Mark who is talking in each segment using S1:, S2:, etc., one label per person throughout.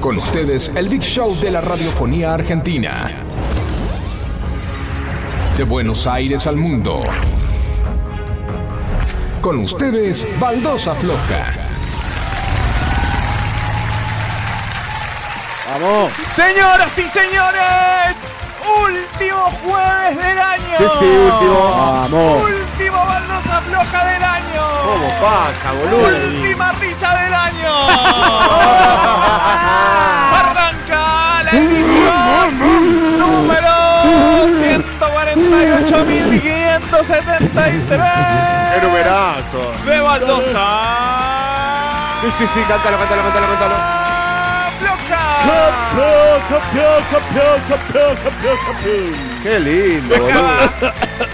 S1: Con ustedes, el Big Show de la radiofonía argentina. De Buenos Aires al mundo. Con ustedes, Baldosa Floja.
S2: Vamos.
S3: Señoras y señores, último jueves del año.
S2: Sí, sí, último. Vamos.
S3: Último baldosa floja del año.
S2: ¿Cómo pasa, boludo?
S3: Última risa del año. Arranca la edición número 148.573
S2: Enumerazo.
S3: de baldosa.
S2: Sí, sí, sí, cántalo, cántalo, cántalo, cántalo.
S3: Floja.
S4: campeón, campeón, campeón, campeón, campeón.
S2: Qué lindo,
S3: Se acaba,
S2: boludo.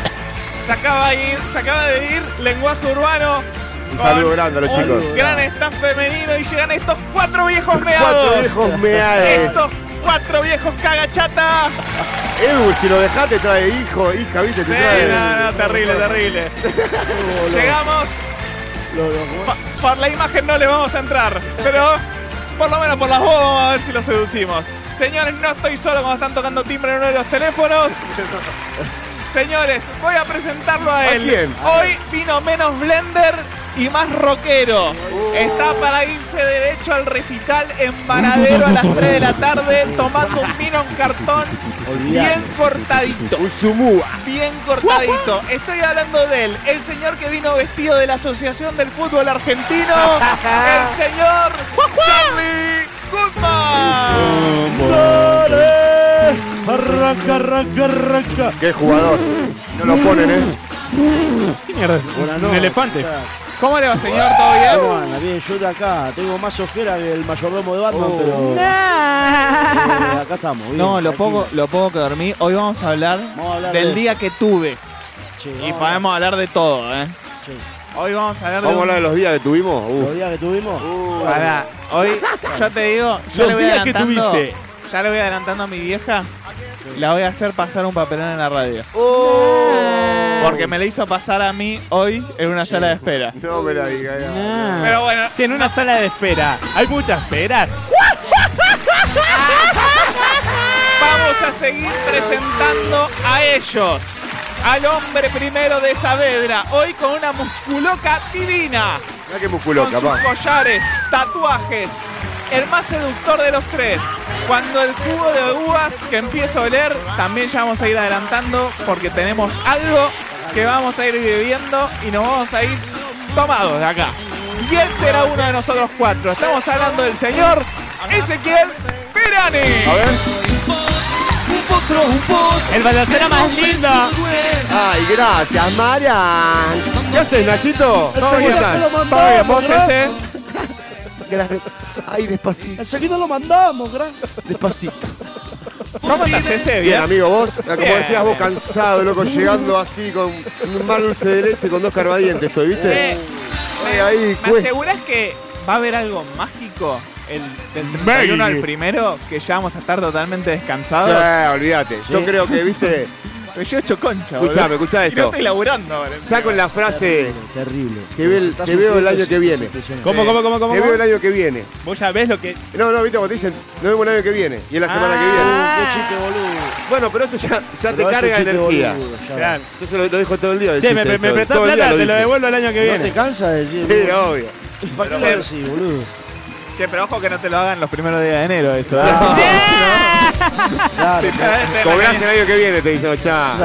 S3: se acaba de ir, se acaba de ir lenguaje urbano.
S2: Un
S3: con
S2: saludo grande a los
S3: un
S2: chicos.
S3: Gran staff femenino y llegan estos cuatro viejos
S2: Cuatro
S3: meados.
S2: viejos meades.
S3: Estos cuatro viejos cagachata.
S2: Edu, si lo dejaste te trae hijo, hija, viste, te
S3: Sí,
S2: trae.
S3: no, no, terrible, terrible. Llegamos. Pa- por la imagen no le vamos a entrar, pero por lo menos por las voz vamos a ver si lo seducimos. Señores, no estoy solo cuando están tocando timbre en uno de los teléfonos. Señores, voy a presentarlo a él.
S2: quién?
S3: Hoy vino menos blender y más rockero. Está para irse derecho al recital en Varadero a las 3 de la tarde tomando un vino en cartón bien cortadito.
S2: Un sumú.
S3: Bien cortadito. Estoy hablando de él, el señor que vino vestido de la Asociación del Fútbol Argentino, el señor Charlie Goodman.
S4: Dale. Arranca, arranca, arranca.
S2: Qué jugador. No lo ponen, ¿eh?
S3: ¿Qué mierda es? Un elefante. ¿Cómo le va, señor? ¿Todo bien?
S5: ¿Cómo anda? Bien, yo de acá tengo más ojera que el mayordomo de Batman,
S3: Oh.
S5: pero. Eh, acá estamos, bien,
S3: No, lo
S5: tranquilo.
S3: poco, lo poco que dormí. Hoy vamos a hablar,
S5: Vamos a hablar
S3: del
S5: de
S3: día que tuve.
S5: Che,
S3: Y
S5: vamos,
S3: podemos hablar de todo, ¿eh?
S5: che.
S3: Hoy vamos a hablar de.
S2: Vamos a hablar de los días que tuvimos.
S5: Los
S2: Uf.
S5: días que tuvimos.
S3: un- Pará, Hoy, yo te digo, yo le
S4: Los
S3: voy
S4: días que
S3: adelantando-
S4: tuviste.
S3: Ya le voy adelantando a mi vieja. La voy a hacer pasar un papelón en la radio. Porque me la hizo pasar a mí hoy en una sala de espera.
S2: No me la digas. ya.
S3: Pero bueno,
S4: Sí, en una sala de espera. Hay mucha espera.
S3: vamos a seguir presentando a ellos. Al hombre primero de Saavedra, hoy con una musculoca divina.
S2: Mirá qué
S3: con
S2: musculoca,
S3: sus
S2: pa.
S3: collares, tatuajes. El más seductor de los tres. Cuando el cubo de uvas que empiezo a oler, también ya vamos a ir adelantando porque tenemos algo que vamos a ir viviendo y nos vamos a ir tomados de acá. Y él será uno de nosotros cuatro. Estamos hablando del señor Ezequiel Perani.
S2: A ver.
S4: El balacera más lindo.
S2: Ay, gracias, Marian. ¿Qué haces, Nachito? ¿Todo bien,
S5: solo
S2: Nacho?
S5: mandó,
S2: ¿Todo bien? ¿Vos
S5: gracias.
S3: ¿eh?
S2: ese? Ay, despacito.
S5: Enseguida lo mandamos, gracias.
S2: Despacito.
S3: ¿Cómo estás, Eze?
S2: Bien,
S3: Bien.
S2: amigo, vos, como
S3: Bien,
S2: decías vos, cansado, loco, llegando así con un mal dulce de leche con dos carbadientes, estoy,
S3: Eh,
S2: ¿viste? Ay,
S3: me,
S2: ahí,
S3: ¿Me
S2: cuesta.
S3: aseguras que va a haber algo mágico el, del 31 al primero? Que ya vamos a estar totalmente descansados.
S2: Sí, olvídate. Yo creo que, viste,
S3: Pero yo he hecho concha, boludo.
S2: escuchame, escuchá
S3: Y no
S2: esto.
S3: estoy laburando, ahora.
S2: Ya con la frase,
S5: Terrible, terrible.
S2: Te veo el-
S5: Está
S2: te veo el
S5: sufriendo
S2: año
S5: sin-
S2: que viene.
S5: sin presión.
S4: ¿Cómo, cómo, cómo, cómo?
S2: te veo el año que viene.
S4: Vos ya ves lo que.
S2: No, no, viste, cuando te dicen, nos vemos el año que viene. Y es la semana que
S4: Ah.
S2: viene.
S5: Qué chiste, boludo.
S2: Bueno, pero eso ya, ya te
S5: Pero ese
S2: carga
S5: chiste,
S2: energía.
S5: boludo, ya.
S4: Claro.
S2: Yo se lo, lo dejo todo el día. el
S4: Che, me,
S2: chiste
S4: me, me
S2: eso,
S4: prestás
S2: todo el día
S4: plata, te lo
S2: dije.
S4: devuelvo el año que
S5: ¿No
S4: viene.
S5: te cansas de decir?
S2: Sí,
S5: boludo?
S2: obvio.
S5: ¿Para qué lo
S3: Pero-
S5: decís, boludo?
S3: Che, pero ojo que no te lo hagan los primeros días de enero, eso. ¿eh?
S5: Claro,
S2: Cobrás el año que viene, te dicen, chá. No,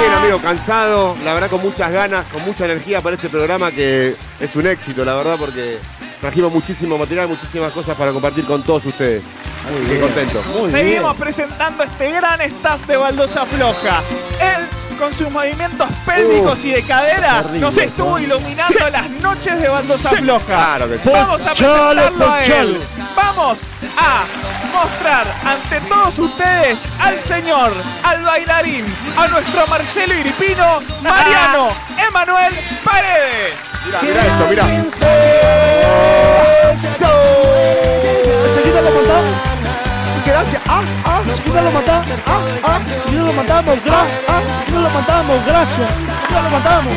S2: bien, amigo, cansado, la verdad, con muchas ganas, con mucha energía para este programa que es un éxito, la verdad, porque trajimos muchísimo material, muchísimas cosas para compartir con todos ustedes. Qué contento.
S5: muy
S3: Seguimos presentando este gran staff de baldosa floja. Él, con sus movimientos pélvicos y de cadera,
S5: terrible,
S3: nos estuvo iluminando las noches de baldosa floja.
S2: Claro que sí.
S3: Vamos a
S4: Ponchalo,
S3: presentarlo a él.
S4: ponchalo.
S3: Vamos a mostrar ante todos ustedes al señor, al bailarín, a nuestro Marcelo Iripino, Mariano, Emanuel Paredes.
S2: Mirá, mirá esto, mirá.
S3: ¡Oh!
S5: bien. Enseguida lo mandamos. Gracias. Ah, ah, enseguida lo matamos. Ah, ah, enseguida lo matamos. Gracias. Ah, enseguida lo matamos. Gracias. Enseguida lo matamos.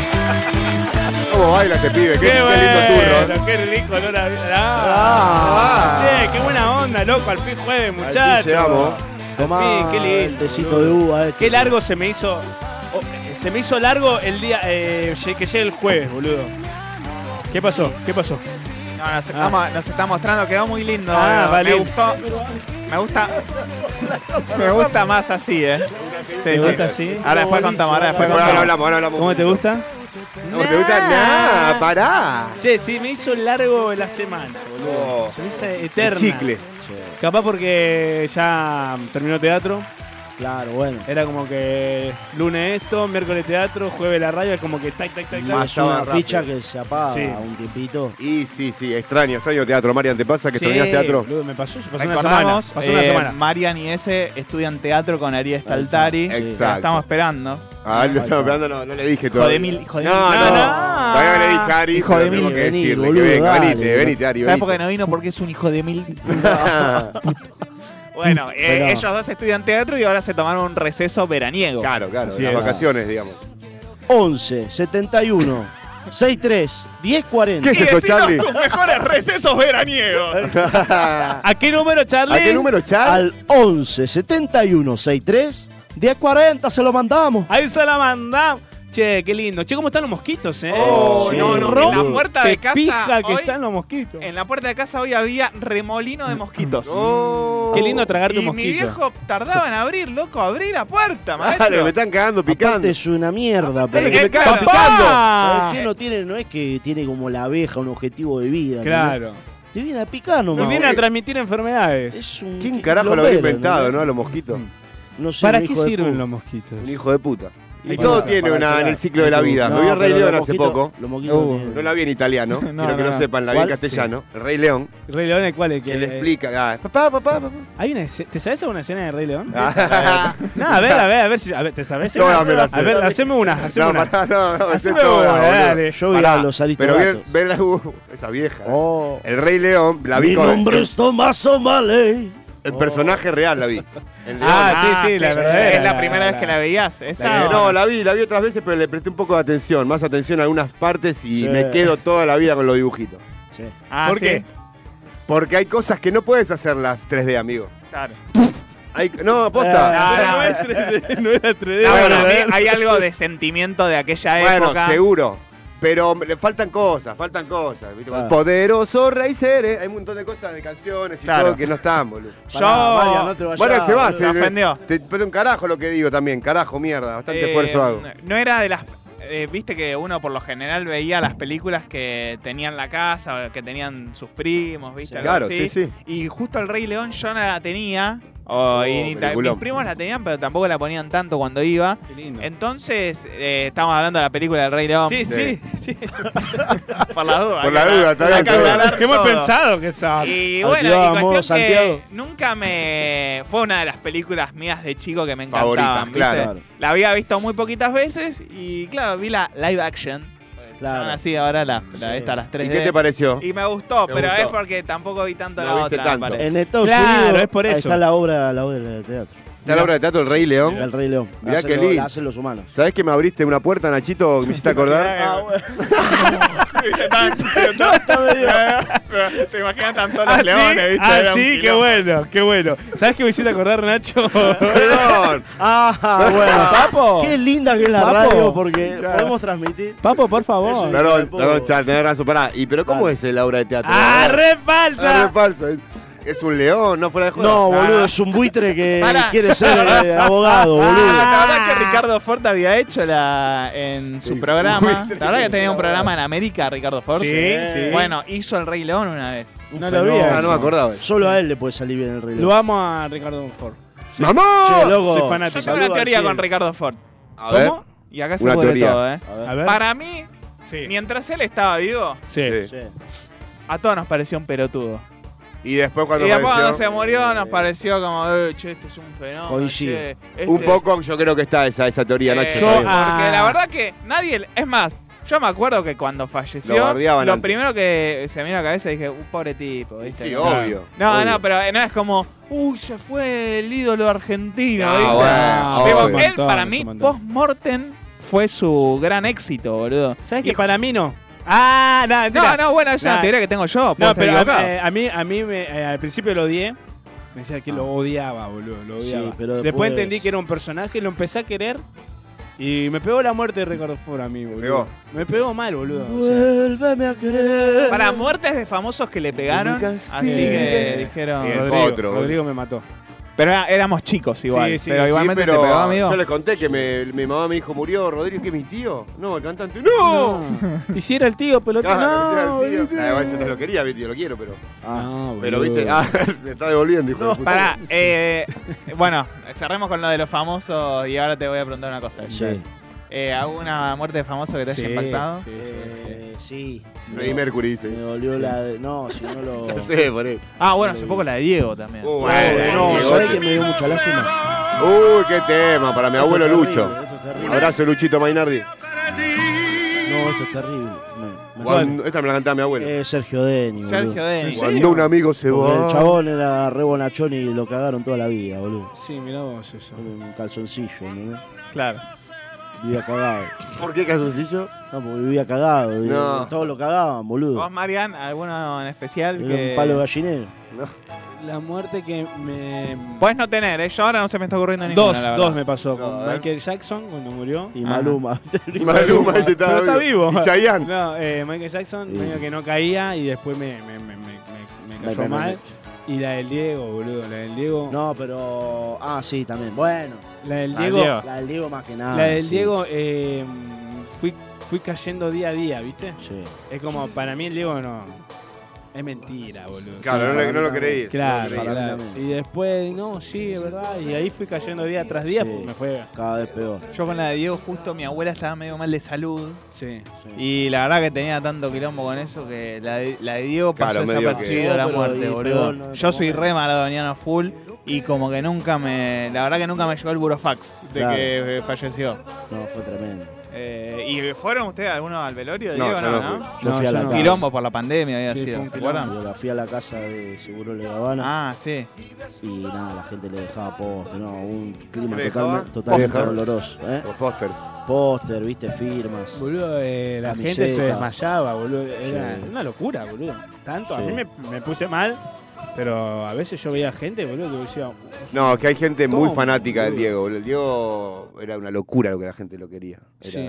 S2: cómo baila este pibe. Qué,
S4: Qué
S2: qué lindo ¿eh? turro.
S4: bueno, qué rico olor a
S5: Ah.
S4: ah, Che, qué buena onda, loco, al fin jueves,
S2: fin
S4: muchachos.
S2: llegamos.
S4: Al fin, qué
S5: el
S4: lindo.
S5: tecito de uva. este.
S4: Qué largo se me hizo. oh, eh, se me hizo largo el día eh, lle- que llegue el jueves, boludo. ¿Qué pasó? ¿Qué pasó?
S3: No,
S2: Ah.
S3: nos, estamos- nos está mostrando, quedó muy lindo.
S4: Ah,
S3: boludo.
S4: vale.
S3: Me gustó. Me gusta. Me gusta más así, eh. Sí, sí.
S4: gusta así?
S3: Ahora después contamos, ahora después
S2: Bueno, ahora
S3: contamos.
S2: hablamos, ahora hablamos.
S4: ¿Cómo te gusta?
S2: No, ¿Te gusta? Nah, pará.
S4: Che, sí, me hizo largo la semana, boludo.
S2: Oh,
S4: Se me hizo
S2: el
S4: eterna.
S2: chicle.
S4: Capaz porque ya terminó teatro.
S5: Claro, bueno.
S4: Era como que lunes esto, miércoles teatro, jueves la radio, es como que tac, tac, tac, tac.
S5: Más
S2: estaba
S5: una
S2: rápido.
S5: ficha que se apaga
S4: Sí.
S5: un tiempito.
S2: Y sí, sí, extraño, extraño teatro. Marian, ¿te pasa que
S4: Sí,
S2: extrañas teatro?
S4: boludo, me pasó, pasó una semana.
S3: Recordamos,
S4: Pasó una
S3: eh,
S4: semana.
S3: Marian y ese estudian teatro con Ariel Staltari.
S2: Exacto. Ah,
S3: La estamos esperando.
S2: A él lo estaba esperando, no, no le dije todavía.
S3: de mil, hijo de
S2: no,
S3: mil.
S2: No,
S4: No, no.
S3: Ah,
S2: Todavía no le dije a Ari.
S5: Hijo de
S2: pero tengo
S5: mil,
S2: que
S5: vení,
S2: decirle
S5: boludo,
S2: que venga,
S5: dale,
S2: venite,
S5: boludo.
S2: venite, Ari.
S3: ¿Sabes
S2: venite.
S3: por qué no vino? Porque es un hijo de mil. bueno, eh,
S5: Pero-
S3: ellos dos estudian teatro y ahora se tomaron un receso veraniego.
S2: Claro, claro,
S4: Así
S2: las
S4: es.
S2: vacaciones, digamos.
S5: 11, 71, 63, 10, 40.
S2: ¿Qué es
S3: Y
S2: eso,
S3: decinos
S2: Charlie?
S3: tus mejores recesos veraniegos.
S2: ¿A
S4: ¿A qué número, Charlie?
S2: qué número, Charlie?
S5: Al 11, 71, 63, 10, 40. Se lo mandamos.
S4: Ahí se la mandamos. Che, qué lindo. Che, ¿cómo están los mosquitos, eh?
S2: Oh,
S4: Che,
S2: no, no,
S4: Ron,
S2: en la
S3: puerta de
S4: qué
S3: casa
S4: pija que
S3: hoy-
S4: están los mosquitos.
S3: En la puerta de casa hoy había remolino de mosquitos.
S2: Oh.
S4: Qué lindo tragarte
S3: y
S4: un mosquito.
S3: mi viejo tardaba en abrir, loco, abrí la puerta,
S2: Dale,
S3: maestro.
S2: Ah, me están cagando picando.
S5: Aparte es una mierda.
S2: Dale,
S5: Pero
S2: que
S3: Eh,
S2: me cagan
S3: claro.
S2: picando.
S5: ¿sabes qué?
S4: ¡Papá!
S5: no, tiene, no es que tiene como la abeja un objetivo de vida. ¿no?
S4: Claro.
S5: Te viene a picar
S4: Me
S5: nomás.
S4: vienen a transmitir enfermedades.
S5: Es un
S2: ¿Quién carajo lo había
S5: quilombero,
S2: inventado, no?
S5: ¿no?
S2: A los
S4: Mm.
S2: mosquitos.
S5: No sé,
S4: ¿Para
S5: un
S4: qué
S5: hijo de
S4: sirven
S5: puta.
S4: los mosquitos?
S2: Un hijo de puta. Y
S5: Para-
S2: todo
S5: para
S2: tiene una
S5: tirar.
S2: en el ciclo de la vida.
S5: No,
S2: Me vi el Rey
S5: pero
S2: León
S5: los
S2: hace
S5: mosquitos-
S2: poco.
S5: Los mosquitos
S3: Uh,
S5: tienen-
S2: No la vi en italiano,
S3: No,
S2: quiero que
S3: no,
S2: no,
S3: no.
S2: sepan, la vi en
S5: ¿Cuál?
S2: castellano. El Rey León,
S4: Rey León, ¿cuál es?
S2: que le
S4: eh,
S2: explica. ah, papá, papá, papá.
S4: Hay una, escena- ¿Te sabes alguna escena de Rey León?
S2: Ah,
S4: No, a ver, a ver, a ver si. A ver, ¿te sabes?
S2: Todas me las sé.
S4: A ver, haceme una, haceme
S2: no,
S4: una.
S2: pará, no, no, ese
S4: Haceme
S2: es todo,
S4: una,
S2: boludo.
S4: dale.
S5: Yo vi
S2: Pará,
S5: a los
S2: Pero
S5: aristogatos.
S2: bien, ver la uh, esa vieja.
S5: Oh.
S2: El Rey León, la vi
S5: Mi
S2: con
S5: nombre es Tomás O'Malley.
S2: el personaje real, la vi. El León.
S4: Ah, sí, sí, la verdadera,
S3: Es la,
S4: la-
S3: primera
S4: la-
S3: vez que la veías. Esa,
S4: la-
S2: Eh,
S3: ¿o
S2: no,
S3: no?
S2: la vi, la vi otras veces, pero le presté un poco de atención, más atención a algunas partes y
S5: Sí.
S2: me quedo toda la vida con los dibujitos.
S5: Sí.
S3: Ah,
S4: ¿Por
S3: sí,
S4: qué?
S2: Porque hay cosas que no puedes hacer las 3D, amigo.
S3: Claro.
S2: Hay- no, aposta.
S5: Ah,
S4: Pero
S3: no.
S4: no es 3D, no era 3D.
S3: Ah, bueno,
S4: a
S3: a mí
S4: ver.
S3: hay algo de sentimiento de aquella
S2: bueno,
S3: época.
S2: seguro. Pero le faltan cosas, faltan cosas. ¿viste?
S3: Ah.
S5: Claro.
S2: Poderoso Raizeres, hay un montón de cosas de canciones y
S3: Claro.
S2: todo que no están, boludo.
S3: Yo.
S5: Pará, Marian, no te vayas,
S2: Bueno, se va,
S5: boludo.
S2: se
S3: Se ofendió.
S2: Te, pero un carajo lo que digo también, carajo, mierda, bastante
S3: Eh,
S2: esfuerzo hago.
S3: No era de las. eh, Viste que uno por lo general veía las películas que Eh, tenían la casa, o que tenían sus primos, ¿viste?
S5: Sí.
S3: Algo
S2: Claro,
S3: así.
S2: sí, sí.
S3: Y justo el Rey León yo no la tenía.
S2: Oh,
S3: y ni ta- mis
S2: peliculón.
S3: primos la tenían, pero tampoco la ponían tanto cuando iba.
S4: Qué lindo.
S3: Entonces, eh, estamos hablando de la película del Rey León.
S4: Sí, sí,
S2: Sí.
S4: sí.
S3: Por la duda.
S2: Por la
S3: que-
S2: duda, está
S3: hay
S2: bien,
S3: que
S2: está bien.
S3: aclarar
S4: Qué hemos
S3: todo.
S4: pensado que esas.
S3: Y
S5: Al
S3: bueno,
S5: Diablo,
S3: y
S5: modo
S3: cuestión que
S5: Santiago.
S3: nunca me. Fue una de las películas mías de chico que me
S2: Favoritas,
S3: encantaban. ¿viste?
S2: claro.
S3: La había visto muy poquitas veces y, claro, vi la live action. Pues,
S5: Claro.
S3: son así ahora la, la-
S5: Sí.
S3: esta, las 3D.
S2: ¿Y qué te pareció?
S3: Y me gustó,
S2: ¿Te
S3: pero
S2: gustó?
S3: es porque tampoco vi tanto
S2: No
S3: la
S2: viste
S3: otra,
S2: tanto.
S3: me parece.
S5: En Estados
S4: Claro,
S5: Unidos
S4: es por eso.
S5: está la obra, la obra de teatro.
S2: Está la obra de teatro El Rey León.
S5: El Rey León.
S2: Mirá
S5: La hacen
S2: qué
S5: los-
S2: lindo.
S5: la hacen los humanos.
S2: ¿Sabés que me abriste una puerta, Nachito, que me hiciste acordar?
S3: Ah,
S6: Ah,
S3: Te imaginas tanto los
S4: Ah, sí,
S3: leones, ¿viste?
S4: ah,
S3: Era un
S4: sí qué
S3: quilombo.
S4: bueno, qué bueno. ¿Sabes qué me hiciste acordar, Nacho?
S2: Perdón.
S5: Ah, bueno.
S4: Papo,
S5: Qué linda que es la
S4: Papo.
S5: radio porque podemos transmitir.
S4: Papo, por favor.
S5: Eso.
S2: Perdón,
S5: puedo-
S2: perdón, Char, tenés razón. Pará, ¿y pero cómo
S5: Vale.
S2: es la obra de teatro?
S4: ¡Ah,
S2: Pará.
S4: re
S2: Ah,
S4: falsa!
S2: re falso. Es un león, no fuera de juego. Ah.
S5: No,
S3: Pará.
S5: boludo, es un buitre que
S3: Pará.
S5: quiere ser eh, abogado, boludo.
S3: Ah, la verdad que Ricardo Ford había hecho la, en su
S2: Sí.
S3: programa.
S2: Muy
S3: La verdad que tenía un programa en América, Ricardo Ford.
S4: Sí, sí.
S3: Bueno, hizo el Rey León una vez.
S5: Un
S4: No lo vi
S5: fenómeno.
S2: Ah, no me acordaba. eso.
S5: Solo a él le puede salir bien el Rey
S4: Lo
S5: León.
S4: amo a Ricardo Monfort.
S2: ¡Mamá!
S5: Che, loco.
S4: Soy
S3: Yo
S4: fanático.
S3: tengo una
S5: Saludo al
S3: teoría
S5: cielo.
S3: con Ricardo Ford.
S2: A ver.
S3: ¿Cómo? Y acá se
S2: Una
S3: puede
S2: teoría.
S3: todo, ¿eh?
S4: A ver.
S3: Para mí,
S4: Sí.
S3: mientras él estaba vivo,
S4: Sí.
S2: Sí.
S5: Sí.
S3: a todos nos pareció un pelotudo.
S2: Y después
S3: Y
S2: cuando
S3: después cuando
S2: apareció,
S3: se murió nos pareció como, eh, che, esto es un fenómeno.
S5: Coincido.
S3: che, este-
S2: Un poco yo creo que está esa, esa teoría,
S3: Eh,
S2: Nacho.
S3: yo-
S2: está bien.
S3: porque
S4: Ah.
S3: la verdad que nadie. Es más, yo me acuerdo que cuando
S2: Lo
S3: falleció, lo,
S2: bardeaban antes.
S3: primero que se me vino a la cabeza dije, un pobre tipo, ¿viste?
S2: Sí,
S3: no,
S2: obvio.
S3: no,
S2: obvio.
S3: no, pero eh, no es como, uy, se fue el ídolo argentino,
S2: Ah,
S3: ¿viste?
S2: bueno,
S3: Tipo,
S2: obvio.
S4: es un
S3: él,
S4: montón,
S3: para
S4: es
S3: mí,
S4: un montón.
S3: post-mortem fue su gran éxito, boludo.
S4: ¿Sabes que
S3: Y-
S4: para mí no? Ah, nada,
S3: No,
S4: mentira.
S3: no, bueno, es una
S4: Nah.
S3: teoría que tengo yo. puedo
S4: No,
S3: estar
S4: pero
S3: equivocado.
S4: a, eh, a mí, a mí me- eh, al principio lo odié. Me decía que lo odiaba, boludo. Lo
S5: Ah. Sí,
S4: odiaba.
S5: pero
S4: después...
S5: después-
S4: entendí que era un personaje, lo empecé a querer. Y me pegó la muerte de Ricardo Ford a mí, boludo.
S2: pegó.
S4: Me pegó mal, boludo. o sea.
S5: Vuélveme a querer.
S3: Para muertes de famosos que le pegaron, así que dijeron.
S2: Bien.
S4: Rodrigo,
S2: Otro, boludo.
S4: eh, Rodrigo me mató.
S3: Pero era- éramos chicos igual.
S4: Sí, sí,
S3: pero
S4: sí,
S3: igualmente
S2: pero
S3: te pegó, amigo.
S2: Yo les conté que me- mi mamá me dijo, murió Rodrigo, ¿qué, mi tío? No, el cantante. ¡No!
S4: Y si era el tío, pelota.
S2: Claro,
S4: No,
S2: era el tío.
S4: boludo.
S2: Ah, bueno, yo no lo quería, mi tío, lo quiero, pero.
S4: No,
S2: Pero
S4: boludo.
S2: viste, ah, me está devolviendo, hijo de puta.
S3: Pará, eh, bueno, cerremos con lo de los famosos y ahora te voy a preguntar una cosa.
S5: Sí.
S3: Eh, ¿Alguna muerte de famoso que te
S4: Sí,
S3: haya impactado?
S4: sí, sí, sí.
S5: Eh, sí.
S2: Freddie Mercury dice.
S5: Me dolió la de. No, si no lo. Oh,
S2: Ya sé, por eso.
S3: Ah, bueno, hace poco la de Diego también.
S2: Uh,
S5: No,
S2: bueno,
S5: ¿sabes que me dio mucha lástima?
S2: Uy, qué tema para mi abuelo
S5: Esto es
S2: Lucho.
S5: terrible, esto es terrible.
S2: Abrazo, Luchito Mainardi.
S5: No, esto es terrible. Me- me-
S2: Cuando- esta me la cantaba mi abuelo.
S5: Eh, Sergio Deni. boludo.
S3: Sergio Denis.
S2: Cuando un amigo se
S5: Porque
S2: va.
S5: El chabón era re bonachón y lo cagaron toda la vida, boludo.
S4: Sí, mirá vos eso.
S5: Con Un calzoncillo, ¿no?
S3: Claro.
S5: Vivía cagado.
S2: ¿Por qué calzoncillo?
S5: No, porque vivía cagado. vivía-
S2: No.
S5: Todos lo cagaban,
S7: uh.
S5: boludo.
S3: ¿Vos, Marian, alguno en especial
S5: Era
S3: que.
S5: un palo gallinero.
S4: La muerte que me.
S3: Puedes no tener, ¿eh? yo ahora no se me está ocurriendo ninguna.
S4: dos,
S3: la verdad.
S4: dos me pasó.
S2: No,
S4: con
S2: a ver.
S4: Michael eh. Jackson cuando murió.
S5: Y
S3: Ajá.
S5: Maluma.
S3: Ah.
S2: Y Maluma, este
S4: Pero está vivo.
S2: Y Chayanne.
S4: No, eh, Michael Jackson
S5: Sí.
S4: medio que no caía y después me, me, me, me, me- me cayó mal. Y la del Diego, boludo, la del Diego.
S5: No, pero. Ah, sí, también. Bueno.
S4: La del
S3: La
S4: Diego.
S3: del Diego.
S5: La del Diego más que nada.
S4: La del
S5: sí.
S4: Diego, eh, fui, fui cayendo día a día, ¿viste?
S5: Sí.
S4: Es como, para mí el Diego no. Es mentira, boludo.
S2: Claro, no, lo- no lo creí.
S4: Claro,
S5: para mí
S4: claro.
S5: también.
S4: Y después, no, sí, es verdad. Y ahí fui cayendo día tras día,
S5: Sí.
S4: me fue.
S5: Cada vez peor.
S3: Yo con la de Diego, justo mi abuela estaba medio mal de salud.
S4: Sí.
S3: Y la verdad que tenía tanto quilombo con eso que la de, la de Diego pasó
S2: Claro, medio
S3: desapercibido
S5: que-
S3: la
S5: No, pero
S3: muerte,
S5: y-
S3: boludo.
S5: pero no-
S3: Yo soy re maradoniano full y como que nunca me. La verdad que nunca me llegó el burofax de
S5: Claro.
S3: que eh, falleció.
S5: No, fue tremendo.
S3: Eh, ¿Y fueron ustedes algunos al velorio de
S2: No,
S3: Diego?
S2: yo
S3: No,
S2: no
S3: ¿no?
S2: fui.
S5: Yo
S4: No,
S5: fui a
S4: yo
S5: la
S4: no.
S5: casa.
S3: Quilombo por la pandemia había
S4: Sí, fue
S3: sido,
S4: un
S3: ¿se acuerdan?
S5: Yo la fui a la casa de Seguro Le Habana
S3: Ah, sí.
S5: y nada, la gente le dejaba póster, no, un clima
S2: ¿Le
S5: totalme-
S2: dejaba?
S5: totalmente
S2: Póster.
S5: doloroso, ¿eh?
S2: Los pósters.
S5: Póster, viste, firmas.
S4: Boludo, eh, la
S5: Camisetas.
S4: gente se desmayaba, boludo. Era
S5: Sí.
S4: una locura, boludo. Tanto, a
S5: Sí.
S4: mí me, me puse mal, pero a veces yo veía gente, boludo, que decía.
S2: No, que hay gente muy
S4: Toma,
S2: fanática del
S4: boludo.
S2: Diego. boludo. El Diego era una locura lo que la gente lo quería. Era-
S4: Sí.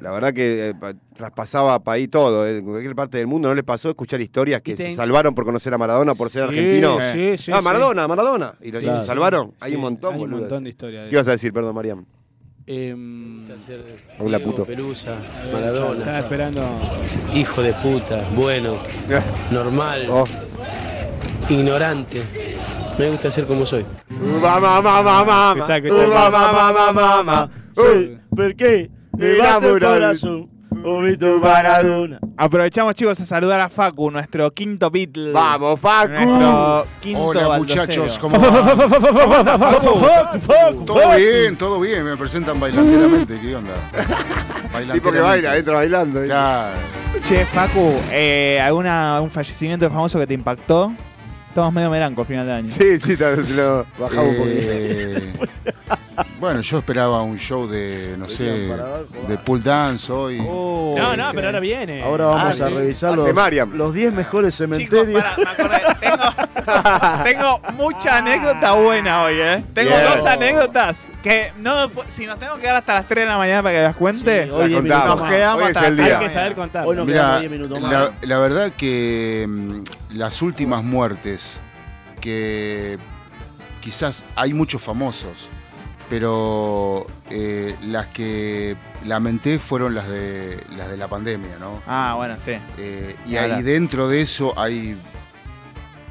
S2: La verdad que eh, pa- traspasaba país todo. eh. En cualquier parte del mundo no le pasó escuchar historias que
S4: Y te-
S2: se salvaron por conocer a Maradona, por ser
S4: Sí,
S2: argentino.
S4: sí, sí,
S2: ah,
S4: sí.
S2: Maradona, Maradona. Y, lo- y
S5: Claro.
S2: se salvaron. hay
S4: Sí,
S2: un montón,
S4: Hay un
S2: boludo.
S4: montón de historias.
S2: ¿Qué ibas a decir, perdón, Mariam?
S4: Em,
S2: Hola, puto.
S8: Pelusa,
S4: Estaba
S8: Maradona,
S4: esperando.
S8: hijo de puta, bueno, normal,
S2: Oh.
S8: ignorante. Me gusta ser como soy.
S2: Uva, mamá, mamá.
S4: Escuchá, escuchá,
S2: Uva,
S4: escuchá.
S2: mamá, mamá, mamá. Uy.
S5: ¿Por qué?
S2: Me late el
S5: corazón, o mi tu Maradona.
S3: Aprovechamos, chicos, a saludar a Facu, nuestro quinto Beatle.
S2: Vamos, Facu.
S3: Nuestro quinto
S9: Hola
S3: baldocero.
S9: muchachos, ¿cómo van? Todo bien, todo bien, me presentan bailanteramente, ¿qué onda?
S2: Tipo que baila, entra bailando. eh.
S9: Claro.
S3: Che, Facu, eh, ¿alguna, ¿algún fallecimiento famoso que te impactó? Estamos medio meranco al final de año.
S2: Sí, sí, tal, se lo bajamos un poquito.
S9: Eh, bueno, yo esperaba un show de, no sé, de pool dance hoy.
S3: Oh,
S4: No, no, pero ahora viene.
S5: Ahora vamos
S9: Ah,
S5: a
S9: sí.
S5: revisar
S2: Hace
S5: los,
S2: Mariam.
S5: los 10 mejores
S3: Chicos,
S5: cementerios.
S3: pará, me acordé. Tengo, tengo mucha anécdota buena hoy, ¿eh? Tengo
S2: Bien.
S3: dos anécdotas que no. Si nos tengo que quedar hasta las 3 de la mañana para que las cuente,
S5: Sí, hoy
S2: La
S5: es
S2: contamos.
S5: minuto
S3: nos
S5: más.
S3: quedamos
S2: Hoy es
S3: hasta
S2: el
S3: las
S2: día.
S3: tres
S4: Hay que
S3: de la
S4: saber
S3: mañana.
S4: contar.
S5: Hoy no
S9: Mirá,
S5: quedan 10 minutos más.
S9: la, la verdad que mm, las últimas muertes, que quizás hay muchos famosos, pero eh, las que lamenté fueron las de, las de la pandemia, ¿no?
S3: Ah, bueno, sí.
S9: Eh, y
S3: Ahora.
S9: ahí dentro de eso hay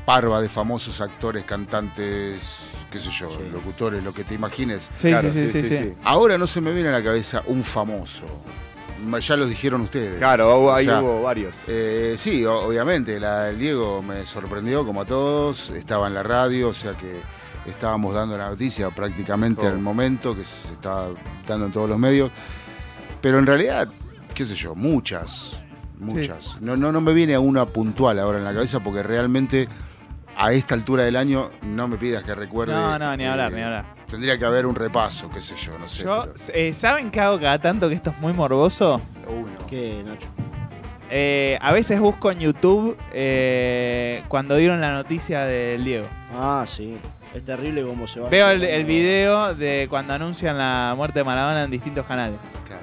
S9: parva de famosos actores, cantantes, qué sé yo, locutores, lo que te imagines.
S3: Sí,
S2: Claro,
S3: sí, sí, sí, sí.
S9: Ahora no se me viene a la cabeza un famoso. Ya lo dijeron ustedes.
S2: Claro, hubo- ahí
S9: O sea,
S2: hubo varios.
S9: Eh, sí, o- obviamente, la del Diego me sorprendió como a todos, estaba en la radio, o sea que estábamos dando la noticia prácticamente
S2: Oh.
S9: al momento, que se estaba dando en todos los medios, pero en realidad, qué sé yo, muchas, muchas. No, no, no me viene a una puntual ahora en la cabeza porque realmente a esta altura del año no me pidas que recuerde.
S3: No, no, ni hablar,
S9: eh,
S3: ni hablar.
S9: Tendría que haber un repaso, qué sé yo, no sé.
S3: Yo,
S9: pero-
S3: eh, ¿saben qué hago cada tanto que esto es muy morboso?
S9: Uy, no.
S5: ¿Qué, Nacho?
S3: eh, a veces busco en YouTube eh, cuando dieron la noticia del Diego.
S7: Ah, sí. Es terrible cómo se va.
S3: Veo el, el video de cuando anuncian la muerte de Maradona en distintos canales.
S9: Claro.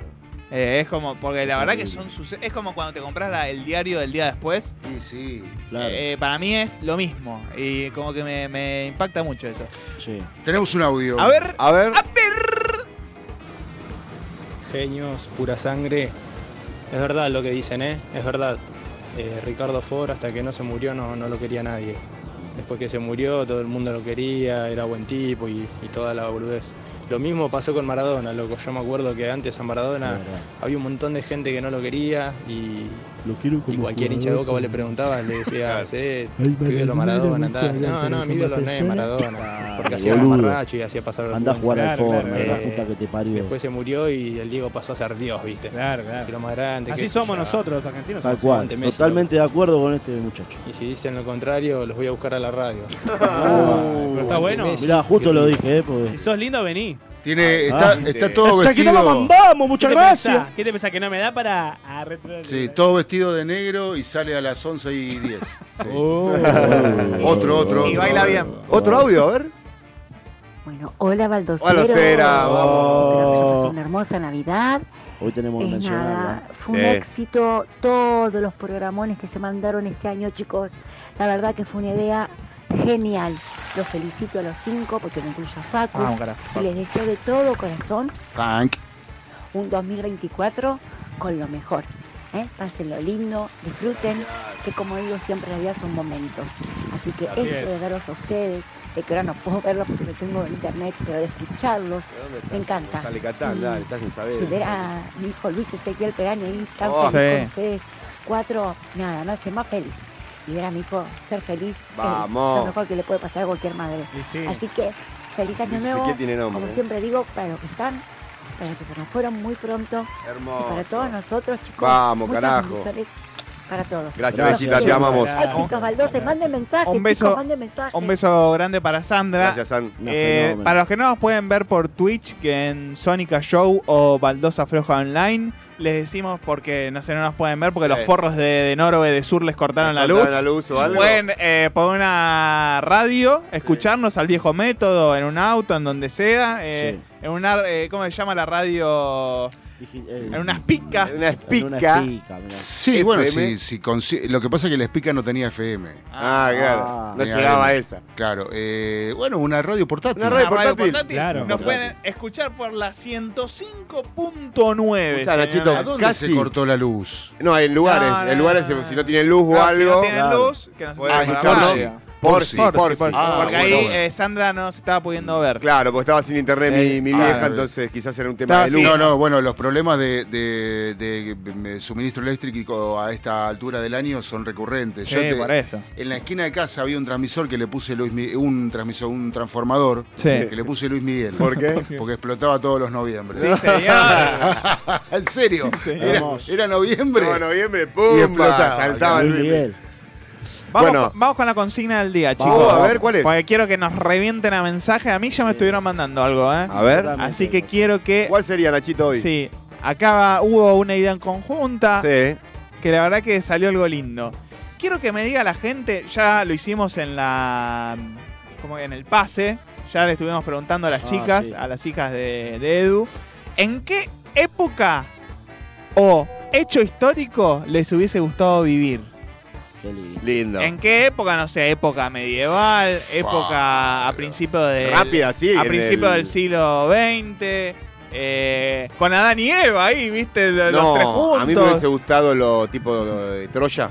S3: Eh, es como, porque la verdad que son sucesos. Es como cuando te compras la- el diario del día después.
S9: Y sí.
S7: Claro,
S3: Eh, para mí es lo mismo. Y como que me, me impacta mucho eso.
S7: sí.
S9: Tenemos un audio.
S3: A ver,
S2: A ver,
S3: a ver.
S10: Genios, pura sangre. Es verdad lo que dicen, ¿eh? Es verdad. Eh, Ricardo Ford, hasta que no se murió, no, no lo quería nadie. Después que se murió, todo el mundo lo quería, era buen tipo y, y toda la boludez. Lo mismo pasó con Maradona, loco. Yo me acuerdo que antes a Maradona había un montón de gente que no lo quería y,
S6: Lo quiero
S10: y
S6: como
S10: cualquier hincha de boca vos le preguntaba, le decía, sí, tu
S6: Ay,
S10: ídolo
S6: Maradona,
S10: Maradona, andá.
S6: nunca
S10: No, no, mi
S6: como
S10: ídolo no es
S6: persona.
S10: Maradona. Porque
S7: Ah,
S10: hacía el
S7: boludo.
S10: marracho y hacía pasar
S7: Anda a jugar al
S4: Claro,
S7: forno,
S4: claro,
S7: la
S10: claro.
S7: puta que te parió.
S10: Después se murió y el Diego pasó a ser Dios, ¿viste?
S4: Claro, claro.
S10: Que lo más grande.
S4: Así
S10: qué sé yo.
S4: somos nosotros los argentinos.
S7: Tal cual.
S10: Aguante Messi,
S7: Totalmente de acuerdo con este muchacho.
S10: Y si dicen lo contrario, los voy a buscar a la radio.
S4: Uh, Pero está bueno.
S7: Mirá, justo lo dije, eh, porque.
S4: Si sos lindo, vení.
S9: Tiene, está,
S7: Ah.
S9: está todo
S5: Aquí no la
S9: vestido.
S5: mandamos,
S4: ¿Qué
S5: muchas
S4: te
S5: gracias.
S4: pensás? ¿Qué te pensás? ¿Que no me da para a retro-
S9: Sí, todo vestido de negro y sale a las 11 y 10. Sí.
S4: Oh.
S9: Otro, otro.
S3: Y
S9: otro.
S3: baila bien.
S2: otro audio, a ver.
S11: Bueno, hola Baldoceros.
S2: Baldoceras,
S7: vamos.
S11: Espero que haya pasado una hermosa Navidad.
S7: Hoy tenemos que
S11: Es nada,
S7: mencionarla.
S11: fue un
S2: Sí.
S11: éxito todos los programones que se mandaron este año, chicos. La verdad que fue una idea genial. Los felicito a los cinco porque me incluye a Facu.
S3: Vamos, carajo.
S11: y les deseo de todo corazón
S9: Punk.
S11: un 2024 con lo mejor. ¿eh? Pásenlo lindo, disfruten, que como digo siempre la vida son momentos. Así que
S4: Así
S11: esto de
S4: es.
S11: verlos a ustedes, de que ahora no puedo verlos porque no tengo internet, pero de escucharlos, me encanta.
S2: Dale, Catán,
S11: Y-
S2: dale, estás sin saber.
S11: y ver a mi hijo Luis Ezequiel Peraño ahí tan
S2: Oh,
S11: feliz
S3: sí.
S11: con ustedes, cuatro, nada, me hace más feliz. Y ver a mi hijo ser feliz es
S2: Vamos.
S11: lo mejor que le puede pasar a cualquier madre.
S4: Y sí.
S11: Así que feliz año
S2: Luis
S11: nuevo,
S2: Ezequiel tiene nombre,
S11: como
S2: ¿eh?
S11: siempre digo, para los que están, para los que se nos fueron muy pronto, y
S2: Hermoso.
S11: para todos nosotros, chicos.
S2: Vamos,
S11: muchas
S2: carajo.
S11: bendiciones Para todos.
S2: Gracias,
S7: Gracias.
S2: Besita, te amamos.
S11: Ay, chicos, baldoces, manden mensajes.
S3: Un beso-
S11: chicos, manden mensajes.
S3: Un beso grande para Sandra.
S2: Gracias, San.
S7: Una
S3: Eh,
S7: fenómena.
S3: para los que no nos pueden ver por Twitch, que en Sónica Show o Baldosa Floja Online, les decimos porque no sé, no nos pueden ver porque
S2: Sí.
S3: los forros de, de Norobe de Sur les cortaron la luz.
S2: Cortaron la luz o algo.
S3: Pueden eh, por una radio escucharnos al viejo método, en un auto, en donde sea. eh, En una, eh, ¿Cómo se llama la radio?
S7: Dije, eh,
S3: En Eh, unas picas.
S2: Una
S7: en una
S2: espica.
S7: espica, mirá.
S9: Sí,
S2: FM.
S9: bueno, si, si consi- lo que pasa es que la espica no tenía FM.
S2: Ah,
S7: Ah,
S2: claro. No
S9: mira,
S2: llegaba a
S9: bien.
S2: esa.
S9: Claro, eh, bueno, una radio portátil.
S2: Una radio
S3: Una radio
S2: portátil.
S3: portátil.
S4: Claro,
S3: Nos
S7: portátil.
S3: pueden escuchar por la 105.9.
S2: Escuchá,
S3: señores.
S2: Nachito,
S9: ¿A dónde
S2: Casi.
S9: se cortó la luz?
S2: No, en lugares.
S3: No, no,
S2: en lugares,
S3: no, no.
S2: si no tienen luz o
S3: Claro, Si no
S2: algo.
S3: tienen
S7: Claro.
S3: luz, que nos
S2: Pueden
S3: escuchen por la
S2: escucharlo.
S3: radio.
S2: Por si,
S3: Por si,
S2: por si.
S3: por si.
S9: Ah,
S3: Porque
S9: bueno,
S3: ahí
S9: bueno.
S3: eh, Sandra no se estaba pudiendo ver.
S2: Claro, porque estaba sin internet
S3: Sí.
S2: mi, mi
S9: Ah,
S2: vieja,
S9: claro.
S2: entonces quizás era un tema
S3: Eh, Estaba
S2: de
S3: Sí.
S2: luz.
S9: No, no, bueno, los problemas de, de- de- de suministro eléctrico a esta altura del año son recurrentes.
S3: Sí,
S9: Yo te-
S3: por eso.
S9: en la esquina de casa había un transmisor que le puse Luis Mi- un transmisor, un transformador
S3: Sí.
S9: que le puse Luis Miguel.
S2: ¿Por qué?
S9: Porque explotaba todos los noviembres.
S3: Sí, señor.
S9: en serio, era,
S7: Vamos.
S9: era noviembre.
S2: No, noviembre,
S9: Y
S2: pum,
S9: explotaba,
S2: saltaba
S7: Luis
S2: el
S7: Miguel.
S3: Vamos,
S2: Bueno.
S3: vamos con la consigna del día, chicos.
S2: Vamos, a ver, ¿cuál es?
S3: Porque quiero que nos revienten a mensaje. A mí ya me estuvieron mandando algo, ¿eh?
S2: A ver,
S3: Así que quiero que.
S2: ¿cuál sería Nachito hoy?
S3: Sí. Acá va- hubo una idea en conjunta.
S2: Sí.
S3: que la verdad que salió algo lindo. Quiero que me diga la gente, ya lo hicimos en la. como que en el pase, ya le estuvimos preguntando a las
S7: Ah,
S3: chicas,
S7: sí.
S3: a las hijas de, de Edu, ¿en qué época o hecho histórico les hubiese gustado vivir?
S7: Qué lindo.
S2: Lindo.
S3: ¿En qué época? No sé, época medieval, época a principios de.
S2: Rápida, sí.
S3: A
S2: en
S3: principios
S2: el-
S3: del siglo XX. eh, con Adán y Eva ahí, viste, los
S2: No,
S3: tres juntos.
S2: a mí me hubiese gustado lo tipo de Troya,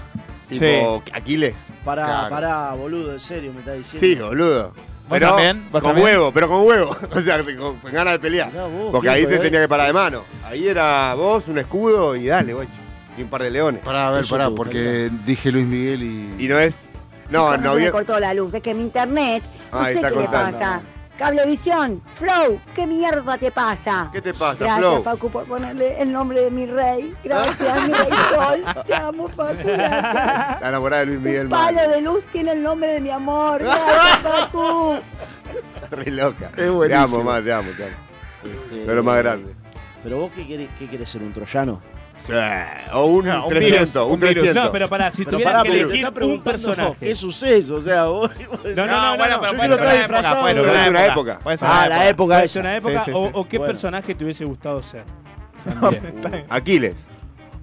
S2: tipo Aquiles.
S7: Pará,
S9: Claro.
S7: pará, boludo, en serio me está diciendo.
S2: Sí, boludo.
S3: ¿Vos
S2: Pero
S3: también? ¿Vos
S2: con
S3: también?
S2: huevo, pero con huevo. O sea, con, con ganas de pelear.
S7: Mirá vos,
S2: Porque
S7: qué
S2: ahí te
S7: loco, eh.
S2: tenía que parar de mano. Ahí era vos, un escudo y dale, güey. Y un par de leones.
S9: Pará, a ver,
S7: Eso
S9: pará,
S7: me
S9: porque dije Luis Miguel y.
S2: Y no es. No,
S11: Chicos,
S2: no
S11: se me
S2: había.
S11: cortó la luz, es que mi internet, no
S2: Ahí
S11: sé
S2: está
S11: qué le
S2: cortando.
S11: pasa. Cablevisión, Flow, ¿qué mierda te pasa?
S2: ¿Qué te pasa,
S11: Gracias,
S2: Flow?
S11: Facu, por ponerle el nombre de mi rey. Gracias, mi rey sol. Te amo, Facu. Gracias.
S2: La enamorada de Luis Miguel
S11: Un palo
S2: Mario.
S11: de luz tiene el nombre de mi amor. Gracias, Facu.
S2: Re loca. Te
S9: buenísimo.
S2: amo, más, te amo, te amo.
S7: Este,
S2: Pero más grande.
S7: Pero vos qué querés, qué querés ser un troyano?
S2: Sí, o un
S4: No, un
S2: 300,
S4: virus,
S2: un
S4: un virus.
S2: 300.
S4: No, pero pará, si
S7: Pero
S4: tuvieras
S7: pará,
S4: que
S7: pero
S4: elegir
S7: te está
S4: un
S7: preguntando
S4: personaje.
S7: ¿Qué suceso? O sea, vos.
S4: No, no, no,
S3: bueno, pero
S4: no, yo
S3: puede ser una
S4: quiero estar
S3: época,
S4: disfrazado.
S3: puede ser
S2: Pero
S3: una
S2: es una
S3: época.
S2: época.
S3: puede ser una
S7: Ah, la época
S4: ¿Puede
S7: esa.
S4: ser una
S3: Sí,
S4: época
S3: sí,
S4: o,
S3: sí.
S4: o qué
S7: Bueno.
S4: personaje te hubiese gustado ser?
S2: Aquiles.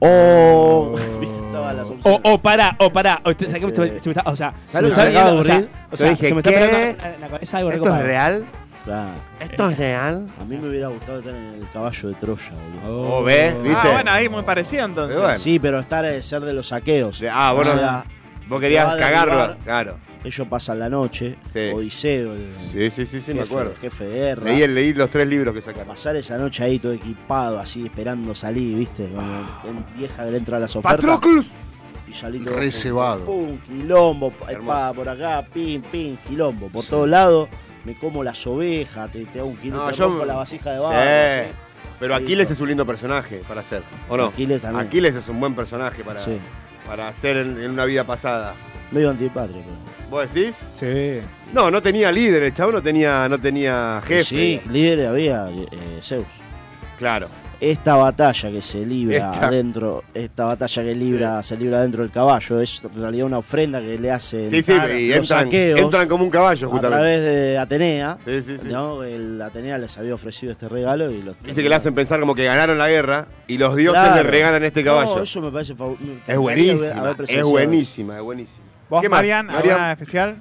S7: O. Viste, estaba las
S4: O,
S7: opciones.
S4: o pará, o pará, o este, saqué-
S7: Este-
S4: se me está, o sea, se
S7: ¿Sabes
S4: me
S7: lo
S4: está
S7: que me acaba de
S4: viniendo, o sea,
S7: aburrir?
S4: o
S2: Yo
S4: sea,
S2: dije,
S4: se me está
S2: ¿qué?
S4: pegando en la cabeza algo Eh,
S2: ¿Esto es
S4: recopado.
S2: real?
S7: Claro.
S2: ¿Esto es real?
S7: A mí me hubiera gustado estar en el caballo de Troya, boludo.
S2: ¿O ves? ¿Viste?
S3: Ah, bueno, ahí muy parecido entonces.
S2: Eh, bueno.
S7: Sí, pero estar eh, ser de los saqueos.
S2: Ah, bueno,
S7: O sea,
S2: vos querías
S7: Te va a
S2: cagarlo.
S7: derribar.
S2: Claro.
S7: ellos pasan la noche.
S2: Sí.
S7: Odiseo, el
S2: Sí, sí, sí, sí, me
S7: jefe,
S2: acuerdo.
S7: jefe de guerra.
S2: Leí, leí los tres libros que sacaron.
S7: Pasar esa noche ahí todo equipado, así esperando salir, ¿viste? Como
S2: Ah.
S7: en vieja que le entra a las ofertas. Y salir todo.
S9: Re cebado.
S7: Pum, quilombo, pa-
S2: Hermoso.
S7: espada por acá, pim, pim, quilombo. Por todos lados, me como las ovejas, te, te hago un quilombo,
S2: No,
S7: te
S2: yo-
S7: rompo la vasija de barro.
S2: Sí. Pero
S7: Sí,
S2: Aquiles
S7: no.
S2: es un lindo personaje para hacer, ¿o no?
S7: Aquiles también.
S2: Aquiles es un buen personaje para,
S7: Sí.
S2: para hacer en, en una vida pasada.
S7: Medio antipátrico.
S2: ¿Vos decís?
S4: Sí.
S2: No, no tenía líder, el chavo no tenía, no tenía jefe.
S7: Sí, líder había eh, Zeus.
S2: Claro.
S7: Esta batalla que se libra
S2: Esta.
S7: adentro, esta batalla que libra, se libra adentro del caballo, es en realidad una ofrenda que le hacen
S2: Sí, sí, y
S7: los
S2: entran,
S7: aqueos
S2: entran como un caballo,
S7: a
S2: justamente.
S7: través de Atenea.
S2: Sí, sí, sí.
S7: ¿no? El Atenea les había ofrecido este regalo y los
S2: Viste que le hacen pensar como que ganaron la guerra y los dioses
S7: Claro.
S2: le regalan este caballo.
S7: No, eso me parece fabu- me encantaría
S2: Es
S7: haber-
S2: buenísima,
S7: haber
S2: es
S7: presenciado
S2: buenísima, es buenísima.
S3: ¿Vos,
S2: ¿Qué más?
S3: Marian,
S2: Marian,
S3: alguna especial?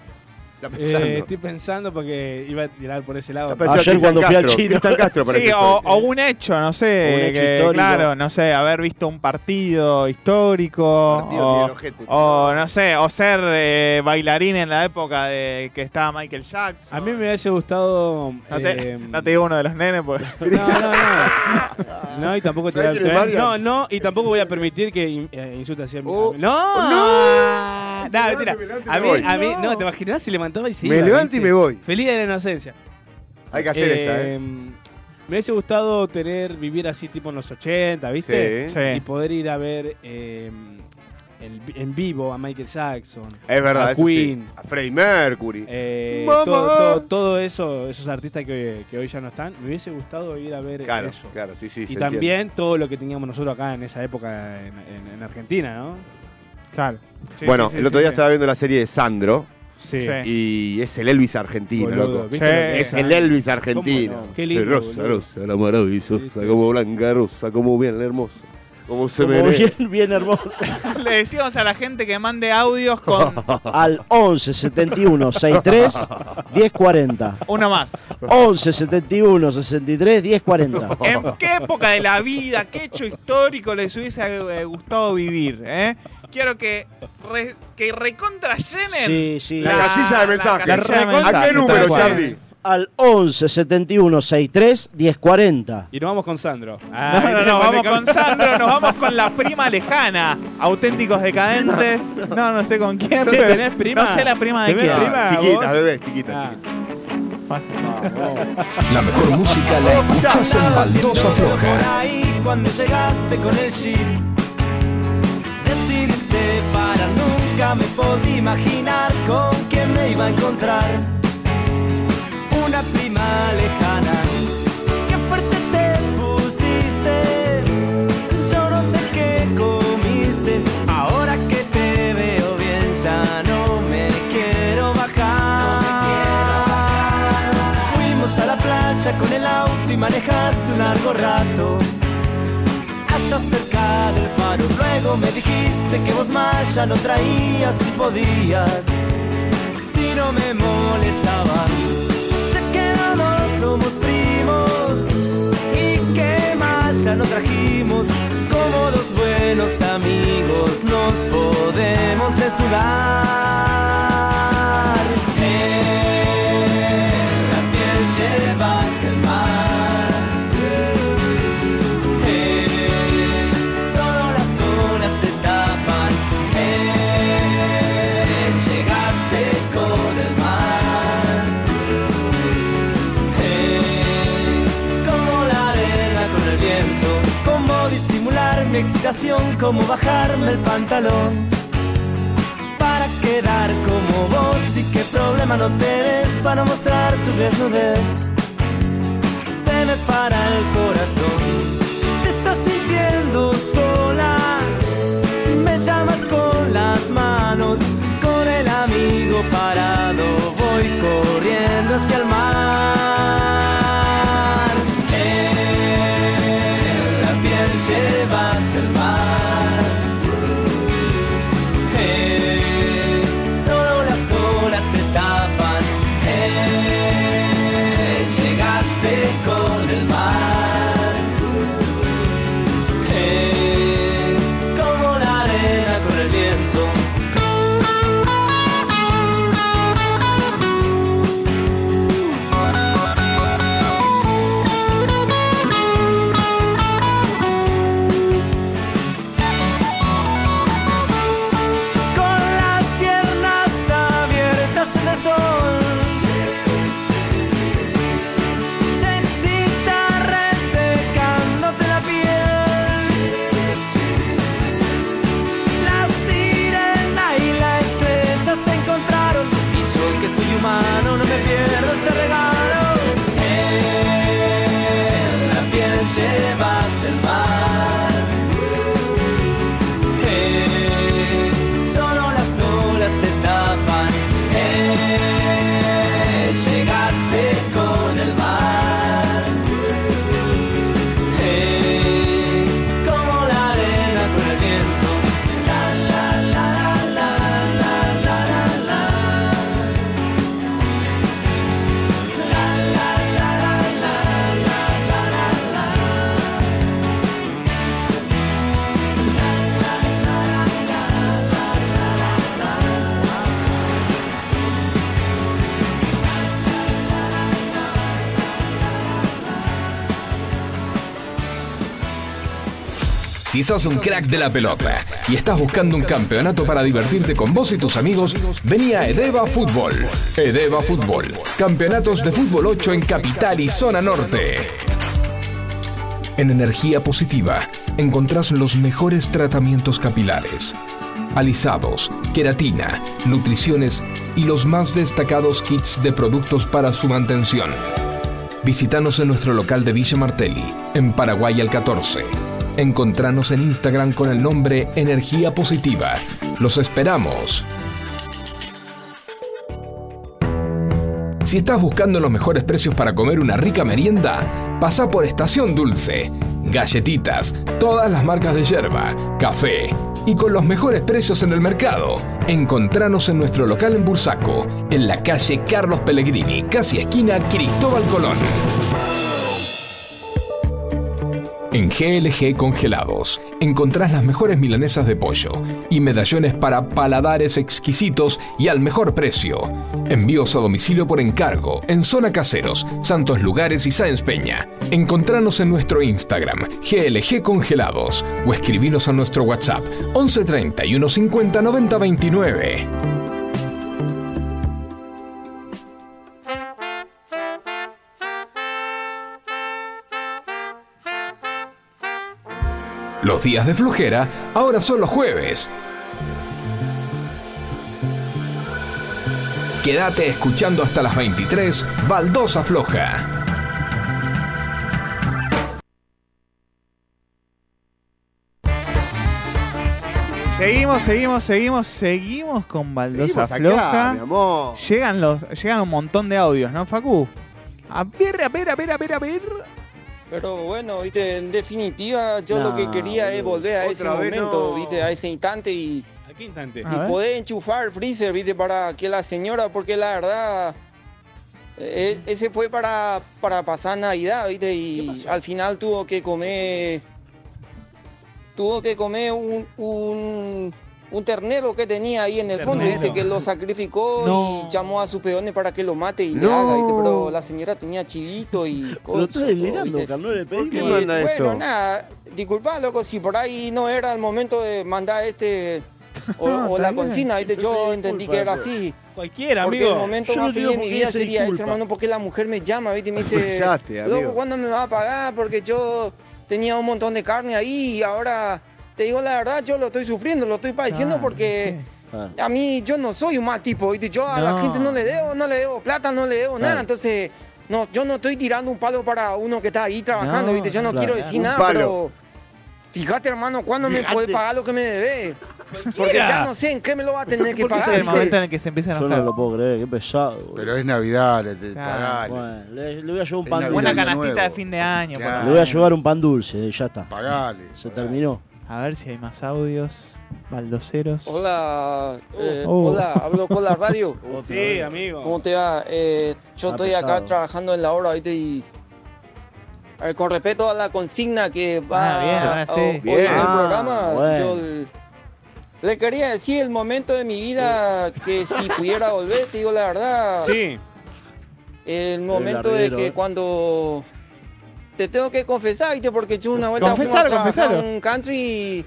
S2: está pensando.
S4: Eh, estoy pensando porque iba a tirar por ese lado.
S2: Está pensando
S7: Ayer
S2: Cristian
S7: cuando fui al
S2: Castro,
S7: chino.
S2: Cristian Castro
S3: Sí,
S2: parece
S3: o,
S2: ser.
S3: o un hecho, no sé.
S7: O un hecho
S3: que,
S7: histórico.
S3: Claro, no sé, haber visto un partido histórico.
S2: Partido
S3: o,
S2: tiene ojete.
S3: o, no sé, o ser eh, bailarín en la época de que estaba Michael Jackson.
S4: A mí me hubiese gustado.
S3: No te,
S4: eh,
S3: no te digo uno de los nenes, pues. porque.
S4: No, no, no. No, y tampoco te voy a-
S2: ¿Sabés quién es
S4: te voy a-
S2: Marian?
S4: No, no, y tampoco voy a permitir que in- eh, insulte así a mi.
S2: Oh.
S4: a mi- ¡No! ¡No! Nah, mentira.
S2: me levanto y
S4: A
S2: me
S4: mí,
S2: voy.
S4: a mí, no, te imaginás si levantaba y se
S2: Me
S4: iba,
S2: levanto y
S4: ¿viste?
S2: me voy.
S4: Feliz de la inocencia. Em,
S2: Hay que hacer esa, ¿eh?
S4: Me hubiese gustado tener, vivir así tipo en los 80, ¿viste?
S2: Sí.
S4: Y
S3: Sí.
S4: poder ir a ver eh, el- en vivo a Michael Jackson.
S2: Es verdad,
S4: a
S2: eso sí.
S4: Queen.
S2: A Freddie Mercury.
S4: eh,
S2: Mamá.
S4: todo, todo, todo eso, esos artistas que, que hoy ya no están, me hubiese gustado ir a ver
S2: claro,
S4: eso.
S2: claro, sí, sí.
S4: Y
S2: se
S4: también todo lo que teníamos nosotros acá en esa época en, en- en Argentina, ¿no?
S3: Claro. Sí,
S2: entiende. Bueno,
S3: sí, sí,
S2: el otro
S3: sí,
S2: día
S3: sí.
S2: estaba viendo la serie de Sandro
S4: Sí.
S3: Sí.
S2: y es el Elvis argentino,
S4: Boludo,
S2: loco.
S4: ¿viste
S3: Sí.
S4: lo que
S2: Es
S4: era?
S2: el Elvis argentino.
S4: no? Qué lindo,
S2: rosa,
S4: boludo.
S2: rosa, la maravillosa,
S4: Sí, sí.
S2: como blanca, rosa, como bien la hermosa. Como se
S7: Como
S2: merece.
S7: bien, bien hermoso.
S3: Le decíamos a la gente que mande audios con
S7: Al 11 71 63 1040.
S3: uno más.
S7: 11 71 63 1040.
S3: ¿En qué época de la vida, qué hecho histórico les hubiese eh, gustado vivir? eh? Quiero que, re- que recontra llenen
S7: Sí, sí.
S2: La casilla de mensajes.
S3: casilla de
S4: La recontra-
S2: ¿A
S3: mensajes.
S2: qué número,
S4: Tal cual.
S2: Charlie?
S7: Al 11 71 63 1040.
S4: Y nos vamos con Sandro.
S3: No, no, no, vamos con Sandro, nos vamos con la prima lejana. Auténticos decadentes. No, no sé con quién.
S4: Che, ¿tenés prima?
S3: No sé la prima de
S4: ¿Tenés
S3: quién.
S4: prima?
S2: chiquitas,
S4: vos.
S2: bebés, chiquitas,
S4: Ah.
S2: chiquitas.
S1: La mejor música la escuchas en Baldosa Floja.
S6: ahí cuando llegaste con el jeep. Decidiste para nunca me podí imaginar con quién me iba a encontrar. Una prima lejana. Qué fuerte te pusiste. Yo no sé qué comiste. Ahora que te veo bien ya no me quiero bajar. Fuimos a la playa con el auto y manejaste un largo rato hasta cerca del faro. Luego me dijiste que vos más ya no traías y podías. Si no me molestaba, ya que los dos somos primos. Y que más ya no trajimos, como dos buenos amigos nos podemos desnudar. En la piel llevas el mar. Eh, Solo las olas te tapan. Eh, Llegaste con el mar. Eh, Como la arena con el viento. Como disimular mi excitación. Como bajarme el pantalón. Para quedar como vos y qué problema no tenés para mostrar tu desnudez. Se me para el corazón. Te estás sintiendo sola. lejos, con el amigo parado, voy corriendo hacia el mar. En la piel llevas el mar. Eh, solo las olas te tapan. Eh, llegaste con el mar. Eh, como la arena con el viento. Con las piernas abiertas en el sol. Se excita resecándote la piel. La sirena y la estrella se encontraron. Y yo que soy humano no me pierdo este regalo. En la piel llevas el mar. Eh, solo las olas te tapan. Eh, llegaste con el mar. Eh, como la arena con el viento. La, la, la, la, la, la, la, la. La, la, la, la, la, la, la, la, la.
S1: Si sos un crack de la pelota y estás buscando un campeonato para divertirte con vos y tus amigos, vení a Edeva Fútbol. Edeva Fútbol. Campeonatos de fútbol 8 en Capital y Zona Norte. En Energía Positiva encontrás los mejores tratamientos capilares. Alisados, queratina, nutriciones y los más destacados kits de productos para su mantención. Visítanos en nuestro local de Villa Martelli, en Paraguay al 14. Encontranos en Instagram con el nombre Energía Positiva. Los esperamos. Si estás buscando los mejores precios para comer una rica merienda, pasa por Estación Dulce. Galletitas, todas las marcas de yerba, café y con los mejores precios en el mercado. Encontranos en nuestro local en Bursaco, en la calle Carlos Pellegrini, casi esquina Cristóbal Colón. En GLG Congelados encontrás las mejores milanesas de pollo y medallones para paladares exquisitos y al mejor precio. Envíos a domicilio por encargo en Zona Caseros, Santos Lugares y Sáenz Peña. Encontranos en nuestro Instagram, GLG Congelados, o escribinos a nuestro WhatsApp 11 31 50 90 29. Los días de flujera ahora son los jueves. Quédate escuchando hasta las 23, Baldosa Floja.
S3: Seguimos, seguimos, seguimos, seguimos con Baldosa
S2: Seguimos acá,
S3: Floja.
S2: mi amor.
S3: Llegan, los, llegan un montón de audios, ¿no, Facu? A ver, a ver, a ver, a ver, a ver.
S12: Pero bueno, viste, en definitiva, yo
S3: No,
S12: lo que quería es volver a ese
S3: otra vez
S12: momento,
S3: no.
S12: viste, a ese instante y,
S4: Aquí instante.
S12: y poder enchufar freezer, viste, para que la señora, porque la verdad, eh, ese fue para, para pasar Navidad, viste, y al final tuvo que comer, tuvo que comer un, un, un ternero que tenía ahí en el fondo,
S13: Ternero.
S12: dice que lo sacrificó
S13: No.
S12: y llamó a sus peones para que lo mate y le
S13: No.
S12: haga, viste, pero la señora tenía chivito y
S7: Lo estás
S12: todo,
S7: delirando,
S12: ¿viste?
S7: Carlos, le pedimos.
S12: Y, bueno, nada, disculpa, loco, si por ahí no era el momento de mandar este. O,
S4: No,
S12: o
S4: está
S12: la
S4: bien.
S12: consigna, ¿viste? yo
S4: pedí
S12: entendí
S4: disculpas,
S12: que era
S4: pero-
S12: así.
S4: Cualquiera,
S12: porque
S4: amigo.
S12: el momento
S4: Yo no
S12: más
S4: te
S12: feliz
S4: digo
S12: de mi
S4: por qué
S12: vida
S4: ese
S12: sería ese,
S4: disculpa.
S12: hermano, porque la mujer me llama, ¿viste? Y me dice,
S4: Escuchaste, amigo.
S12: loco, ¿cuándo me va a pagar? Porque yo tenía un montón de carne ahí y ahora, te digo la verdad, yo lo estoy sufriendo, lo estoy padeciendo porque... A mí, yo no soy un mal tipo, ¿viste? Yo a
S7: No.
S12: la gente no le debo, no le debo plata, no le debo
S7: Claro.
S12: nada. Entonces, no, yo no estoy tirando un palo para uno que está ahí trabajando,
S7: No,
S12: ¿viste? Yo no
S7: claro.
S12: quiero decir
S7: Un
S12: nada,
S7: palo.
S12: pero fíjate, hermano, ¿cuándo me
S7: Fíjate.
S12: puede pagar lo que me debe? Porque ya no sé en qué me lo va a tener que
S3: ¿Por qué
S12: pagar.
S3: se
S12: ¿viste?
S3: momento en el que se empieza a
S7: Yo
S3: enojar.
S7: no lo puedo creer, qué pesado. boludo.
S9: Pero es Navidad, le, te-
S3: Claro.
S9: pagale.
S7: Bueno, le, le voy a llevar un pan dulce.
S9: Navidad
S3: Una
S9: de
S3: canastita de
S9: nuevo.
S3: fin de año. por
S9: Claro.
S7: Le voy a llevar un pan dulce, eh, ya está.
S9: Pagale.
S7: Se terminó.
S3: A ver si hay más audios. Baldoseros.
S12: Hola, eh,
S3: Oh.
S12: hola, hablo con la radio.
S4: Oh, Sí, amigo.
S12: ¿Cómo te va? Eh, yo
S7: Está
S12: estoy
S7: pesado.
S12: acá trabajando en la obra ahorita y. a ver, con respeto a la consigna que va
S3: Ah, bien, ahora
S12: a-
S3: sí.
S12: hoy
S3: Bien.
S12: en el
S7: Ah,
S12: programa,
S7: bueno.
S12: yo l- le quería decir el momento de mi vida que si pudiera volver, te digo la verdad.
S4: Sí.
S12: El momento de
S7: ardero,
S12: que
S7: eh.
S12: cuando te tengo que confesar, ¿viste? porque yo una vuelta fui a
S3: Confesalo,
S12: trabajar a
S3: confesalo.
S12: un country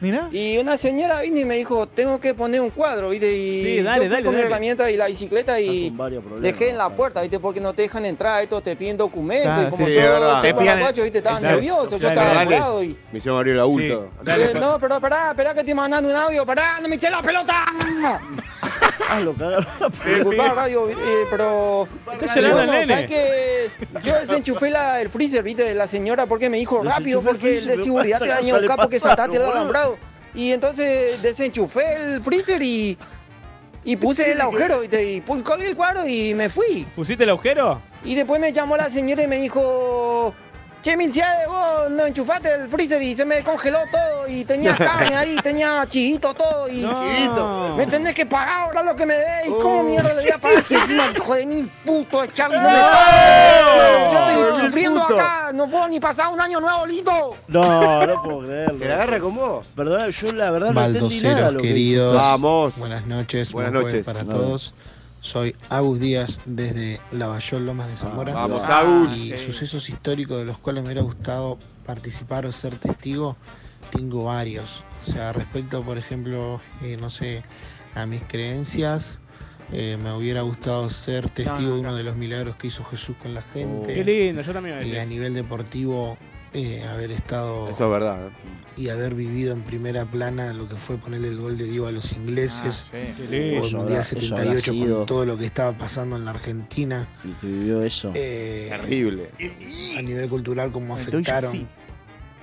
S3: Mirá.
S12: y una señora vino y me dijo, tengo que poner un cuadro, ¿viste? Y
S4: Sí, dale,
S12: yo fui
S4: dale,
S12: con
S4: dale.
S12: mi herramienta y la bicicleta
S7: Está
S12: y
S7: con varios problemas.
S12: dejé en la puerta, ¿viste? Porque no te dejan entrar, esto te piden
S8: Eh,
S12: documentos
S3: Claro,
S4: Ah,
S12: y como
S2: sí,
S12: yo
S2: es verdad.
S12: soy
S2: Te
S3: piden-
S12: paraguayo, ¿viste? Estaba
S3: Exacto.
S12: nervioso, yo
S4: Dale,
S12: estaba
S2: dale.
S12: apurado y...
S2: Me llama Ariel Aulto.
S4: Sí.
S12: Eh, no, pero pará, pará que te mandando un audio, pará, no me eché la pelota.
S7: Ah, lo cagaron.
S12: Disculpa, radio, eh, pero...
S4: Está llorando el nene.
S12: ¿sabes qué? Yo desenchufé la- el freezer, viste, de la señora porque me dijo
S7: Desenchufé
S12: rápido,
S7: el
S12: porque el
S7: freezer,
S12: de
S7: pero
S12: seguridad te
S7: basta,
S12: dañó
S7: ya le
S12: acá porque
S7: pasaron,
S12: saltaste el
S7: boludo.
S12: alambrado. Y entonces desenchufé el freezer y, y puse el agujero, viste, y pum, colgué el cuadro y me fui.
S4: ¿Pusiste el agujero?
S12: Y después me llamó la señora y me dijo... Che, Milciade, vos no enchufaste el freezer y se me congeló todo y tenía carne ahí, tenía chijito todo y...
S4: No.
S12: Me tenés que pagar ahora lo que me dé. ¿Y cómo mierda le voy a pagar si encima el hijo de mi puto de Charlie no me paga? Yo estoy sufriendo
S5: puto.
S12: acá. No puedo ni pasar un año nuevo lindo.
S7: No, no puedo creerlo.
S2: ¿Se agarra con vos?
S7: Perdona, yo la verdad no entendí nada
S8: Baldoseros
S7: lo que
S8: queridos,
S2: Vamos.
S8: buenas noches,
S2: Buenas
S8: buenas noches
S2: noches.
S8: para
S7: No.
S8: todos. Soy Agus Díaz desde Lavallol, Lomas de Zamora.
S7: Ah,
S2: Ah, Vamos, Agus.
S8: Y sucesos históricos de los cuales me hubiera gustado participar o ser testigo, tengo varios. O sea, respecto, por ejemplo, eh, no sé, a mis creencias, eh, me hubiera gustado ser testigo de uno de los milagros que hizo Jesús con la gente.
S4: Qué lindo, yo también.
S8: y a nivel deportivo, eh, haber estado
S2: Eso es verdad. ¿eh?
S8: y haber vivido en primera plana lo que fue ponerle el gol de Diego a los ingleses.
S4: Qué
S8: o
S4: lindo.
S8: el
S7: Eso
S8: Mundial
S7: habrá- eso habrá
S8: 78
S7: sido.
S8: con todo lo que estaba pasando en la Argentina.
S7: El que vivió eso.
S8: eh,
S2: Terrible.
S8: a nivel cultural, cómo
S3: Estoy
S8: afectaron.
S3: sí.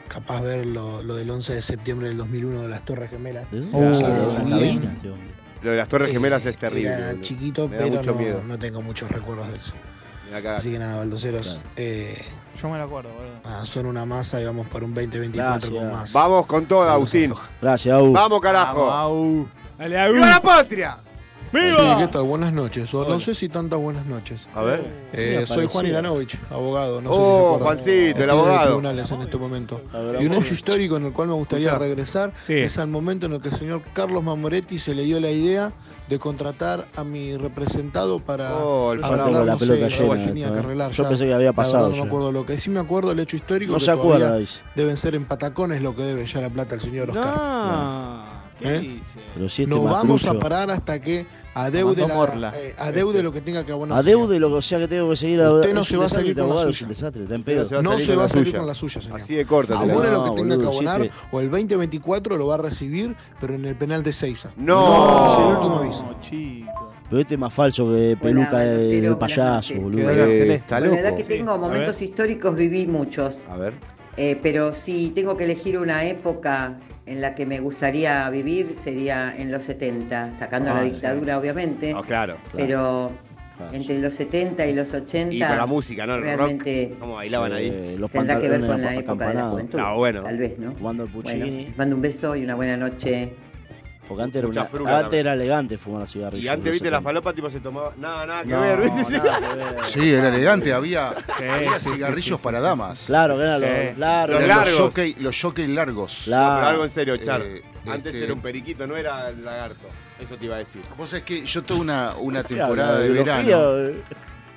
S8: Capaz ver lo, lo del 11 de septiembre del 2001 de las Torres Gemelas.
S7: ¿De dónde
S3: Oh.
S7: sacaron
S8: Sí,
S7: Uh, la
S8: bien.
S7: cabina, este hombre?
S2: Lo de las Torres Gemelas
S8: Eh,
S2: es terrible.
S8: Era
S2: boludo.
S8: chiquito,
S2: Me da
S8: pero
S2: mucho
S8: no,
S2: miedo.
S8: no tengo muchos recuerdos de eso.
S2: Me da cagada.
S8: Así que nada, baldoseros, eh,
S3: Yo me lo acuerdo, boludo.
S8: nada, son una masa y vamos por un 2024 con
S7: Gracias.
S8: más.
S2: Vamos con todo,
S8: No se
S2: Agustín.
S8: afloja.
S7: Gracias, Agus.
S2: Vamos, carajo.
S4: Dale, Agus.
S2: ¡Viva la patria!
S4: ¡Viva!
S8: Sí, ¿qué tal? Buenas noches. O no sé si tantas buenas noches.
S2: A ver.
S8: Eh,
S7: Mira,
S8: soy Juan
S7: parecido.
S8: Iranovich, abogado. No sé si se
S2: Oh,
S8: acuerdan.
S2: Juancito, el
S8: Estoy en
S2: abogado.
S8: tribunales en este momento.
S7: Abogado.
S8: Y un hecho histórico en el cual me gustaría
S2: Escuchá.
S8: regresar
S4: Sí.
S8: es al momento en el que el señor Carlos Mamoretti se le dio la idea de contratar a mi representado para
S2: Oh, el
S7: Ah,
S2: parado.
S7: tengo la
S8: no sé, yo
S7: pelota llena.
S8: tenía
S7: esto,
S8: que
S7: ¿eh?
S8: arreglar
S7: Yo
S8: ya.
S7: pensé que había
S8: La
S7: pasado.
S8: verdad no me
S7: ya.
S8: acuerdo lo que sí me acuerdo el hecho histórico
S7: No
S8: que
S7: se acuerda,
S8: todavía
S7: dice.
S8: deben ser en patacones lo que debe ya la plata el señor Oscar.
S4: No. ¿Qué
S8: ¿Eh?
S4: dice?
S7: Pero si este
S8: No vamos a
S7: macrucho-
S8: parar hasta que adeude,
S3: Mandó
S8: la,
S3: Morla.
S8: eh, adeude lo que tenga que abonar. el señor.
S7: Adeude lo que o sea que tengo que seguir a
S8: Usted no
S7: es
S8: se
S7: un
S8: va a
S7: desastre,
S8: salir
S7: este
S8: con la
S7: abogado,
S8: suya.
S7: Es un desastre, está en
S2: No
S7: pedo.
S2: se va a
S8: No
S2: salir
S8: se
S2: con
S8: va
S2: la
S8: a salir
S2: suya.
S8: con la suya, señor.
S2: Así de corta. te la-
S8: Abone
S7: No,
S8: lo que tenga que
S7: boludo,
S8: abonar
S7: hiciste-
S8: o el 2024 lo va a recibir, pero en el penal de Seiza.
S2: No.
S8: Es el último aviso.
S3: chico.
S7: Pero este es más falso que peluca de,
S13: Marcelo,
S7: de
S13: buenas
S7: payaso,
S13: noches.
S7: boludo.
S2: Eh, Está
S13: Con
S2: loco.
S13: la edad que tengo, momentos históricos viví muchos,
S2: A ver.
S13: Eh, pero si tengo que elegir una época en la que me gustaría vivir sería en los 70, sacando la dictadura obviamente,
S2: No, Ah, claro. Ah,
S13: pero entre los 70 y los 80
S2: Y con la música, ¿no? El
S13: realmente
S2: rock. ¿Cómo bailaban ahí?
S7: Eh, los
S13: tendrá que ver
S7: pantalones
S13: con la época de la
S7: acampanados.
S13: juventud,
S2: No, bueno.
S13: tal vez, ¿no?
S7: Fumando el
S13: Bueno,
S7: puccini.
S13: les mando un beso y una buena noche.
S7: porque antes, era,
S2: Mucha
S7: una-
S2: frula
S7: antes
S2: también.
S7: era elegante fumar cigarrillos.
S2: Y antes
S7: no
S2: viste
S7: sé
S2: la
S7: cómo.
S2: falopa, tipo se tomaba. Nada, nada que
S7: No,
S2: ver. ¿viste? Sí.
S7: nada que ver.
S9: Sí, era elegante, había, había
S3: sí, sí,
S9: cigarrillos
S3: sí,
S9: para
S3: sí,
S9: damas.
S7: Claro, que eran
S3: Sí.
S7: los largos.
S2: Los
S9: Eran
S2: largos.
S9: Los jockey, los jockey largos.
S2: No, pero algo
S7: largos.
S2: en serio, Char.
S9: Eh,
S2: Antes
S9: este-
S2: era un periquito, no era el lagarto. Eso te iba a decir.
S9: Vos sabés que yo tuve una, una
S7: Claro,
S9: temporada
S7: la
S9: de
S7: biología,
S9: verano,
S7: eh.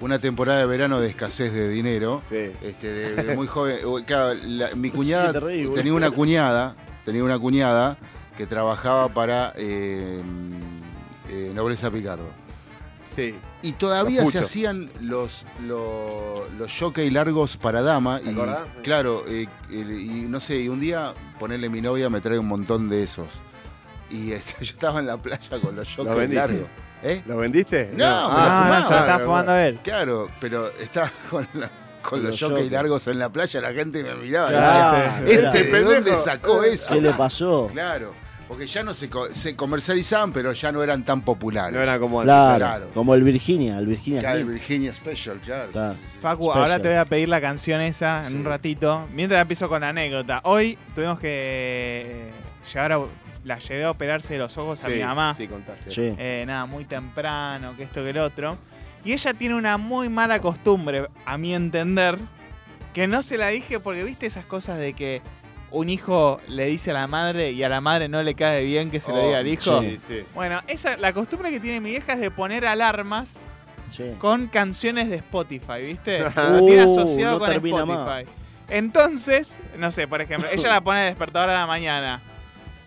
S9: una temporada de verano de escasez de dinero.
S2: Sí.
S9: Este, de, de muy joven. o- claro, la- mi cuñada
S7: te reí, boludo.
S9: tenía una cuñada, tenía una cuñada que trabajaba para eh, eh, Nobleza Picardo.
S2: Sí.
S9: Y todavía
S2: Los
S9: se
S2: puchos.
S9: hacían los, los, los jockey largos para dama.
S2: ¿Te
S9: Y,
S2: acordás?
S9: claro, eh, el- y no sé, y un día ponerle mi novia me trae un montón de esos. Y este, yo estaba en la playa con los jockey
S2: vendiste?
S9: largos. ¿Eh?
S2: ¿Lo vendiste?
S9: No, me lo
S3: Ah,
S9: fumaba.
S3: no, se lo estaba fumando a él.
S9: Claro, pero estaba con, la- con los
S7: Los
S9: jockey
S7: jockey.
S9: largos en la playa, la gente me miraba. y
S7: Claro,
S9: decía,
S7: sí, sí, sí.
S9: ¿Este
S2: Era-
S9: pendejo
S2: ¿de dónde
S9: sacó
S2: sacó
S9: eso?
S7: ¿Qué le pasó?
S9: Claro. Porque ya no se, co- se comercializaban, pero ya no eran tan populares.
S2: No era como
S7: Claro, como el Virginia, el Virginia.
S9: Claro, el
S7: Slim.
S9: Virginia Special, claro.
S7: Claro.
S3: Facu,
S7: Special.
S3: ahora te voy a pedir la canción esa en un ratito. Mientras empiezo con la anécdota. Hoy tuvimos que eh, llevar a, la llevé a operarse los ojos a
S2: Sí,
S3: mi mamá.
S2: sí, contaste.
S7: Sí.
S3: Eh, nada, muy temprano, que esto, que el otro. Y ella tiene una muy mala costumbre, a mi entender, que no se la dije porque viste esas cosas de que un hijo le dice a la madre y a la madre no le cae bien que se lo
S2: Oh,
S3: diga al hijo.
S2: sí, sí.
S3: Bueno, esa, la costumbre que tiene mi vieja es de poner alarmas
S7: Sí.
S3: con canciones de Spotify, ¿viste?
S7: Uh,
S3: Lo tiene asociado
S7: no
S3: con
S7: termina
S3: Spotify. Entonces, no sé, por ejemplo, ella la pone de despertador a la mañana.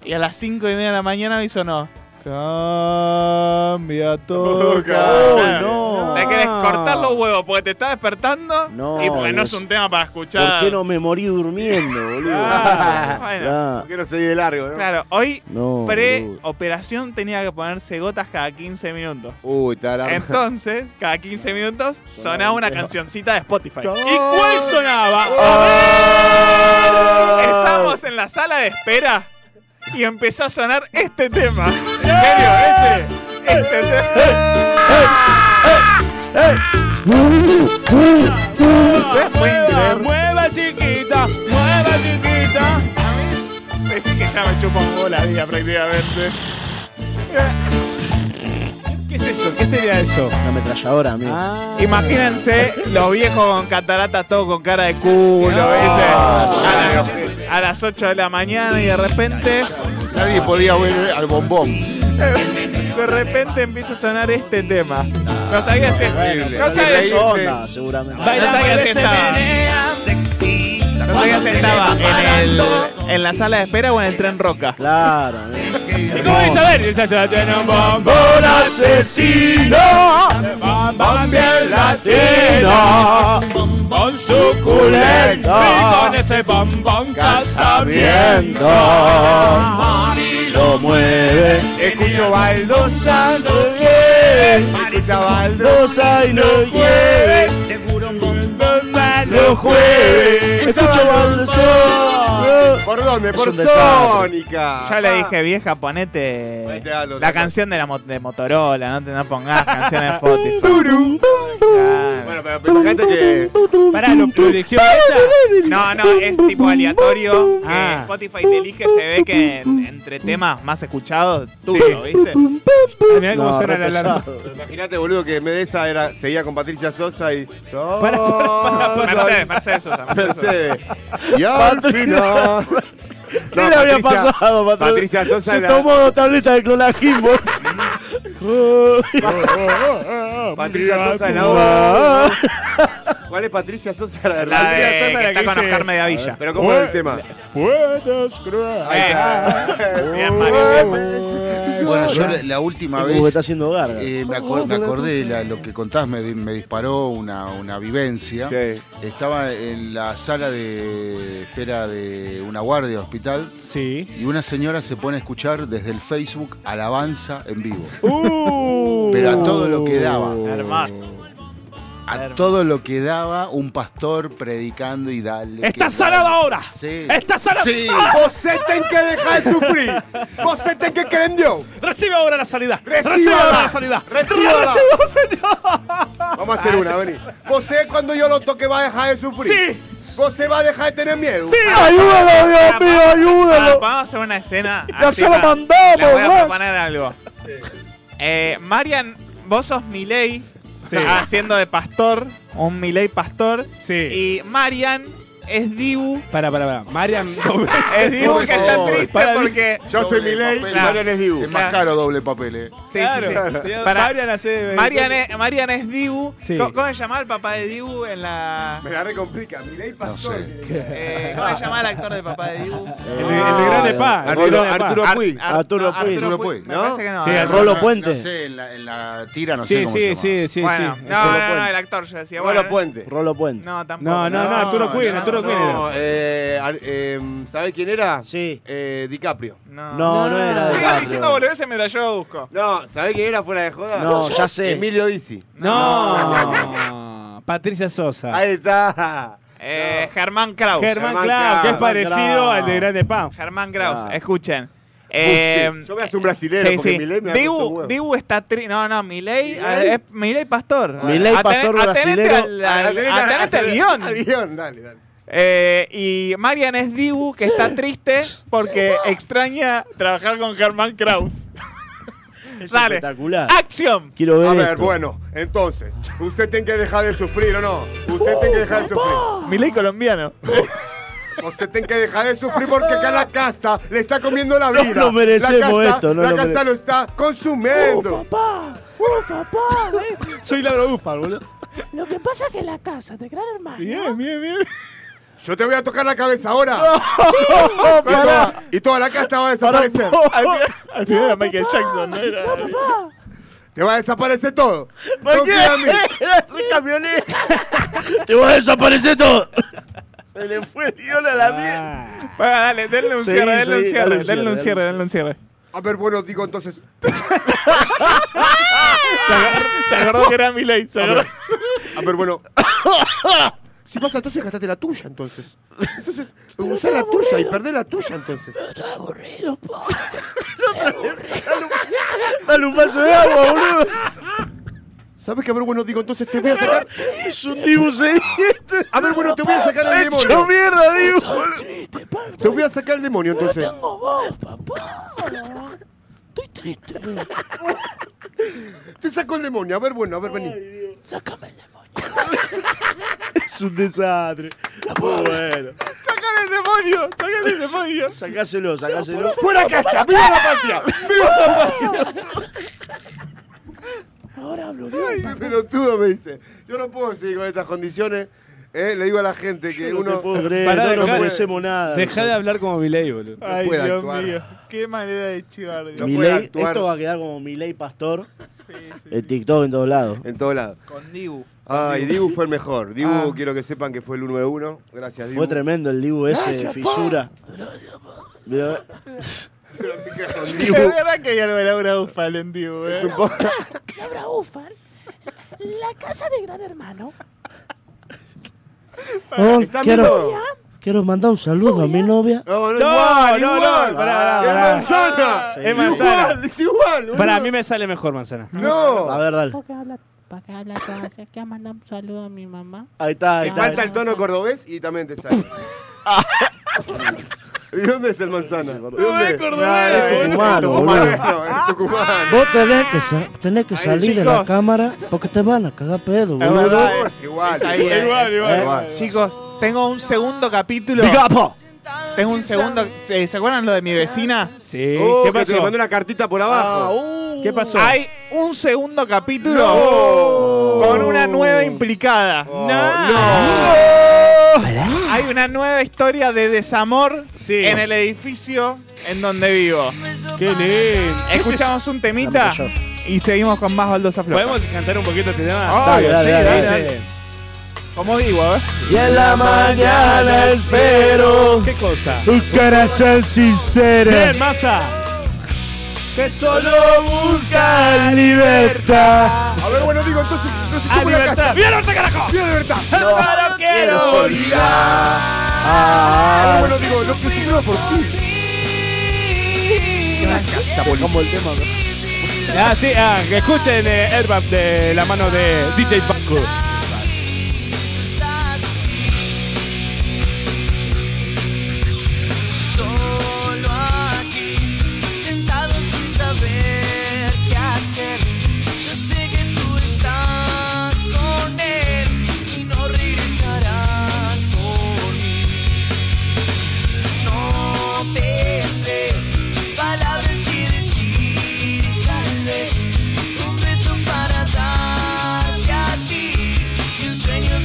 S3: Y a las 5 y media de la mañana me sonó. Cambia
S7: Oh,
S3: todo.
S5: Claro.
S3: no. Le querés cortar los huevos porque te está despertando
S7: No,
S3: y porque no
S7: Dios.
S3: es un tema para escuchar.
S7: ¿Por qué no me morí durmiendo, boludo?
S3: Ah, bueno.
S7: Ah,
S2: ¿Por qué no seguí de largo, no?
S3: Claro, hoy
S7: No, boludo.
S3: pre-operación tenía que ponerse gotas cada 15 minutos.
S2: Uy, tarado.
S3: Entonces, cada 15 minutos sonaba una cancioncita de Spotify.
S5: Chau.
S3: ¿Y cuál sonaba? A ver. Estamos en la sala de espera y empezó a sonar este tema. ¿En serio? Este. Este tema. Mueva chiquita, mueva chiquita. Pensé que ya me chupa un huevo la vida prácticamente. ¿Qué es eso? ¿Qué sería eso?
S7: Una ametralladora, amigo.
S2: Ah.
S3: Imagínense los viejos con cataratas todos con cara de culo, ¿viste?
S9: Ah.
S3: A las, a las 8 de la mañana y de repente,
S9: Nadie podía volver al bombón.
S3: de repente empieza a sonar este tema. No sabías esto. No sabías
S7: eso onda, seguramente.
S3: No sabías que estaba. No sabías que estaba en, el- en la sala de espera o en el tren Roca.
S7: Claro. eh. amigo.
S3: ¿Y cómo vais a ver? Y esa- esa- tiene un bombón asesino. Bombón bien latino. Bombón suculento. Y con ese bombón casamiento.
S5: Mari lo mueve.
S2: Escucho
S5: baldosa, no quieres. Escucha baldosa y no quieres. Los jueves. Escucho baldosa.
S2: ¿Por dónde?
S5: Es
S2: Por
S5: un desastre.
S2: Sónica. Ah.
S3: Ya le dije, vieja, ponete
S2: Ponete algo,
S3: la
S2: saca.
S3: canción de la mo- de Motorola, no te no pongas canciones de Spotify.
S2: Bueno, pero, pero fíjate que.
S4: Pará, lo, lo eligió ella.
S3: No, no, es tipo aleatorio. Eh, que
S4: Ah.
S3: Spotify te elige, se ve que en- entre temas más escuchados, tuyo, ¿viste?
S4: Mirá cómo
S7: No,
S4: suena
S7: re
S4: la alarma.
S7: pesado.
S2: pero Imagínate, boludo, que Medesa era, seguía con Patricia Sosa y. Oh,
S3: Mercedes, Mercedes Sosa. Mercedes Sosa.
S2: Mercedes. Y al final.
S7: ¿Qué le había pasado, Patricia?
S2: Patricia Sosa
S7: Se
S2: era-
S7: tomó dos tabletas de clonajin, boludo.
S2: Ah, Patricia Sosa la obra. ¿Cuál es Patricia Sosa la de
S3: La de
S2: Patricia Sosa
S3: que
S2: la
S3: está
S2: que
S3: con
S2: dice-
S3: Oscar Mediavilla.
S2: Pero ¿cómo era el tema?
S4: Puedes creer.
S2: Ahí está.
S3: Bien, Mario, bien.
S9: Bueno, yo la, la última
S7: Como que
S9: vez
S7: está haciendo garga.
S9: eh, me, acor- me acordé, de la- lo que contabas me, di- me disparó una, una vivencia.
S2: Sí.
S9: Estaba en la sala de espera de una guardia de hospital
S4: Sí.
S9: y una señora se pone a escuchar desde el Facebook Alabanza en vivo.
S4: Uh.
S9: Pero a todo lo que daba.
S3: Hermoso.
S9: A todo lo que daba un pastor predicando y dale. que
S4: ¡Estás
S9: dale.
S4: sanado ahora!
S9: Sí.
S4: ¡Estás sanado! ¡Ah!
S9: Sí.
S2: Vos se ten que dejar de sufrir. Vos se ten que creen yo.
S4: ¡Recibe ahora la sanidad!
S2: Recíbala.
S4: ¡Recibe ahora la sanidad!
S2: Recíbala.
S4: ¡Reciba, señor!
S2: Vamos a hacer una, vení. Vos sé cuando yo lo toque va a dejar de sufrir. Sí. Vos se va a dejar de tener miedo.
S4: ¡Sí!
S5: Ayúdalo, Dios mío,
S3: Vamos
S5: ayúdalo.
S3: a hacer una escena.
S5: Ya
S3: así
S5: se lo
S3: para-
S5: mandamos,
S3: Les voy a
S5: Max.
S3: proponer algo. Eh, Marian, vos sos Miley
S4: Sí.
S3: haciendo de pastor, un Miley pastor.
S4: Sí.
S3: Y Marian es Dibu.
S4: Para, para, para. Marian dos
S3: Es
S4: veces.
S3: Dibu que está
S9: Pobre.
S3: triste
S4: Para,
S3: porque.
S2: Yo soy
S9: Doble
S2: Milei,
S9: papel.
S2: Marian es Dibu.
S9: Es más caro doble papel, eh.
S3: Sí, sí,
S4: Claro.
S3: sí.
S4: Tenía-
S3: Para-
S4: Marian hace.
S3: Marian es, Marian es Dibu.
S4: Sí.
S3: ¿Cómo, cómo se llamaba el papá de Dibu en la.
S2: Me la recomplica. Milei pastor.
S9: sé.
S2: tiene-
S3: eh, ¿Cómo se llamaba el actor del papá de Dibu?
S4: El, el de Gran Spa. el de
S2: Ah.
S4: Gran
S2: Arturo-
S4: Spa.
S2: Arturo
S3: Ar-
S2: Puig.
S3: Ar-
S7: Arturo
S3: no,
S7: Puig.
S9: Arturo Puig,
S3: Me
S2: ¿no?
S3: parece que no.
S4: Sí,
S3: no,
S4: el
S3: no.
S9: No,
S7: Rolo
S9: no,
S7: Puente.
S9: No sé, en la, en la tira no sé
S4: Sí,
S9: cómo
S4: sí,
S9: se llama.
S4: sí, sí.
S3: Bueno,
S4: sí.
S3: no, no, no, el actor, yo decía.
S2: Bueno,
S3: Bueno,
S2: puente.
S7: Rolo Puente.
S3: No, tampoco.
S4: No, no, no, Arturo Quinn, Arturo Quinn era.
S2: No, eh, al- em, ¿Sabés quién era?
S7: Sí.
S2: Eh, DiCaprio.
S3: No.
S7: No, no era de
S3: Sigan Ah, diciendo
S7: garga.
S3: boludeces mientras yo lo busco.
S2: No, ¿sabés quién era fuera de joda?
S7: No, ya sé.
S2: Emilio Dizzi.
S4: No. Patricia Sosa.
S2: Ahí está.
S3: Eh, Germán Kraus.
S4: Germán
S2: Germán
S4: Clau, que es
S2: Clau.
S4: parecido al de Grande Pam.
S3: Germán Kraus,
S7: Claro.
S3: escuchen. Eh,
S2: sí. Yo voy a hacer un brasilero
S3: sí,
S2: porque
S3: sí.
S2: Milei me ha puesto un
S3: Dibu,
S2: huevo.
S3: Dibu está triste. No, no, Milei
S2: Milei.
S3: eh, es Milei Pastor.
S2: Milei
S3: Aten-
S2: Pastor
S3: atenete
S2: brasilero.
S3: al- al-
S2: Atenete Ah, al-
S3: Atenete al
S2: atenete
S3: guión.
S2: al guión, dale, dale.
S3: Eh, y Marian es Dibu, que está triste porque extraña trabajar con Germán Kraus. Dale.
S7: Espectacular.
S3: ¡Acción!
S7: Quiero ver
S2: A ver,
S7: esto.
S2: bueno, entonces, usted tiene que dejar de sufrir o no. Usted tiene que dejar de sufrir.
S3: Milei colombiano.
S2: Usted tiene que dejar de sufrir porque acá la casta le está comiendo la vida.
S7: lo merecemos
S2: la casta,
S7: esto, no
S2: La
S7: lo
S2: casta
S7: merece.
S2: lo está consumiendo.
S14: papá, ¿eh?
S4: Soy la Bufal, boludo.
S14: lo que pasa es que la casa de gran hermano.
S4: Bien, bien, bien.
S2: Yo te voy a tocar la cabeza ahora.
S14: Sí.
S2: y, toda, y toda la casta va a desaparecer.
S4: Al final, al final era Michael Jackson, ¿no era?
S2: Te va a desaparecer todo.
S4: ¿Por
S2: Confía en mí.
S4: Soy camionero.
S7: ¡Te voy a desaparecer todo!
S4: Se le fue el guión a la mierda.
S3: Bueno, dale, denle un
S7: Seguí,
S3: cierre, denle un
S7: seguí,
S3: cierre,
S7: dale un
S3: denle un
S7: cierre,
S3: cierre, denle un cierre.
S2: A ver, bueno, digo entonces.
S3: Se agarró, se agarró que era Milei. Se agarró.
S2: A ver, bueno. Si pasa, entonces gastaste la tuya, entonces. Entonces, usá la tuya y perdé la tuya, entonces.
S7: Dale un vaso de agua, boludo.
S2: ¿Sabes qué? A ver, bueno, digo, entonces te voy a sacar.
S7: Es un Dibu
S4: ¿eh?
S7: sediente.
S2: A ver, bueno, te voy a sacar el
S7: Hecho
S2: demonio.
S7: mierda, Dibu.
S2: Te voy a sacar el demonio, entonces.
S14: Tengo voz, papá. Estoy triste.
S2: Te saco el demonio. A ver, bueno, a ver, vení.
S14: Sácame el demonio.
S7: Es un desastre. Muy bueno.
S3: ¡Sácale el demonio! ¡Sácale el demonio!
S7: Sacáselo, sacáselo.
S2: ¡Fuera casta! ¡Viva la patria! ¡Viva la patria!
S14: Ahora hablo
S2: Ay,
S14: bien.
S2: qué pelotudo me dice. Yo no puedo seguir con estas condiciones. Eh, le digo a la gente que
S7: No te
S2: uno.
S7: puedo creer,
S4: Pará,
S7: no nos
S4: dejá-
S7: merecemos nada.
S4: Deja de hablar como Milei, boludo.
S2: Ay, puede Dios actuar. mío.
S3: Qué manera de chivar.
S2: no
S7: Milei-
S2: puede actuar.
S7: esto va a quedar como Milei Pastor. El TikTok en todos lados.
S2: En todos lados.
S3: Con Dibu.
S2: Ay, Dibu fue el mejor. Dibu,
S3: Ah.
S2: quiero que sepan que fue el 1 de 1. Gracias, Dibu.
S7: Fue tremendo el Dibu ese de
S2: Gracias, pa.
S7: fisura. Mirá,
S2: Dibu.
S3: Es verdad que hay algo de Laura Ufal en Dibu, eh.
S14: Laura Ufal. La casa de gran hermano.
S7: Oh,
S2: ¿Está
S7: quiero,
S2: viendo?
S7: quiero mandar un saludo a mi novia.
S2: No, no,
S4: No,
S2: igual,
S4: no, no,
S2: igual.
S4: pará, pará,
S2: es
S4: pará.
S3: Ah,
S2: manzana.
S7: Sí.
S4: Es manzana.
S2: Igual, es igual.
S4: Para
S2: boludo.
S4: mí me sale mejor manzana.
S2: No.
S7: A ver, dale.
S14: ¿Para qué habla? ¿Para qué habla? ¿Qué manda un saludo a mi mamá?
S7: Ahí está, ahí
S2: Te
S7: está.
S2: falta el tono cordobés y también te sale. ¿Y dónde es el manzana? ¿De dónde?
S4: es cordobés,
S2: Nada, es
S7: boludo.
S2: tucumano, es tucumano.
S7: Vos tenés que, sa- tenés que salir de la
S3: chicos.
S7: cámara porque te van a cagar pedo,
S3: Es
S7: boludo.
S3: verdad,
S2: No,
S3: eh.
S2: es igual.
S3: Es ahí, eh.
S4: Igual, igual,
S7: Eh.
S4: igual.
S3: Chicos, tengo un segundo capítulo.
S7: Big up.
S3: Tengo un segundo. eh, ¿Se acuerdan lo de mi vecina?
S4: Sí,
S2: Oh,
S4: ¿qué
S2: que te
S4: pasó?
S2: mandó una cartita por abajo.
S4: ¿Qué pasó?
S3: Ah, uh. Hay un segundo capítulo
S2: No.
S3: con una nueva implicada.
S2: Oh,
S3: Hay una nueva historia de desamor
S4: Sí.
S3: en el edificio en donde vivo.
S4: ¡Qué lindo!
S3: Escuchamos un temita
S7: Dame
S3: y seguimos con más baldosa floja.
S4: ¿Podemos cantar un poquito este tema?
S3: Obvio,
S7: Dale,
S3: sí,
S7: dale,
S3: dale,
S7: dale.
S3: dale. Como digo, a ver.
S7: Y en la mañana espero
S4: ¿Qué cosa?
S7: un corazón sincero
S4: ¡Ven, masa!
S7: que solo busca libertad.
S2: A ver, bueno, digo, entonces, entonces
S4: ¡A
S2: subo la casta.
S4: libertad! ¡Bien, ahorita, carajo!
S2: Mira, libertad.
S4: ¡No lo quiero!
S2: A
S14: Ah,
S2: ver, Ah, bueno, digo, lo que sufro por ti.
S7: Como el tema,
S4: Ah, sí, ah, que escuchen eh, Airbag de la mano de DJ Baco.
S14: Solo aquí, sentado sin saber qué hacer. Yo sé que tú estás con él y no regresarás por mí. No tendré palabras que decir, tal vez un beso para darte a ti.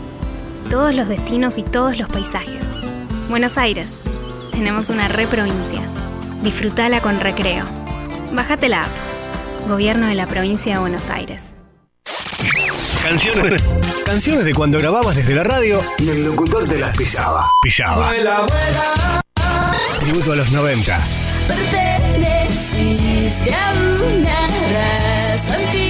S15: Todos los destinos y todos los paisajes. Buenos Aires. Tenemos una reprovincia. Disfrutala con recreo. Bájate la app. Gobierno de la provincia de Buenos Aires.
S16: Canciones. Canciones de cuando grababas desde la radio y el locutor te las pisaba. Pisaba. Tributo a los 90.
S17: Perteneciste a una raza antigua.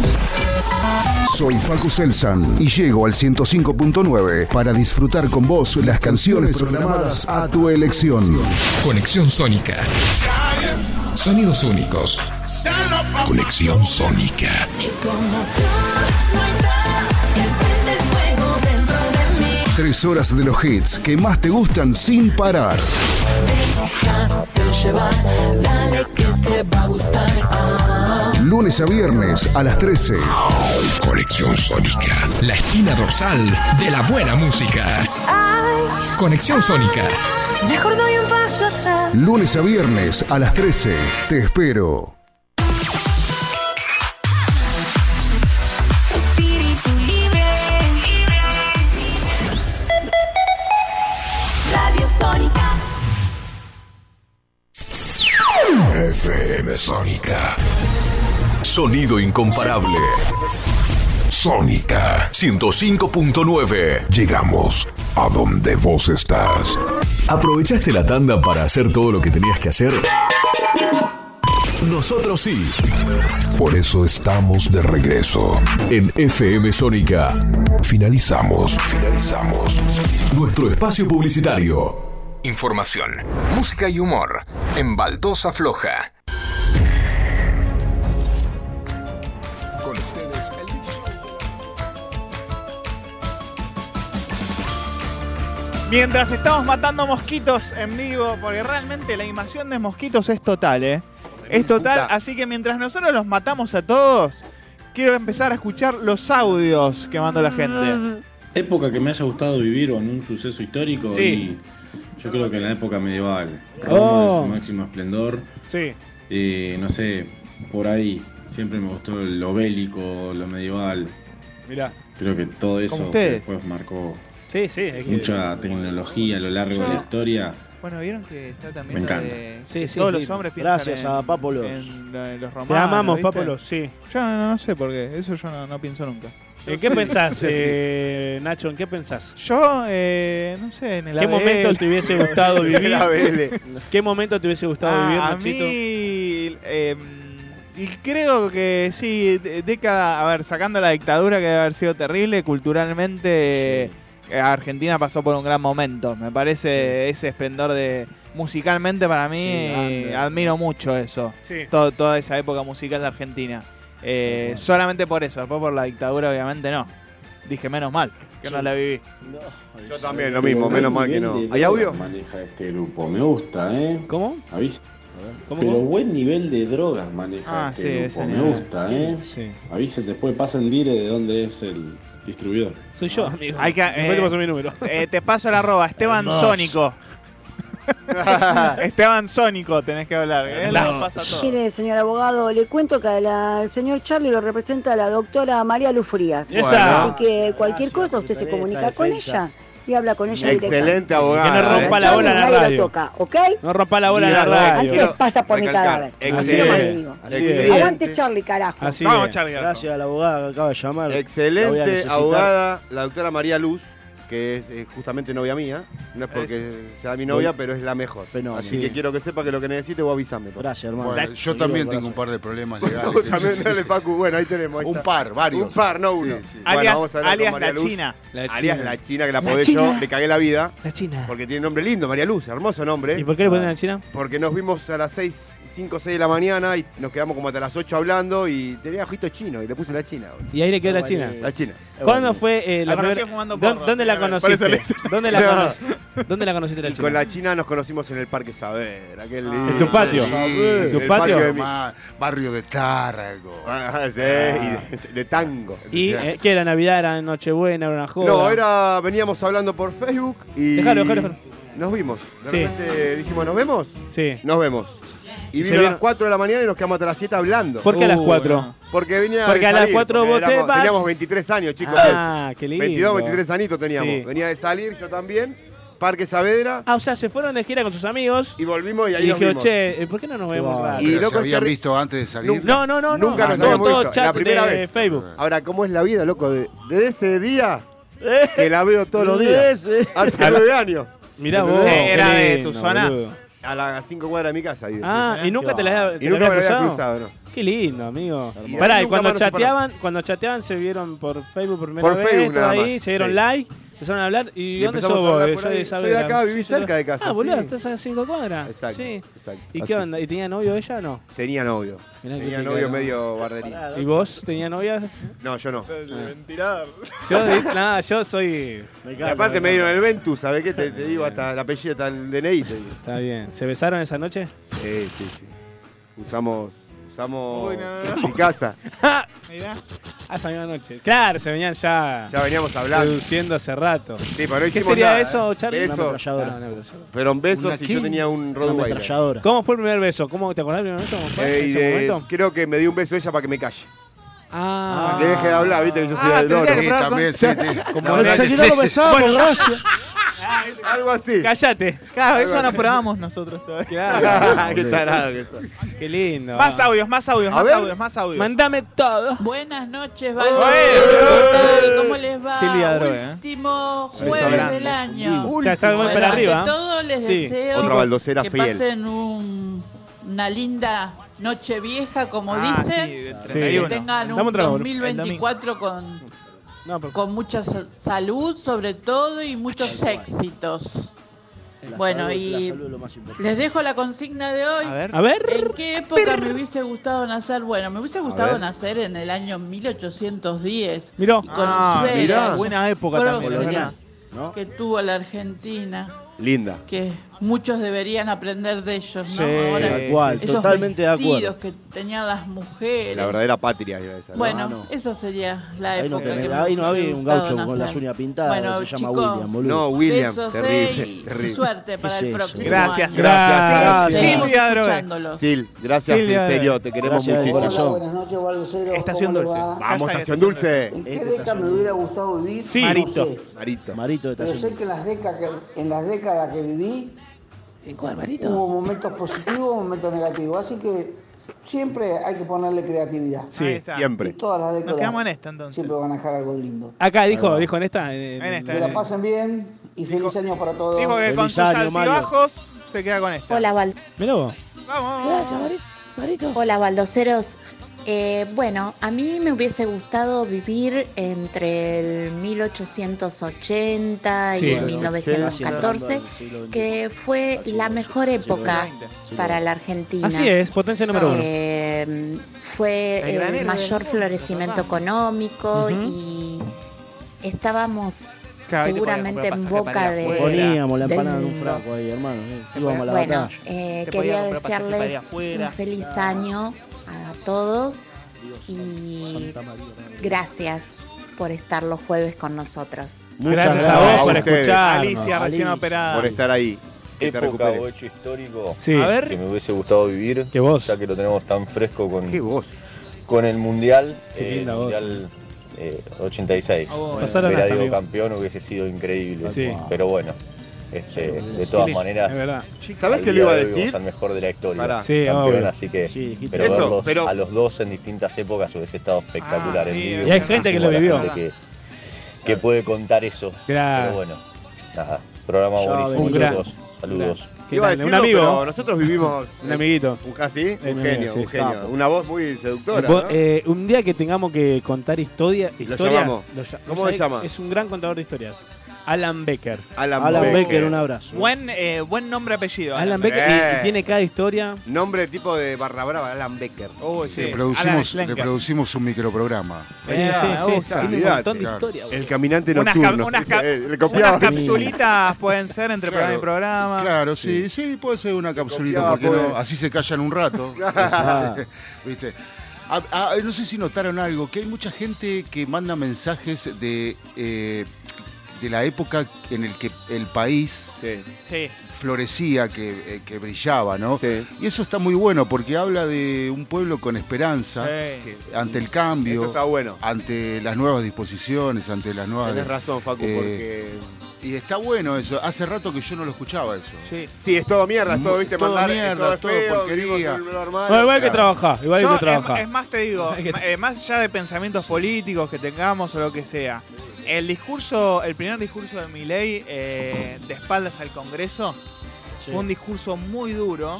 S18: Soy Facu Selsan y llego al 105.9 para disfrutar con vos las canciones programadas a tu elección. Conexión Sónica. Sonidos únicos. Conexión Sónica. Tres horas de los hits que más te gustan sin parar.
S17: Déjate llevar, dale que te va a gustar. Ah,
S18: Lunes a viernes a las 13. Conexión Sónica. La esquina dorsal de la buena música. Conexión Sónica.
S17: mejor doy un paso atrás.
S18: Lunes a viernes a las 13. Te espero.
S17: Espíritu libre. Radio Sónica.
S18: FM Sónica. Sonido incomparable. Sónica 105.9. Llegamos a donde vos estás. ¿Aprovechaste la tanda para hacer todo lo que tenías que hacer? Nosotros sí. Por eso estamos de regreso. En FM Sónica finalizamos. Finalizamos. Nuestro espacio publicitario. Información, música y humor en Baldosa Floja. Con ustedes,
S3: Mientras estamos matando mosquitos en vivo, porque realmente la invasión de mosquitos es total, ¿eh? Es total, así que mientras nosotros los matamos a todos, quiero empezar a escuchar los audios que manda la gente.
S19: Época que me haya gustado vivir o en un suceso histórico.
S3: Sí.
S19: y yo creo que en la época medieval.
S3: Oh.
S19: Roma en su máximo esplendor.
S3: Sí.
S19: Eh, no sé, por ahí. Siempre me gustó lo bélico, lo medieval.
S3: Mirá.
S19: Creo que todo eso que
S3: ustedes.
S19: después marcó
S4: Sí, sí. es que-
S19: mucha tecnología a lo largo de la historia.
S3: Bueno, vieron que está también
S19: Me
S3: lo
S19: encanta.
S3: de-
S4: Sí,
S3: que
S4: sí,
S3: todos
S4: sí.
S3: los hombres piensan
S4: Gracias
S3: en-
S4: a Papolos.
S3: en lo- en los romanos.
S4: Te amamos,
S3: ¿viste?
S4: Papolos, sí.
S3: Yo no, no sé por qué, eso yo no, no pienso nunca.
S4: ¿En qué pensás, eh, Nacho? ¿En qué pensás?
S3: Yo, eh, no sé, en el
S4: ¿Qué
S3: ABL.
S4: momento te hubiese gustado vivir?
S3: El ABL.
S4: ¿Qué momento te hubiese gustado
S3: Ah,
S4: vivir,
S3: a
S4: Nachito?
S3: mí, eh, y creo que sí, de- década, a ver, sacando la dictadura que debe haber sido terrible, culturalmente eh, Argentina pasó por un gran momento. Me parece ese esplendor de... Musicalmente para mí,
S4: Sí,
S3: eh, admiro mucho eso.
S4: Sí.
S3: Todo- toda esa época musical de Argentina. Eh, solamente por eso, después por la dictadura obviamente no. Dije, menos mal, que no la viví.
S2: Yo también, lo mismo, menos mal que no.
S19: ¿Hay audio? Maneja este grupo, me gusta, ¿eh?
S4: ¿Cómo?
S19: Avisa.
S4: ¿Cómo,
S19: Pero
S4: cómo?
S19: buen nivel de drogas maneja
S4: Ah,
S19: este
S4: sí,
S19: grupo,
S4: ese
S19: me
S4: nivel.
S19: gusta, ¿eh?
S4: Sí.
S19: Avisen después, pasen dire de dónde es el distribuidor.
S4: Soy yo, amigo.
S3: Hay que,
S4: Después te
S3: eh,
S4: paso mi número.
S3: Eh, te paso la arroba, Esteban
S4: Hermoso.
S3: Sónico. Esteban Sónico tenés que hablar. ¿eh? Él
S4: Hermoso.
S3: nos pasa todo.
S11: Mire, señor abogado, le cuento que al señor Charlie lo representa la doctora María Luz Frías.
S3: Esa.
S11: Así que cualquier cosa usted se comunica con ella. y habla con ella
S2: Excelente
S11: directamente.
S2: abogado.
S4: Que no rompa la bola a la
S11: Nadie lo
S4: radio.
S11: toca, ¿ok?
S4: No rompa la bola a la
S2: Mirá,
S4: radio.
S11: Antes pasa por mi
S2: Recalcar.
S11: cadáver.
S2: Excelente.
S11: Así nomás le digo.
S2: Así es.
S11: Aguante Charlie, carajo.
S4: Así
S2: Vamos,
S4: es.
S2: Charlie.
S7: Gracias a la abogada que acaba de llamar. La voy a
S2: Excelente
S7: necesitar.
S2: abogada, la doctora María Luz, que es eh, justamente novia mía. No es porque
S7: Es-
S2: sea mi novia, pero es la mejor. Así que quiero que sepa que lo que necesite vos avísame. Gracias,
S9: Bueno, yo también tengo un par de problemas legales.
S2: También, dale, Pacu. Bueno, ahí tenemos. ahí
S9: Un
S2: está.
S9: par, varios.
S2: Un par, no
S9: Sí,
S2: uno.
S9: sí.
S2: Bueno,
S9: Alias-
S2: vamos a hablar con
S9: alias
S2: María
S9: la
S2: Luz.
S9: China. La
S2: alias
S9: China.
S2: la China, que la
S9: La
S2: podés
S9: China.
S2: yo, le cagué la vida.
S4: La China.
S2: Porque tiene nombre lindo, María Luz, hermoso nombre.
S4: ¿Y por qué le
S9: Ah.
S4: ponen a la China?
S2: Porque nos vimos a las 6, 5, 6 de la mañana y nos quedamos como hasta las 8 hablando y tenía ojito chino y le puse la China. boludo.
S4: Y ahí le quedó la
S2: Qué
S4: China.
S2: bonito. La China.
S4: ¿Cuándo fue eh, la
S2: La conocí
S4: primera-
S2: fumando
S4: ¿Dó-
S2: porro,
S4: ¿Dónde la
S2: mira, por eso
S4: conociste?
S2: le hice-
S4: ¿Dónde la
S2: No.
S4: conociste? ¿Dónde la conociste la
S2: Y con
S4: China? Ah.
S2: la China nos conocimos en el Parque Saber. Aquel
S4: ¿En tu patio? ¿En tu patio?
S2: barrio de Tárrago. Ah, sí, y de, de tango.
S4: ¿Y eh, qué era Navidad? ¿Era Nochebuena? ¿Era una joda?
S2: No, era. Veníamos hablando por Facebook y.
S4: Dejalo, dejalo, dejalo.
S2: Nos vimos. De
S4: Sí.
S2: repente dijimos, ¿nos vemos?
S4: Sí.
S2: Nos vemos. Y
S4: Y se
S2: vino a
S4: vieron-
S2: las 4 de la mañana y nos quedamos hasta las 7 hablando.
S4: ¿Por qué a las Uh, 4? no.
S2: Porque venía.
S4: Porque
S2: de
S4: a las
S2: salir,
S4: 4
S2: porque
S4: vos te
S2: éramos-
S4: vas.
S2: Teníamos 23 años, chicos.
S4: Ah, qué lindo.
S2: 22, 23 anitos teníamos.
S4: Sí.
S2: Venía de salir, yo también. Parque Saavedra.
S4: Ah, o sea, se fueron de gira con sus amigos.
S2: Y volvimos y ahí nos
S4: dije,
S2: vimos.
S4: che, eh, ¿por qué no nos vemos
S2: Wow.
S4: raro?
S2: Y
S9: Pero
S2: loco
S9: ¿Se
S2: es
S9: habían
S2: que-
S9: visto antes de salir?
S4: No, no, no.
S2: Nunca
S4: no.
S2: nos
S4: Todo-
S2: habíamos
S4: todo
S2: visto.
S4: chat
S2: La primera
S4: de
S2: vez.
S4: Facebook.
S2: Ahora, ¿cómo es la vida, loco? De, de ese día
S4: Eh.
S2: que la veo todos los días.
S7: De ese.
S2: Hace nueve años.
S4: Mirá vos,
S2: ¿Entendés?
S4: qué Era de lindo, tu zona. boludo.
S2: A las cinco cuadras de mi casa. vive.
S4: Ah,
S2: Sí.
S4: ¿y nunca te la- te
S2: Y
S4: la
S2: nunca me
S4: habías
S2: la había
S4: cruzado?
S2: cruzado, no.
S4: Qué lindo, amigo.
S2: Hermoso.
S4: Pará,
S2: Y
S4: y
S2: nunca
S4: cuando
S2: más nos separamos.
S4: chateaban, cuando chateaban se vieron por Facebook por primera
S2: Por
S4: vez,
S2: Facebook
S4: todo
S2: nada
S4: ahí,
S2: más,
S4: se dieron
S2: sí.
S4: like, empezaron a hablar. ¿Y,
S2: Y
S4: dónde sos
S2: empezamos a
S4: vos?
S2: hablar
S4: Yo
S2: por ahí.
S4: de
S2: Soy de
S4: Saavedra.
S2: acá, viví
S4: Sí,
S2: cerca
S4: sí.
S2: de casa,
S4: Ah, boludo,
S2: sí.
S4: estás a cinco cuadras.
S2: Exacto,
S4: Sí.
S2: exacto.
S4: ¿Y qué
S2: Así.
S4: onda? ¿Y tenía novio ella o no?
S2: Tenía novio.
S4: Mirá qué
S2: Tenía
S4: picado.
S2: novio medio guardería.
S4: ¿Y vos tenías novia?
S2: No, yo no.
S4: Yo, di- nada, yo soy.
S2: Y aparte me dieron el Ventus, ¿sabes qué? Te, te digo hasta el apellido, hasta el DNI. Te digo.
S4: Está bien. ¿Se besaron esa noche?
S2: Sí, sí, sí. Usamos. Usamos.
S4: Uy, no, no, no.
S2: Mi casa.
S4: Mirá. Ah, esa misma noche. Claro, se venían ya.
S2: Ya veníamos hablando.
S4: Seduciendo hace rato.
S2: Sí, pero no
S4: ¿Qué
S2: hicimos
S4: sería
S2: nada,
S4: eso,
S2: ¿eh?
S4: Charlie? Ah,
S2: Besos.
S4: Una ametralladora.
S2: Fueron besos y yo tenía un Rottweiler.
S4: ¿Cómo fue el primer beso? ¿Cómo te acordás del primer beso? ¿Cómo fue
S2: Eh,
S4: en
S2: y
S4: ese
S2: de-
S4: momento?
S2: creo que me dio un beso ella para que me calle.
S4: Ah.
S2: Que deje de hablar, viste que yo soy
S4: Ah,
S2: del
S4: tendría
S2: loro.
S4: que probar con-
S2: sí. sí.
S4: Como enseguida lo besaba, por gracia.
S2: Algo así.
S4: Cállate.
S3: Claro, eso no probamos nosotros todavía.
S2: Claro. Qué tarado que sos.
S4: Qué lindo.
S3: Más audios, más audios,
S4: A
S3: más
S4: ver.
S3: audios, más audios.
S4: Mandame todo.
S20: Buenas noches,
S4: Bueno.
S20: Valen. ¿Cómo les va?
S4: Silvia Droga, ¿eh?
S20: Último
S2: Beso
S20: jueves
S2: grande.
S20: del año.
S2: Último. Ya está, vamos para arriba, ¿eh?
S20: Ante todo les
S2: Sí.
S20: deseo
S2: Otra baldosera
S20: que
S2: fiel.
S20: pasen un- una linda noche vieja, como
S4: Ah,
S20: dicen.
S4: sí, del
S20: y
S4: 31.
S20: Que tengan
S4: Dame
S20: un
S4: un trago, Bruno.
S20: 2024 con, con mucha sa- salud, sobre todo, y muchos éxitos.
S7: La
S20: Bueno,
S7: salud-
S20: y
S7: la salud es lo más importante.
S20: les dejo la consigna de hoy.
S7: A ver. A ver.
S20: ¿En qué época me hubiese gustado nacer? Bueno, me hubiese gustado
S7: ver.
S20: nacer en el año 1810.
S4: Miró.
S20: Y
S3: Ah,
S20: conocer
S3: mirá.
S20: esas
S3: Buena época también,
S20: próceres
S7: ¿no?
S20: que tuvo la Argentina,
S2: Linda.
S20: que muchos deberían aprender de ellos, ¿no?
S7: Sí,
S20: Ahora,
S7: tal cual,
S20: esos
S7: totalmente de acuerdo.
S20: vestidos que tenían las mujeres.
S2: La verdadera patria iba a esa. ¿no?
S20: Bueno,
S2: Ah, no.
S20: eso sería la
S7: Ahí
S20: época.
S7: no, tenés-
S20: que me
S7: ahí no
S20: hubiese
S7: había un
S20: gustado
S7: gaucho con
S20: nacer.
S7: las uñas pintadas,
S20: Bueno,
S7: se llama
S20: chicos,
S7: William, boludo.
S2: No, William,
S20: besos,
S2: terrible,
S20: eh, y
S2: terrible.
S20: Suerte para
S7: ¿Qué
S20: el
S7: es eso?
S20: próximo
S2: Gracias,
S20: año.
S2: gracias.
S20: Seguimos
S2: Silvia Drogué.
S20: escuchándolos.
S2: Sil, gracias,
S7: Silvia,
S2: en serio, te queremos
S7: gracias del
S2: muchísimo.
S7: corazón.
S21: Buenas noches, Balducero.
S2: Estación
S21: ¿Cómo le
S2: Dulce.
S3: eh.
S21: va?
S2: Vamos, Estación Dulce.
S21: ¿En qué década me hubiera gustado vivir?
S7: Sí,
S21: No
S7: Marito.
S21: sé.
S2: Marito.
S7: Marito de
S21: Pero
S7: Tallin.
S21: sé que en las décadas que, en las décadas que viví hubo momentos positivos, momentos negativos. Así que siempre hay que ponerle creatividad.
S4: Sí, Ahí está. siempre.
S21: Y todas las décadas
S4: Nos quedamos en
S21: siempre van a dejar algo lindo.
S4: Acá dijo, dijo en esta. eh. En,
S21: Que la pasen bien y feliz año para todos.
S3: Dijo que con sus altibajos se queda con esta.
S11: Hola, Val.
S4: Mirá vos.
S11: Hola, baldoseros. Eh, bueno, a mí me hubiese gustado vivir entre el 1880 y
S22: Sí,
S11: el
S22: claro.
S11: 1914,
S22: Sí, sí, sí.
S11: que fue la mejor época
S22: sí.
S11: para la Argentina.
S4: Así es, potencia número uno.
S11: Eh, fue
S4: El
S11: el,
S4: granero del
S11: mayor
S4: mundo,
S11: florecimiento
S4: papá.
S11: económico
S4: Ujú.
S11: y estábamos
S7: Claro, ahí te podías
S11: seguramente
S7: comprar
S11: en
S7: pasaje
S11: boca
S7: para ir
S11: de...
S7: afuera. Poníamos la
S11: del
S7: empanada en un
S11: mundo.
S7: frasco ahí, hermano. eh. Íbamos a la
S11: Bueno,
S7: batalla.
S11: eh,
S7: Te
S11: quería
S7: podías comprar pasaje para ir
S11: desearles
S7: afuera.
S11: un feliz año a todos y gracias por estar los jueves con nosotros.
S4: Gracias a vos por
S2: ustedes.
S4: escucharnos.
S3: Alicia, recién operada.
S2: Por estar ahí. Que te
S23: Época
S2: recuperes.
S23: o hecho histórico
S2: Sí. A ver.
S23: que me hubiese gustado vivir, ya que lo tenemos tan fresco con, con el Mundial,
S2: Qué
S23: eh,
S2: linda
S23: el
S2: voz.
S23: Mundial eh, 86.
S4: Ah, bueno.
S23: Ver
S4: Pasaron
S23: a
S4: hasta
S23: Diego
S4: vivo.
S23: campeón hubiese sido increíble.
S4: Sí.
S23: Pero bueno, este, de todas
S4: Es
S23: maneras.
S4: verdad.
S2: ¿Sabés
S23: al
S2: qué le
S23: día
S2: iba a
S23: de hoy vamos
S2: decir?
S23: Al mejor de la historia.
S2: Pará.
S23: Sí,
S2: Sí,
S23: campeón,
S2: obvio.
S23: así que.
S2: dijiste.
S23: pero
S2: Eso,
S23: verlos
S2: pero-
S23: a los dos en distintas épocas hubiese estado espectacular.
S2: Ah,
S23: en
S2: sí,
S23: vivo,
S2: y hay gente que lo
S23: muchísimo
S2: vivió.
S23: la gente que, que puede contar eso.
S2: Claro.
S23: Pero bueno, nada. Programa
S2: Ya,
S23: buenísimo,
S2: un gran-
S23: chicos. Saludos.
S4: ¿Qué
S2: Iba a
S4: tal? Un
S2: decirlo,
S4: amigo.
S2: pero nosotros vivimos.
S4: Un amiguito.
S2: Un casi,
S4: Un
S2: un
S4: amigo,
S2: genio,
S4: sí,
S2: un genio.
S4: capo.
S2: Una voz muy seductora.
S4: Vos,
S2: ¿no?
S4: eh, un día que tengamos que contar historia, historia
S2: llamamos.
S4: lo ll-
S2: ¿Cómo
S4: ¿sabés?
S2: se llama?
S4: Es un gran contador de historias. Alan Becker.
S2: Alan Alan Becker. Becker, un abrazo.
S3: Buen, eh, buen nombre apellido.
S4: Alan Becker y- y,
S2: Eh.
S4: tiene cada historia.
S2: Nombre tipo de barra brava, Alan Becker.
S3: Oh, sí.
S9: Le producimos, le producimos un microprograma.
S2: Sí, sí, sí, tiene un montón de historia, El caminante
S3: Unas, cap-
S2: nocturno.
S3: unas cap-
S2: Eh, le
S3: unas
S2: copiaba.
S3: capsulitas pueden ser entre programa y programa.
S9: Claro, sí, sí, puede ser una capsulita,
S2: Copiaba, pues.
S9: porque no,
S2: pobre.
S9: así se callan un rato.
S2: Ah.
S9: ¿Viste? Ah, ah, no sé si notaron algo, que hay mucha gente que manda mensajes de, eh, de la época en el que el país
S3: Sí.
S9: florecía, que, eh, que brillaba, ¿no? Y eso está muy bueno porque habla de un pueblo con esperanza
S2: Sí.
S9: ante el cambio,
S2: Eso está bueno.
S9: ante las nuevas disposiciones, ante las nuevas...
S2: Tenés razón, Facu,
S9: eh,
S2: porque.
S9: Y está bueno eso, hace rato que yo no lo escuchaba eso.
S2: Sí. es todo mierda, es todo, viste,
S9: Todo
S2: mandar, es
S9: mierda,
S2: todo,
S9: todo
S2: feo,
S9: porquería.
S2: vivimos en un armario.
S4: No, igual hay que
S2: Claro.
S4: trabajar, igual
S3: Yo,
S4: hay
S3: es-
S4: que trabajar.
S3: Es, más, te digo, ma- eh, más allá de pensamientos políticos que tengamos o lo que sea, el discurso, el primer discurso de Milei eh, de espaldas al Congreso fue un discurso muy duro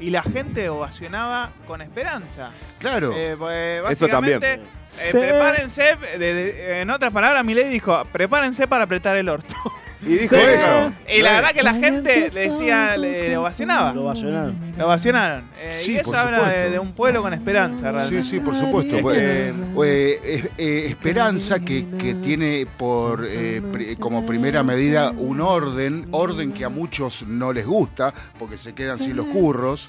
S3: y la gente ovacionaba con esperanza.
S9: Claro.
S3: Eh, pues,
S2: Eso también.
S3: básicamente, eh, prepárense, de- de- en otras palabras, Milei dijo, prepárense para apretar el orto.
S2: Y dijo eso.
S3: Y la verdad que la gente le decía, le ovacionaba. Lo
S7: ovacionaron.
S3: Lo ovacionaron. Eh,
S9: Sí,
S3: y eso
S9: por
S3: habla de,
S9: supuesto.
S3: de un pueblo con esperanza, realmente.
S9: Sí, sí, por supuesto.
S3: Es
S9: Eh,
S3: que-
S9: eh, es- eh, esperanza que, que tiene por eh, pri- como primera medida un orden, orden que a muchos no les gusta, porque se quedan sin los curros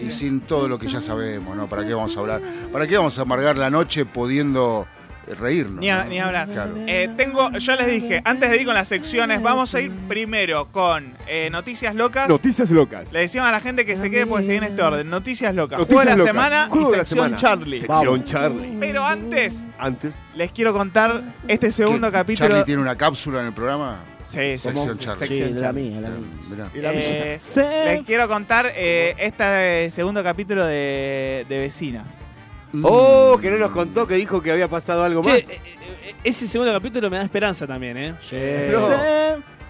S9: y sin todo lo que ya sabemos, ¿no? ¿Para qué vamos a hablar? ¿Para qué vamos a amargar la noche pudiendo eh, reírnos?
S3: Ni, a-
S9: no?
S3: ni hablar.
S9: Claro.
S3: Eh, tengo, yo les dije, antes de ir con las secciones, vamos a ir primero con eh, Noticias Locas.
S2: Noticias locas.
S3: Le decimos a la gente que se quede porque se viene este orden. Noticias Locas.
S2: Noticias
S3: Juego de la
S2: locas.
S3: semana
S2: Juego
S3: y
S2: de la
S3: sección
S2: semana.
S3: Charlie.
S2: Sección Charlie.
S3: Pero antes,
S2: Antes.
S3: les quiero contar este segundo
S9: ¿Qué?
S3: capítulo.
S9: ¿Charlie tiene una cápsula en el programa?
S3: Sí, sí,
S9: Sección
S3: sí,
S9: Charlie.
S3: sección Sí, la Charlie.
S7: mía, la mía.
S9: Mirá.
S3: Eh, les quiero contar eh, este segundo capítulo de, de Vecinas.
S2: Oh, que no nos contó que dijo que había pasado algo
S4: Mm. Che,
S2: más.
S4: eh, eh, ese segundo capítulo me da esperanza también, ¿eh?
S2: No.
S4: Sé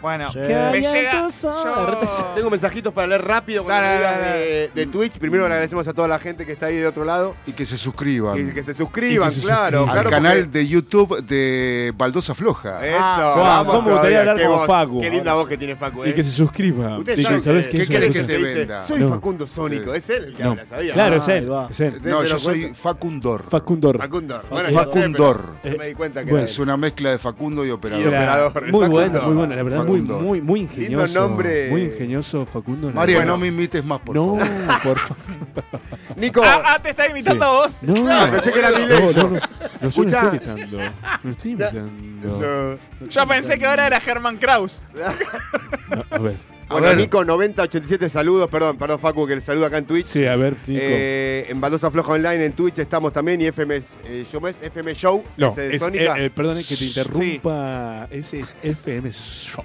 S3: Bueno,
S4: Sí.
S3: me llega.
S2: Tengo mensajitos para leer rápido cuando
S3: Dale,
S2: digan
S3: dale, dale.
S2: de, de Twitch. Primero le agradecemos a toda la gente que está ahí de otro lado.
S9: Y que se suscriban.
S2: Y que se suscriban,
S9: Y que se
S2: claro,
S9: suscriban. Al
S2: claro,
S9: canal
S2: porque-
S9: de YouTube de Baldosa Floja.
S2: Eso,
S9: Ah,
S2: vamos
S9: ¿cómo me
S2: todavía,
S9: gustaría hablar
S2: qué
S9: como
S2: voz,
S9: Facu?
S2: Qué linda voz que tiene Facu.
S4: Y
S2: eh.
S4: que se suscriba.
S2: Ustedes
S4: Dicen,
S2: saben
S4: ¿sabes
S2: que-
S4: qué
S2: ¿Qué
S4: es
S2: querés
S4: una
S2: que
S4: cosa?
S2: te venda? Soy
S4: No.
S2: Facundo Sónico, es él el que
S4: No.
S2: habla, ¿sabía?
S4: Claro,
S2: Ah,
S4: es él.
S2: ahí va.
S4: es él.
S9: No,
S2: ¿Te
S9: yo
S2: das
S9: soy
S2: cuenta?
S9: Facundor.
S4: Facundor.
S2: Facundor. Bueno, ya sé,
S9: Facundor.
S2: pero no me di cuenta que
S9: Bueno,
S2: era
S9: es
S2: él.
S9: una mezcla de Facundo y operador.
S4: Era Muy bueno, muy bueno, la verdad, muy,
S9: Facundor.
S4: muy, muy ingenioso.
S2: Lindo nombre.
S4: Muy ingenioso, Facundo. la
S9: María,
S4: verdad.
S9: no me invites más, por
S4: No,
S9: favor.
S4: por favor.
S2: Nico.
S3: Ah, ah, te está imitando a vos.
S4: No,
S2: Claro, Ah, pensé que era
S4: no,
S2: mi ley.
S4: No, no, no, yo no
S2: Escuchá.
S4: estoy imitando. No estoy imitando.
S3: Yo pensé que ahora era Germán Kraus.
S4: No, a ver.
S2: Bueno,
S4: A ver.
S2: Nico, 9087 saludos, perdón, perdón Facu que le saluda acá en Twitch.
S4: Sí, a ver, Nico.
S2: Eh, en Baldosa Floja Online en Twitch estamos también y FM, eh, yo es FM Show.
S4: No,
S2: es, eh,
S4: es,
S2: Sónica.
S4: eh, eh, perdone que te interrumpa. Ese es FM Show.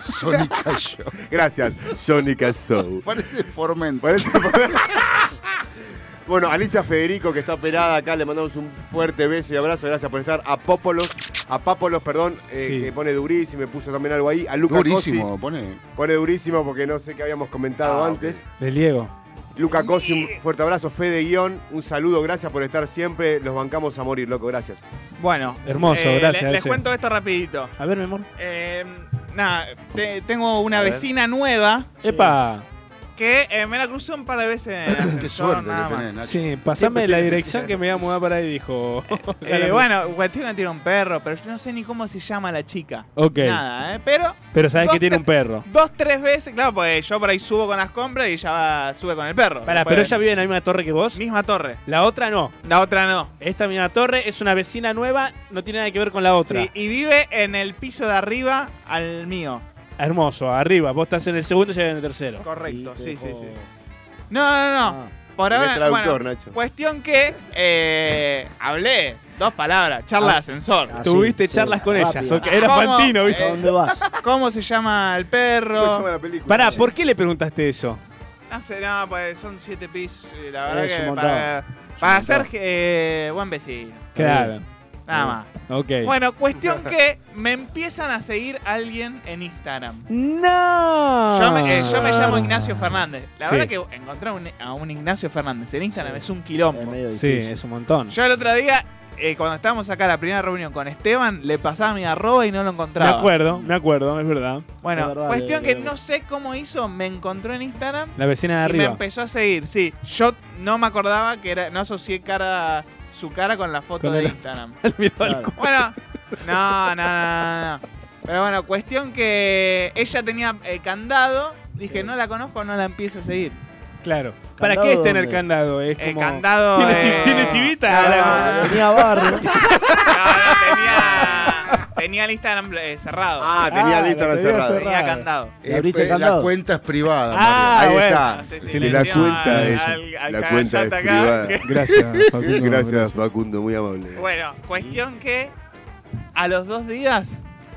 S9: Sónica Show.
S2: Gracias, Sónica Show.
S9: Parece Formen.
S2: Parece- Bueno, Alicia Federico, que está operada acá, le mandamos un fuerte beso y abrazo. Gracias por estar. A Pópolos, a Pápolos, perdón, eh,
S9: Sí.
S2: que pone durísimo, y puso también algo ahí. A Luca
S9: Durísimo,
S2: Cosi,
S9: pone.
S2: pone durísimo porque no sé qué habíamos comentado
S4: Ah,
S2: antes.
S4: Del Diego.
S2: Luca Cosi, un fuerte abrazo. Fede Guión, un saludo, gracias por estar siempre. Los bancamos a morir, loco, gracias.
S3: Bueno.
S4: Hermoso,
S3: Eh,
S4: gracias.
S3: le- Les,
S4: ese.
S3: cuento esto rapidito.
S4: A ver, mi amor.
S3: Eh, nada, te- tengo una
S4: A ver.
S3: vecina nueva
S4: Epa.
S3: que eh, me la crucé un par de veces. en el ascensor, nada más.
S4: Sí, pasame la dirección que me voy a mudar para ahí, dijo.
S3: Eh, bueno, cuestión que tiene un perro, pero yo no sé ni cómo se llama la chica.
S4: Ok.
S3: Nada, ¿eh? Pero
S4: Pero sabes
S3: dos,
S4: que tiene un perro.
S3: dos, tres veces, claro, porque yo por ahí subo con las compras y ella va- sube con el perro.
S4: Pará,
S3: Después-
S4: pero ella vive en la misma torre que vos.
S3: Misma torre.
S4: La otra no.
S3: La otra no.
S4: Esta misma torre es una vecina nueva, no tiene nada que ver con la otra.
S3: Sí, y vive en el piso de arriba al mío.
S4: Hermoso, arriba. Vos estás en el segundo y llega en el tercero.
S3: Correcto, sí, sí, sí. No, no, no. Por
S4: Tenés
S3: ahora,
S4: Ah, traductor,
S3: bueno,
S4: Nacho.
S3: cuestión que eh, hablé Dos palabras, charla de ascensor.
S4: Ah, Tuviste sí, charlas sí, con ellas, rápido. ok, eras
S3: ¿Cómo-
S4: Fantino, ¿viste?
S3: eh,
S4: ¿A dónde vas?
S3: ¿Cómo se llama el perro?
S4: ¿Cómo se llama la Pará, ¿por qué le preguntaste eso?
S3: No sé, no, pues son siete pisos. y La verdad
S4: Es un
S3: que
S4: montón.
S3: para,
S4: un
S3: para ser
S4: montón.
S3: eh, buen vecino.
S4: Claro. Eh,
S3: Nada más.
S4: Ok.
S3: Bueno, cuestión que me empiezan a seguir alguien en Instagram.
S4: ¡No!
S3: Yo me, eh, yo me llamo Ignacio Fernández. La
S4: Sí.
S3: verdad que encontrar un- a un Ignacio Fernández en Instagram es un quilombo.
S4: Sí, es un montón.
S3: Yo el otro día, eh, cuando estábamos acá a la primera reunión con Esteban, le pasaba mi arroba y no lo
S4: Me
S3: encontraba.
S4: acuerdo, me acuerdo, es verdad.
S3: Bueno, cuestión que no sé cómo hizo, me encontró en Instagram
S4: La vecina
S3: y
S4: de
S3: me
S4: arriba.
S3: empezó a seguir. Sí, yo no me acordaba que era, no asocié cara, su cara con la foto
S4: Con
S3: de
S4: el-
S3: Instagram.
S4: Claro.
S3: Bueno, no, no, no, no, no. Pero bueno, cuestión que ella tenía eh, candado. Dije, no la conozco, no la empiezo a seguir.
S4: Claro. ¿Para
S3: ¿Candado
S4: qué está en el
S3: dónde?
S4: candado? Es
S3: El
S4: como...
S3: candado.
S4: ¿Tiene, chi-
S3: eh,
S4: tiene chivita?
S3: no,
S4: La-
S3: no, no.
S4: Tenía barro.
S3: Tenía el Instagram eh, cerrado.
S2: Ah, tenía el Ah, Instagram la tenía cerrado.
S3: Tenía
S2: cerrada.
S3: candado.
S9: Eh, pe- la cuenta es privada.
S3: Ah,
S9: Mario.
S3: bueno.
S2: Sí, sí.
S9: Te
S2: la cuenta es,
S3: al- al
S2: la cuenta es
S3: cagallata acá.
S2: privada.
S3: Gracias, Facundo,
S2: Gracias,
S3: gracias.
S2: Facundo, muy amable.
S3: Bueno, cuestión que a los dos días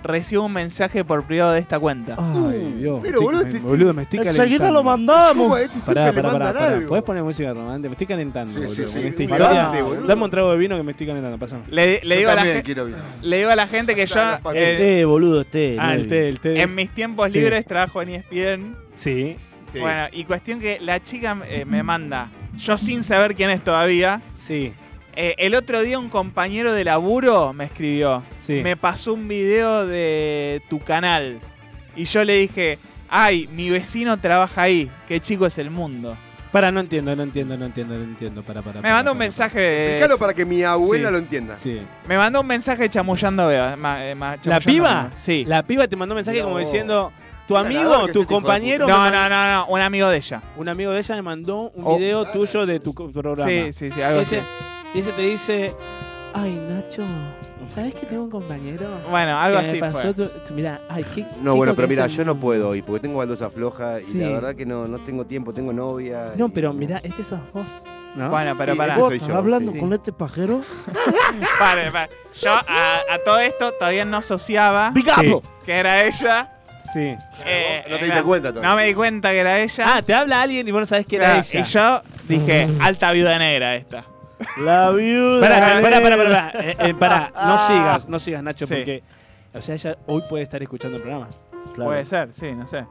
S3: recibo un mensaje por privado de esta cuenta.
S4: Ay, Dios.
S5: Pero,
S4: estoy-
S5: boludo,
S4: me-
S5: este-
S4: boludo, me estoy calentando.
S5: Enseguida lo mandamos.
S4: Pará,
S5: Suma, este siempre
S4: pará,
S5: le
S4: pará,
S5: mandan
S4: pará, pará.
S5: algo.
S4: ¿Podés poner música romántica? Me estoy calentando,
S3: Sí,
S4: boludo.
S3: sí, sí.
S4: con esta
S3: Pará,
S4: historia.
S3: boludo.
S4: Dame un trago de vino que me estoy calentando, pasame.
S3: Le, le digo a la gen- le digo a la gente que yo eh,
S7: El té, boludo, té.
S4: Ah, el
S7: Levi.
S4: té, el té.
S3: en mis tiempos
S4: Sí.
S3: libres trabajo en E ESPN.
S4: Sí.
S3: Bueno, y cuestión que la chica eh, me manda, yo sin saber quién es todavía. eh,
S4: Sí.
S3: el otro día un compañero de laburo me escribió.
S4: Sí.
S3: Me pasó un video de tu canal. Y yo le dije, ay, mi vecino trabaja ahí. Qué chico es el mundo.
S4: Pará, no entiendo, no entiendo, no entiendo, no entiendo. Pará, pará.
S3: Me
S4: pará,
S3: mandó un
S4: pará.
S3: mensaje.
S2: Explícalo para que mi abuela
S3: Sí.
S2: lo entienda.
S4: Sí.
S3: Me mandó un mensaje chamullando. veo, ma- eh, ma-
S4: ¿La
S3: chamullando
S4: piba?
S3: veo. Sí.
S4: La piba te mandó un mensaje
S3: Mira
S4: como
S3: vos.
S4: diciendo: Tu amigo, tu compañero. me
S3: No, no,
S4: mandó-
S3: no, no, un amigo de ella.
S4: Un amigo de ella me mandó un
S3: Oh.
S4: video tuyo de tu co- programa.
S3: Sí, sí, sí, algo
S4: Ese-
S3: así.
S4: Y ese te dice: Ay, Nacho, ¿sabes que tengo un compañero?
S3: Bueno, algo
S4: que me
S3: así fue.
S4: pasó tu- tu- mirá, ay, qué
S2: No,
S4: chico
S2: bueno, pero
S4: que es
S2: mira,
S4: el
S2: yo no puedo hoy porque tengo baldosa floja y
S4: Sí.
S2: la verdad que no, no tengo tiempo, tengo novia.
S4: No, pero mirá, este sos vos. ¿no?
S3: Bueno, pero
S2: Sí,
S3: pará.
S2: ese soy yo,
S7: hablando
S2: sí.
S7: con este pajero?
S3: Pare, pare. Yo a, a todo esto todavía no asociaba
S4: Sí.
S3: que era ella.
S4: Sí.
S3: Eh,
S2: No te
S3: era-
S2: diste cuenta todavía.
S3: No me di cuenta que era ella.
S4: Ah, te habla alguien y vos no sabés que
S3: Claro,
S4: era ella.
S3: Y yo dije, alta viuda negra esta.
S7: La viuda.
S4: Pará, pará, pará,
S7: negra.
S4: pará. Eh, eh, pará, no
S2: Ah.
S4: sigas, no sigas, Nacho,
S3: Sí.
S4: porque. O sea, ella hoy puede estar escuchando el programa.
S3: Puede ser, sí, no sé.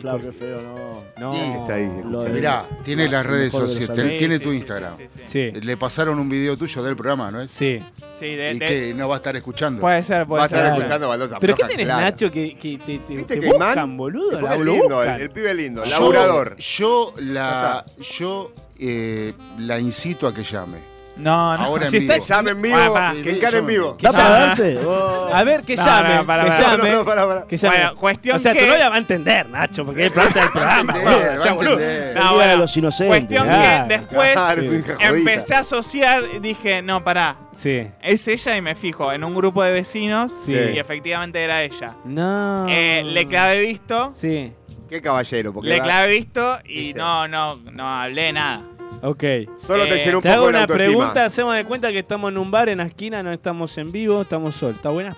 S7: Claro, qué feo, no.
S4: No.
S9: Sí, está ahí,
S7: Lo de-
S9: Mirá, tiene las
S7: lo
S9: redes
S7: mejor de los
S9: sociales,
S7: amigos.
S9: tiene
S3: Sí,
S9: tu
S3: sí,
S9: Instagram.
S3: sí, sí,
S4: sí. Sí.
S9: Le pasaron un video tuyo del programa, ¿no es?
S4: Sí.
S3: Sí, de-
S9: y
S3: de-
S9: que no va a estar escuchando.
S3: Puede ser, puede
S2: Va a estar
S3: ser.
S2: escuchando baldosa
S4: Pero ¿qué
S2: floja,
S4: tenés,
S2: claro.
S4: Nacho, que, que te, te,
S2: ¿Viste
S4: te
S2: que
S4: buscan,
S2: Imán?
S4: boludo?
S2: El
S4: La,
S2: pibe
S4: lo
S2: lindo,
S4: buscan.
S2: el, el pibe lindo,
S9: Yo-
S2: laburador.
S9: Yo la, yo, eh, la incito a que llame.
S3: No, no.
S9: Ahora
S4: Si
S9: en vivo.
S4: está-
S2: Llame en vivo,
S3: Pará, pará.
S2: que encare en vivo.
S7: ¿Da para
S3: llama?
S7: darse? Oh.
S4: A ver, que
S3: No,
S4: llame,
S3: no, para,
S4: que
S3: para.
S4: llame.
S2: No, no, pará, pará.
S4: Que llame.
S3: Bueno, cuestión
S4: o sea,
S3: que-
S4: tu novia va a entender, Nacho, porque es parte del programa. boludo. O sea, boludo.
S7: Es
S3: No,
S7: el día
S3: bueno,
S7: de los inocentes.
S3: Cuestión
S4: Claro.
S3: que después
S2: Claro, es una hija jodida.
S3: empecé a asociar y dije, no, pará,
S4: Sí.
S3: es ella y me fijo en un grupo de vecinos
S4: Sí.
S3: y efectivamente era ella.
S4: No.
S3: Eh, le clavé visto,
S4: Sí.
S2: Qué caballero, porque
S3: le
S2: va-
S3: clavé visto y no, no, no hablé nada.
S4: Ok.
S2: solo te
S3: eh,
S2: llenó un
S4: Te hago
S2: poco la
S4: una
S2: autoestima.
S4: pregunta, hacemos de cuenta que estamos en un bar en la esquina, no estamos en vivo, estamos sol. ¿Está buena?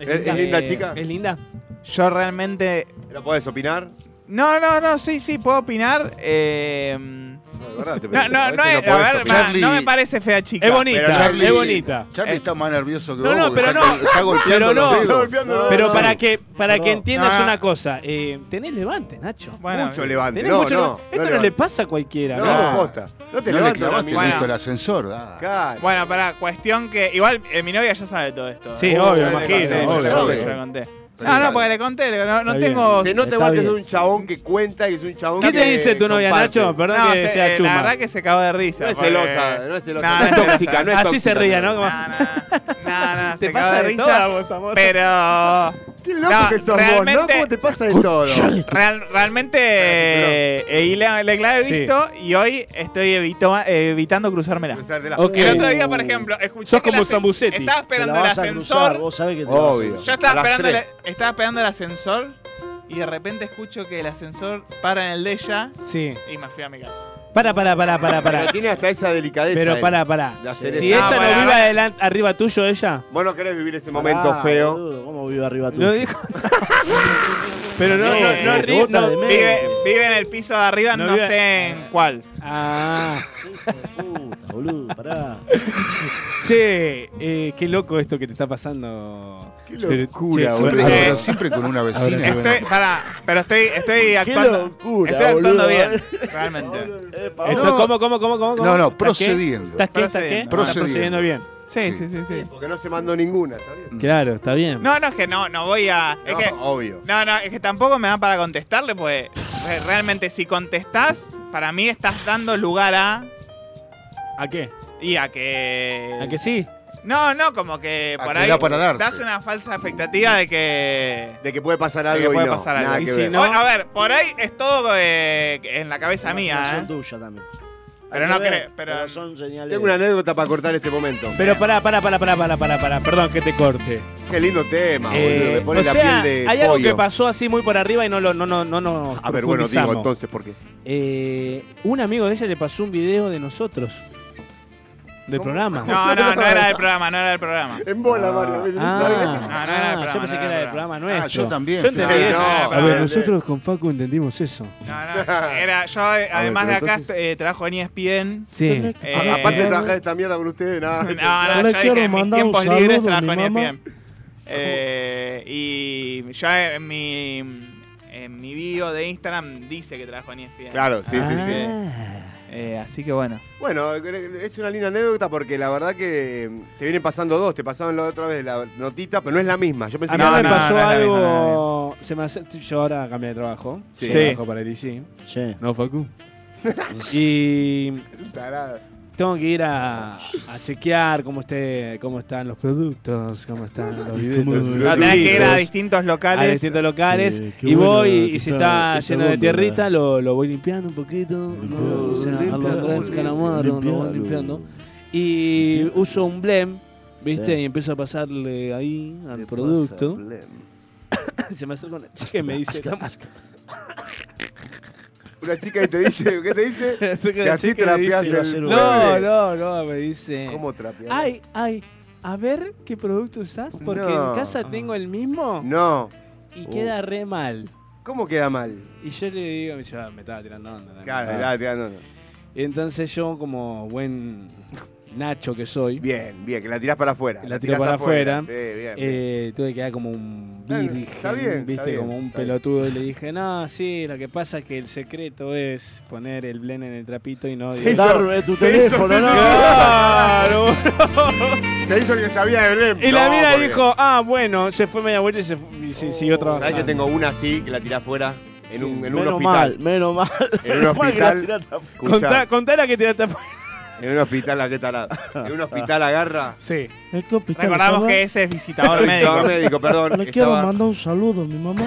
S2: ¿Es, es linda
S4: Eh,
S2: chica?
S4: ¿Es linda?
S3: Yo realmente...
S2: ¿Pero podés opinar?
S3: No, no, no, sí, sí, puedo opinar. eh,
S2: No, de verdad, te
S3: no,
S2: pregunto, a
S3: no,
S2: veces
S3: no, es-
S2: podés
S3: a ver,
S2: opinar.
S3: ma, no me parece fea chica.
S4: Es bonita,
S3: pero
S4: es bonita.
S3: Eh,
S9: Charlie está más nervioso que
S4: No,
S9: vos.
S4: no, pero
S9: está,
S4: no.
S9: Está golpeando
S4: Pero no.
S9: los dedos.
S4: Pero
S9: Sí.
S4: para que para que entiendas
S3: No.
S4: una cosa, eh, tenés levante, Nacho.
S3: Bueno,
S2: Mucho levante,
S4: Tenés
S2: no,
S4: mucho
S2: no,
S4: levante. Esto no,
S2: levante.
S4: le pasa a cualquiera.
S2: No,
S4: mirá.
S2: posta. No te
S9: No le
S2: levantes,
S9: clavaste
S2: amigo.
S9: listo
S3: Bueno.
S9: el ascensor. da.
S2: Claro.
S3: Bueno, para cuestión que. Igual eh, mi novia ya sabe todo esto.
S4: Sí,
S3: Eh,
S4: obvio,
S3: yo le
S4: imagino,
S3: conté, yo
S4: obvio,
S3: le conté,
S9: obvio.
S3: yo le conté. No,
S2: Claro.
S3: no, porque le conté, le- no, no
S4: Está
S3: tengo.
S2: Se nota
S7: Está
S2: igual que es
S7: bien.
S2: un chabón que cuenta y es un chabón
S4: ¿Qué
S2: que
S4: te dice tu novia,
S2: comparte.
S4: Nacho? Perdón
S3: no,
S4: que
S3: se-
S4: sea
S3: eh,
S4: chuma.
S3: La verdad que se cagó de risa.
S2: No es
S3: porque-
S2: celosa, no es celosa,
S3: No,
S2: no es
S3: celosa.
S2: tóxica, no es
S4: Así se
S2: tóxica,
S4: ría, ¿no?
S2: no.
S4: Como-
S3: No, no, no, no, no,
S4: Te
S3: se
S4: pasa
S3: cagó de
S4: de toda
S3: risa.
S4: vos, amor.
S3: Pero.
S2: Qué loco
S3: No,
S2: que sos vos, ¿no?
S3: realmente-
S2: ¿Cómo te pasa de todo?
S3: Real- realmente. eh, eh, y le, le clave
S4: Sí.
S3: visto y hoy estoy evito- eh, evitando cruzármela.
S2: Cruzártela.
S4: Ok.
S3: El otro día, por ejemplo, escuché.
S4: Sos
S3: que
S4: como
S3: el ascen-
S4: Zambucetti.
S3: Estaba
S7: Te la
S3: esperando el
S7: vas a cruzar,
S3: ascensor.
S7: vos sabés que te
S2: Obvio.
S7: la vas
S3: Yo
S2: A
S3: estaba
S2: las
S3: esperando,
S2: tres.
S3: el, estaba esperando el ascensor y de repente escucho que el ascensor para en el de ella
S4: Sí.
S3: y me fui a mi casa.
S4: Para, para, para, para, para.
S2: Pero tiene hasta esa delicadeza.
S4: Pero
S2: él,
S4: pará, pará.
S2: de hacer
S4: Si ella
S2: eso. Ah,
S4: no
S2: pará,
S4: vive
S2: pará.
S4: adelan- arriba tuyo, ella.
S2: Vos no querés vivir ese momento feo.
S7: ¿Cómo vive arriba
S4: tuyo? Pero no, no, no,
S3: Eh,
S4: ri-
S3: vos
S4: no,
S3: también. vive, vive en el piso de arriba,
S4: No
S3: no,
S4: vive-
S3: sé en cuál.
S4: Ah.
S7: Puta, boludo, pará.
S4: Che, eh, qué loco esto que te está pasando. Qué
S9: locura, boludo. Pero siempre con una vecina.
S3: Estoy, pará, pero estoy, estoy actuando.
S4: locura,
S3: estoy actuando
S4: boludo.
S3: bien, realmente.
S4: Esto,
S3: No.
S4: ¿Cómo, cómo, cómo, cómo? cómo?
S9: No, no,
S4: ¿Estás qué?
S9: procediendo.
S4: ¿Estás qué? ¿Estás qué? Ah, Estás procediendo bien.
S3: Sí, sí, sí, sí.
S2: Porque no se mandó ninguna, ¿está bien?
S4: Claro, está bien.
S3: No, no, es que no, no voy a. Es que,
S2: obvio.
S3: No, no, es que tampoco me dan para contestarle, pues re- realmente si contestás, para mí estás dando lugar a.
S4: ¿A qué?
S3: Y a que.
S4: ¿A que sí?
S3: No, no, como que
S2: A
S3: por
S2: que
S3: ahí
S2: da para darse.
S3: das una falsa expectativa de que.
S2: De que puede pasar
S3: de
S2: algo
S3: que puede
S2: y no.
S3: pasar
S2: Nada
S3: algo.
S2: que ver.
S3: O- a ver, por ahí es todo eh, en la cabeza mía.
S7: Imaginación
S3: ¿eh?
S7: tuya también.
S3: Pero
S7: Hay
S3: no
S7: que ver,
S3: creo. Pero,
S7: son señales.
S2: Tengo una anécdota para cortar este momento.
S4: Pero pará, pará, pará, pará, pará, pará, pará. Perdón que te corte.
S2: Qué lindo tema, boludo.
S4: Eh,
S2: Me pone
S4: o
S2: la
S4: sea,
S2: piel de
S4: hay algo
S2: pollo.
S4: que pasó así muy por arriba y no lo no no no nos
S2: A ver, bueno, digo
S4: profundizamos.
S2: entonces por qué.
S4: Eh, un amigo de ella le pasó un video de nosotros del programa.
S3: No, no, no era del programa, no era del programa.
S2: En bola, Mario.
S3: no, no
S2: Ah,
S3: era del programa.
S4: Ah. yo pensé que era del programa nuestro.
S3: yo también,
S4: Yo entendí
S3: Flavio.
S4: eso.
S3: No, no, A ver, no, nosotros
S4: con Facu entendimos eso.
S3: No, no, era, yo eh,
S4: A ver,
S3: además de
S4: pero
S3: acá eh, trabajo en ESPN.
S4: Sí.
S3: Eh,
S2: A- Aparte de trabajar esta mierda con ustedes, nada.
S3: No, no, yo dije, en mis tiempos libres trabajo en E ESPN. Eh, y yo en mi, en mi video de Instagram dice que trabajo en E ESPN.
S2: Claro, sí, sí, sí.
S3: Eh, así que bueno.
S2: Bueno, es una linda anécdota porque la verdad que te vienen pasando dos. Te pasaron la otra vez la notita, pero no es la misma. Yo pensé
S4: A
S2: que
S4: mí me
S2: era-
S4: pasó algo. se me hace- yo ahora cambié de trabajo.
S2: Sí.
S4: Yo Trabajo para el IG.
S7: Sí.
S4: No, Facu. y
S2: Tarado.
S4: tengo que ir a, a chequear cómo esté, cómo están los productos, cómo están los videos.
S3: ¿Cómo-
S4: los
S3: Ah, tenés que ir
S4: libros.
S3: a distintos locales.
S4: A distintos locales.
S3: Eh, qué
S4: y
S3: buena
S4: voy y
S3: que
S4: si
S3: está
S4: está,
S3: esa
S4: lleno de
S3: góndola.
S4: tierrita, lo, lo voy limpiando un poquito. No, o sea,
S7: limpialo,
S4: algo acá es
S7: limpialo.
S4: calamar, no, lo voy limpiando. Y uso un blem, ¿viste?
S7: Sí.
S4: Y empiezo a pasarle ahí al producto. Se me acerca una chica y me dice.
S7: Asca,
S4: "Dame-".
S2: Una chica que te dice, ¿qué te dice?
S4: Se acerca
S2: que
S4: una
S2: así
S4: chica y me
S2: trapeas
S4: dice,
S2: el
S4: No, no, no, me dice.
S2: ¿Cómo trapeas?
S4: Ay, ay, a ver qué producto usás, porque
S2: No.
S4: en casa tengo el mismo
S2: No.
S4: y
S2: Uh.
S4: queda re mal.
S2: ¿Cómo queda mal?
S4: Y yo le digo, me, yo, me estaba tirando onda. la
S2: Claro,
S4: verdad.
S2: ya, ya, no, no.
S4: Y entonces yo, como buen Nacho que soy.
S2: Bien, bien, que la tirás para afuera.
S4: La tiré para afuera.
S2: Sí, bien.
S4: eh, tuve que quedar como un
S2: Está bien,
S4: virgen,
S2: está bien, está
S4: ¿viste?
S2: bien,
S4: como un
S2: está bien.
S4: pelotudo. Y le dije, no, sí, lo que pasa es que el secreto es poner el blend en el trapito y no...
S2: Se
S4: digamos-
S2: hizo- Darme tu se hizo- teléfono, se hizo- no.
S4: Claro,
S2: Se hizo que sabía de Belén.
S4: Y la
S2: No,
S4: mina
S2: porque- Oh,
S4: dijo, ah, bueno, se fue media vuelta y, se fu- y se- siguió trabajando.
S2: ¿Sabés que tengo una así que la tirás afuera? En un, en un
S7: Menos
S2: hospital.
S7: mal, menos mal.
S2: En un
S7: Menos mal que la
S2: hospital.
S7: tiraste afuera.
S2: Escuchá,
S4: Contá, contá la que te da
S2: En un hospital, la que tarada. En un hospital agarra.
S4: Sí.
S3: Recordamos que ese es visitador médico.
S2: Visitador médico, perdón.
S1: Le quiero
S2: estaba-
S1: mandar un saludo a mi mamá.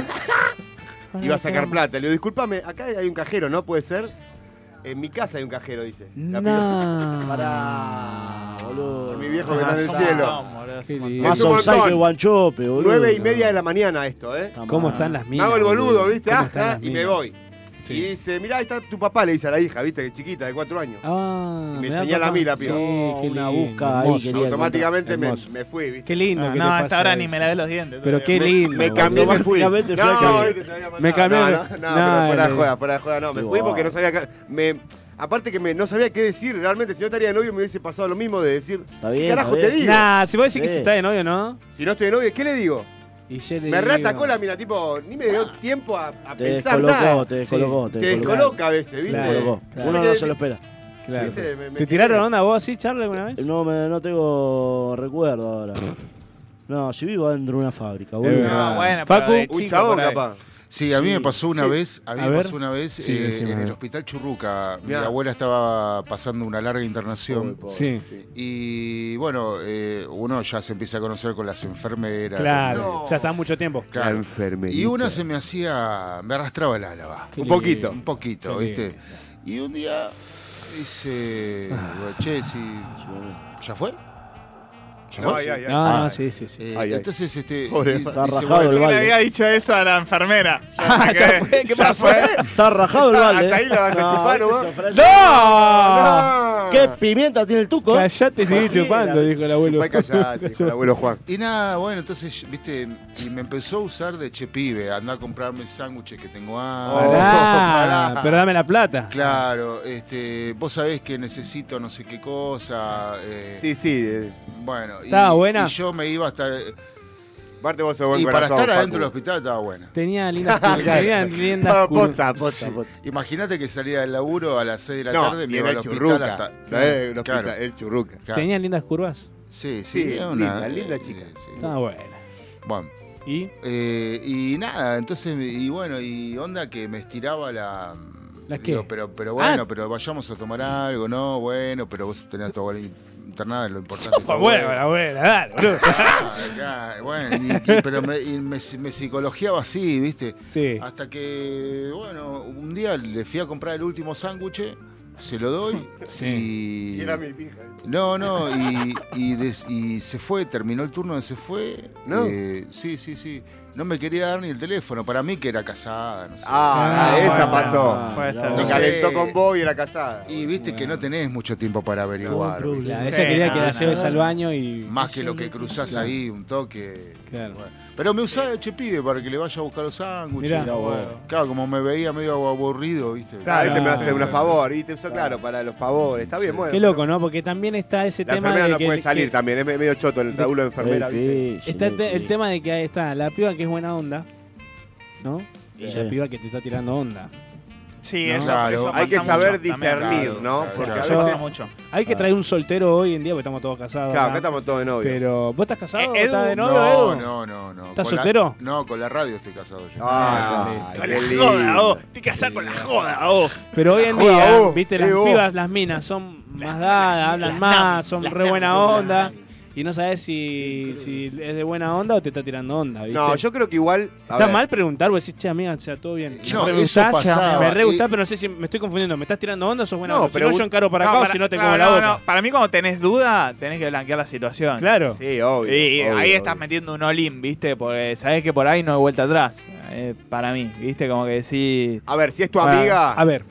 S2: Iba a sacar plata. Le digo, discúlpame, acá hay un cajero, ¿no? ¿Puede ser? En mi casa hay un cajero, dice. La
S4: No.
S7: Pará, boludo.
S2: Mi viejo que
S4: Ah,
S2: está en
S7: Ah,
S2: el cielo.
S7: Más
S2: Es un
S7: offside
S2: montón.
S7: que Guanchope, boludo.
S2: Nueve y media de la mañana esto, ¿eh?
S4: ¿Cómo están las minas?
S2: Me hago el boludo, ¿viste?
S4: ¿Cómo
S2: Ah,
S4: están
S2: ah,
S4: las
S2: y me
S4: minas?
S2: voy. Y dice, mirá, ahí está tu papá, le dice a la hija, ¿viste? Que chiquita, de cuatro años.
S4: Ah,
S2: Y me
S4: da
S2: señala a mí la
S4: papá.
S2: piba.
S4: Sí, qué
S7: una
S4: lindo,
S7: busca ahí,
S4: hermoso.
S7: quería
S2: Automáticamente me,
S4: Hermoso.
S2: me fui, ¿viste?
S4: Qué lindo
S3: Ah,
S4: que
S3: no,
S4: te
S3: hasta
S4: pasa
S3: ahora ni
S4: eso.
S3: me lavé los dientes.
S4: Pero qué
S2: Me-
S4: lindo.
S2: Me cambié y me fui. No,
S4: Automáticamente fue
S2: no,
S4: que-
S2: viste, te había mandado.
S4: me cambié.
S2: No, no, no, pero fuera de joda, fuera de joda, no. Me
S4: Digo,
S2: fui porque
S4: ah.
S2: no sabía qué- me- Aparte que me, no sabía qué decir, realmente, si no estaría de novio me hubiese pasado lo mismo de decir, ¿qué
S7: bien,
S2: carajo
S7: está
S2: te
S7: bien.
S2: digo?
S4: Nah, si vos decís que
S2: Eh, Sí.
S4: si está de novio, ¿no?
S2: Si no estoy de novio, ¿qué le digo?
S4: ¿Ah? Y yo le
S2: Me
S4: digo-
S2: reatacó la mina, tipo, ni me dio tiempo a, a
S7: Te
S2: pensar
S7: descolocó,
S2: nada.
S7: te descolocó,
S2: te,
S7: te
S2: descoloca
S7: descolocó.
S2: a veces, ¿viste?
S7: Claro, vos.
S2: Claro.
S7: Uno no se lo espera.
S4: Claro.
S2: Viste, me- me
S4: ¿Te tiraron onda vos así, Charlie, alguna vez?
S7: No, me, no tengo recuerdo ahora. No, si vivo adentro de una fábrica, boludo.
S4: verdad.
S3: No, bueno, pero Facu, de
S2: un chico chabón, por ahí. capaz.
S9: Sí, a mí
S7: Sí,
S9: me pasó una
S7: sí.
S9: vez, a mí
S7: A
S9: me
S7: ver.
S9: pasó una vez
S7: Sí,
S9: eh,
S7: decime, a
S9: en el
S7: ver.
S9: hospital Churruca.
S7: Mirá.
S9: Mi abuela estaba pasando una larga internación.
S4: Sí.
S9: Y bueno, eh, uno ya se empieza a conocer con las enfermeras.
S4: Claro,
S9: No.
S4: ya está mucho tiempo.
S9: Claro.
S2: enfermerita.
S9: Y una se me hacía, me arrastraba el álava.
S4: Qué Un poquito.
S9: Un poquito,
S4: Qué
S9: ¿viste? Y un día dice, che, si, ¿ya fue?
S4: No, ay, ay, ay. No, no, Ah, sí, sí, sí.
S9: Eh,
S4: Ay, ay.
S9: entonces, este.
S4: Pobre,
S9: di-
S4: está
S9: dice,
S4: rajado
S9: bueno,
S4: el
S3: Le había dicho eso a la enfermera. Yo me quedé-
S4: ¿Qué
S3: ya
S4: pasó?
S3: fue.
S7: Está rajado el balde.
S3: Hasta ahí la vas a chupar, ¿no?
S7: ¡No! ¡Qué pimienta tiene el tuco!
S4: Callate y seguí chupando, dijo el abuelo.
S2: Chupá y callate, dijo el abuelo Juan.
S9: Y nada, bueno, entonces, yo, viste, y me empezó a usar de che pibe, anda a comprarme sándwiches que tengo hambre.
S4: Pará,
S9: Pará.
S4: Oh. Ah, pero dame la plata.
S9: Claro, este, vos sabés que necesito no sé qué cosa. eh,
S2: Sí, sí.
S9: Bueno, y-
S4: Estaba buena.
S9: y yo me iba hasta. eh,
S2: Parte vos sos buen
S9: y para
S2: corazón,
S9: estar
S2: Facu.
S9: adentro del hospital estaba buena.
S4: Tenía lindas curvas. Tenía lindas
S2: No,
S4: curvas.
S2: posta, posta, posta.
S9: Imagínate que salía del laburo a las 6 de la
S2: No,
S9: tarde,
S2: y
S9: me
S2: era
S9: iba al
S2: el
S9: hospital
S2: churruca.
S9: hasta.
S2: Eh, el hospital, el churruca.
S9: Claro.
S4: Tenía lindas curvas.
S9: Sí, sí, era una- eh, sí.
S4: Estaba buena.
S9: Bueno.
S4: Ah,
S9: Eh,
S4: ¿Y?
S9: y nada, entonces, y bueno, y onda que me estiraba la.
S4: ¿La qué? Ah.
S9: digo, pero, pero bueno, pero vayamos a tomar algo, no, bueno, pero vos tenés a tu abuela internada, lo importante. es tu
S4: Fue buena, la abuela, dale, boludo.
S9: Ah, acá, bueno, y- y- pero me, y me- me psicologiaba así, ¿viste?
S4: Sí.
S9: Hasta que, bueno, un día le fui a comprar el último sándwich, se lo doy. Y,
S2: Y era mi pija.
S9: No, no, y, y des- y se fue, terminó el turno, se fue.
S2: ¿No?
S9: Eh, sí, sí, sí. No me quería dar ni el teléfono, para mí que era casada, no sé.
S2: Ah,
S9: Ah,
S2: esa
S9: bueno,
S2: pasó.
S9: puede ser.
S2: Se
S9: No
S2: calentó
S9: sé.
S2: con vos y era casada.
S9: Y viste que no tenés mucho tiempo para averiguar.
S4: No,
S9: ¿viste?
S4: no, ella quería que la lleves al baño y-
S9: Más que lo que cruzás
S4: Claro.
S9: ahí, un toque.
S4: Claro.
S9: Bueno. Pero me usaba de che pibe para que le vaya a buscar los sándwiches.
S4: Mirá.
S9: Mirá vos. Claro, como me veía medio aburrido, viste.
S2: Claro, este me hace un favor. Y te usó, claro, para los favores. Está bien, bueno.
S4: Qué loco, ¿no? Porque también está ese
S2: La
S4: tema
S2: enfermera
S4: de
S2: no
S4: que-
S2: puede salir
S4: que-
S2: también, es medio choto el tabulo de enfermera.
S4: Sí,
S2: ¿viste?
S4: Está el te- el tema de que ahí está la piba que es buena onda, ¿no? Y
S2: Sí.
S4: la piba que te está tirando onda.
S3: Sí,
S4: ¿No?
S3: eso,
S4: Claro.
S3: eso
S2: Hay que
S3: pasa
S2: saber
S3: mucho
S2: discernir,
S3: también.
S2: ¿no?
S3: Porque
S2: Claro.
S3: a
S2: Yo-
S3: veces mucho.
S4: Hay que traer un soltero hoy en día porque estamos todos casados.
S2: Ah. Claro, acá estamos todos de novio.
S4: Pero, ¿vos estás casado?
S9: Eh, Edu-
S4: ¿Estás de novio,
S9: No,
S4: Edu?
S9: no, no, no.
S4: ¿Estás
S9: Con la-
S4: soltero?
S9: no, con la radio estoy casado yo.
S4: Ah,
S9: Con
S4: qué
S9: la
S4: lindo.
S9: joda, vos.
S3: Te casás con la joda, vos.
S4: Pero hoy en
S3: Joda,
S4: día,
S3: vos.
S4: viste,
S3: Eh,
S4: las
S3: vos.
S4: pibas, las minas, son más dadas, hablan más, son re buena onda. Y no sabes si, si es de buena onda o te está tirando onda, ¿viste?
S2: No, yo creo que igual. a
S4: Está
S2: ver,
S4: mal preguntar, vos decís, che, amiga, o sea, todo bien.
S2: No,
S4: me re
S2: eso
S4: gustás,
S2: pasaba.
S4: me re
S2: Y-
S4: gustás, pero no sé si me estoy confundiendo. ¿Me estás tirando onda o sos buena
S3: No,
S4: onda? Si
S3: pero
S4: no,
S3: un-
S4: yo encaro para
S3: no,
S4: acá o
S3: para-
S4: si no te
S3: claro,
S4: como la
S3: no,
S4: boca.
S3: no. Para mí, cuando tenés duda, tenés que blanquear la situación.
S4: Claro.
S2: Sí, obvio.
S3: Y
S2: obvio,
S3: ahí
S2: obvio.
S3: estás metiendo un all-in, ¿viste? Porque sabés que por ahí no hay vuelta atrás. eh, para mí, ¿viste? Como que decís.
S2: A ver, si es Ah, tu
S3: Bueno,
S2: amiga.
S4: Ah, A ver.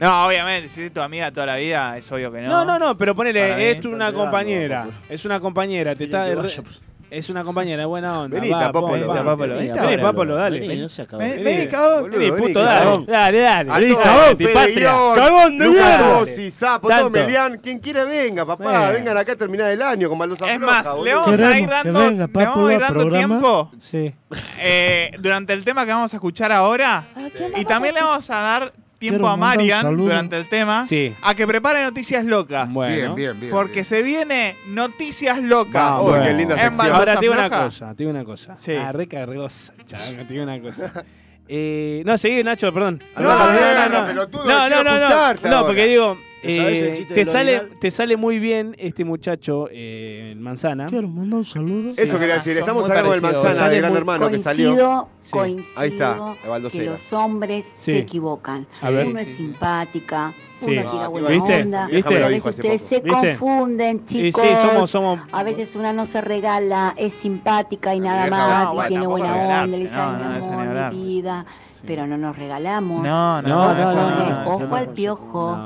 S3: No, obviamente, si es tu amiga toda la vida, es obvio que no.
S4: No, no, no, pero
S3: Para mí
S4: ponele, es
S3: está
S4: una
S3: tirando,
S4: compañera. Es una compañera, te está. re-
S2: pues.
S4: Es una compañera, buena onda.
S3: Vení,
S4: va,
S3: Papolo,
S4: pon,
S3: vení,
S4: va.
S3: Papolo,
S4: Vení,
S3: vení, Papolo.
S4: Papolo, dale.
S3: Vení,
S7: no sea cagón.
S4: Vení,
S3: Vení, cagón.
S4: Vení,
S2: Boludo,
S4: puto,
S2: vení,
S4: dale.
S2: cagón.
S4: Dale, dale.
S2: A
S4: Vení,
S2: todos,
S4: cagón,
S2: Fede
S4: patria.
S2: Guión,
S4: Cagón de
S2: Lucas
S4: mierda.
S2: Rossi, Sapo,
S4: Tanto.
S2: todo Melián, quien quiera venga, papá.
S4: Eh.
S2: Vengan acá a terminar el año con baldosa
S3: Es
S2: floja,
S3: más,
S2: boludo.
S3: le vamos a ir
S2: Queremos que
S3: dando,
S2: venga,
S3: le vamos a ir dando tiempo
S4: Sí.
S3: eh, durante el tema que vamos a escuchar ahora.
S11: Ah,
S3: Y también le vamos a dar tiempo
S4: Quiero
S3: a
S4: mandar un
S3: Marian
S4: saludo.
S3: durante el tema
S4: Sí.
S3: a que prepare noticias locas.
S4: Bueno. Bien, bien, bien,
S3: Porque se viene noticias locas.
S4: Vamos.
S2: oh,
S3: En Baldosa
S4: Ahora te digo una
S3: Floja.
S4: cosa, te digo una cosa.
S3: Sí.
S4: Ah, re cargosa, chabón, te digo una cosa. Eh, no, seguí, Nacho, perdón.
S2: No, no, no, pelotudo,
S4: no, no,
S2: quiero
S4: no,
S2: escucharte
S4: no,
S2: ahora.
S4: porque digo,
S2: ¿Te sabés el
S4: eh,
S2: chiste
S4: te,
S2: del
S4: sale,
S2: orinal?
S4: te sale muy bien este muchacho eh, en Manzana.
S7: Quiero mandar un saludo.
S2: Eso quería decir, estamos acá con el manzana
S4: Sale
S2: de Gran
S4: muy-
S2: Hermano que salió.
S11: Coincido, coincido
S2: Ahí está, la
S11: que
S2: baldosera.
S11: los hombres
S2: Sí.
S11: se equivocan.
S2: A ver.
S11: Uno es
S2: Sí,
S11: simpática,
S2: Sí.
S11: uno tira
S2: Ah,
S11: buena
S2: ¿viste?
S11: onda.
S2: ¿Viste?
S11: A
S2: Lo
S11: veces
S2: dijo hace
S11: ustedes
S2: poco.
S11: se
S2: ¿Viste?
S11: confunden,
S4: Y sí,
S11: chicos.
S4: somos- somos-
S11: A veces una no se regala, es simpática y nada
S3: vieja
S11: más,
S3: brava,
S11: y tiene
S3: tampoco
S11: buena
S3: regalarse,
S11: onda, le dice,
S3: no,
S11: "Ay, mi
S3: no, eso ni
S11: amor, mi
S3: hablar".
S11: vida. Pero no nos regalamos.
S3: No, no, No, no, eso no,
S11: eh,
S3: no, eso
S11: Ojo
S3: no.
S11: al piojo.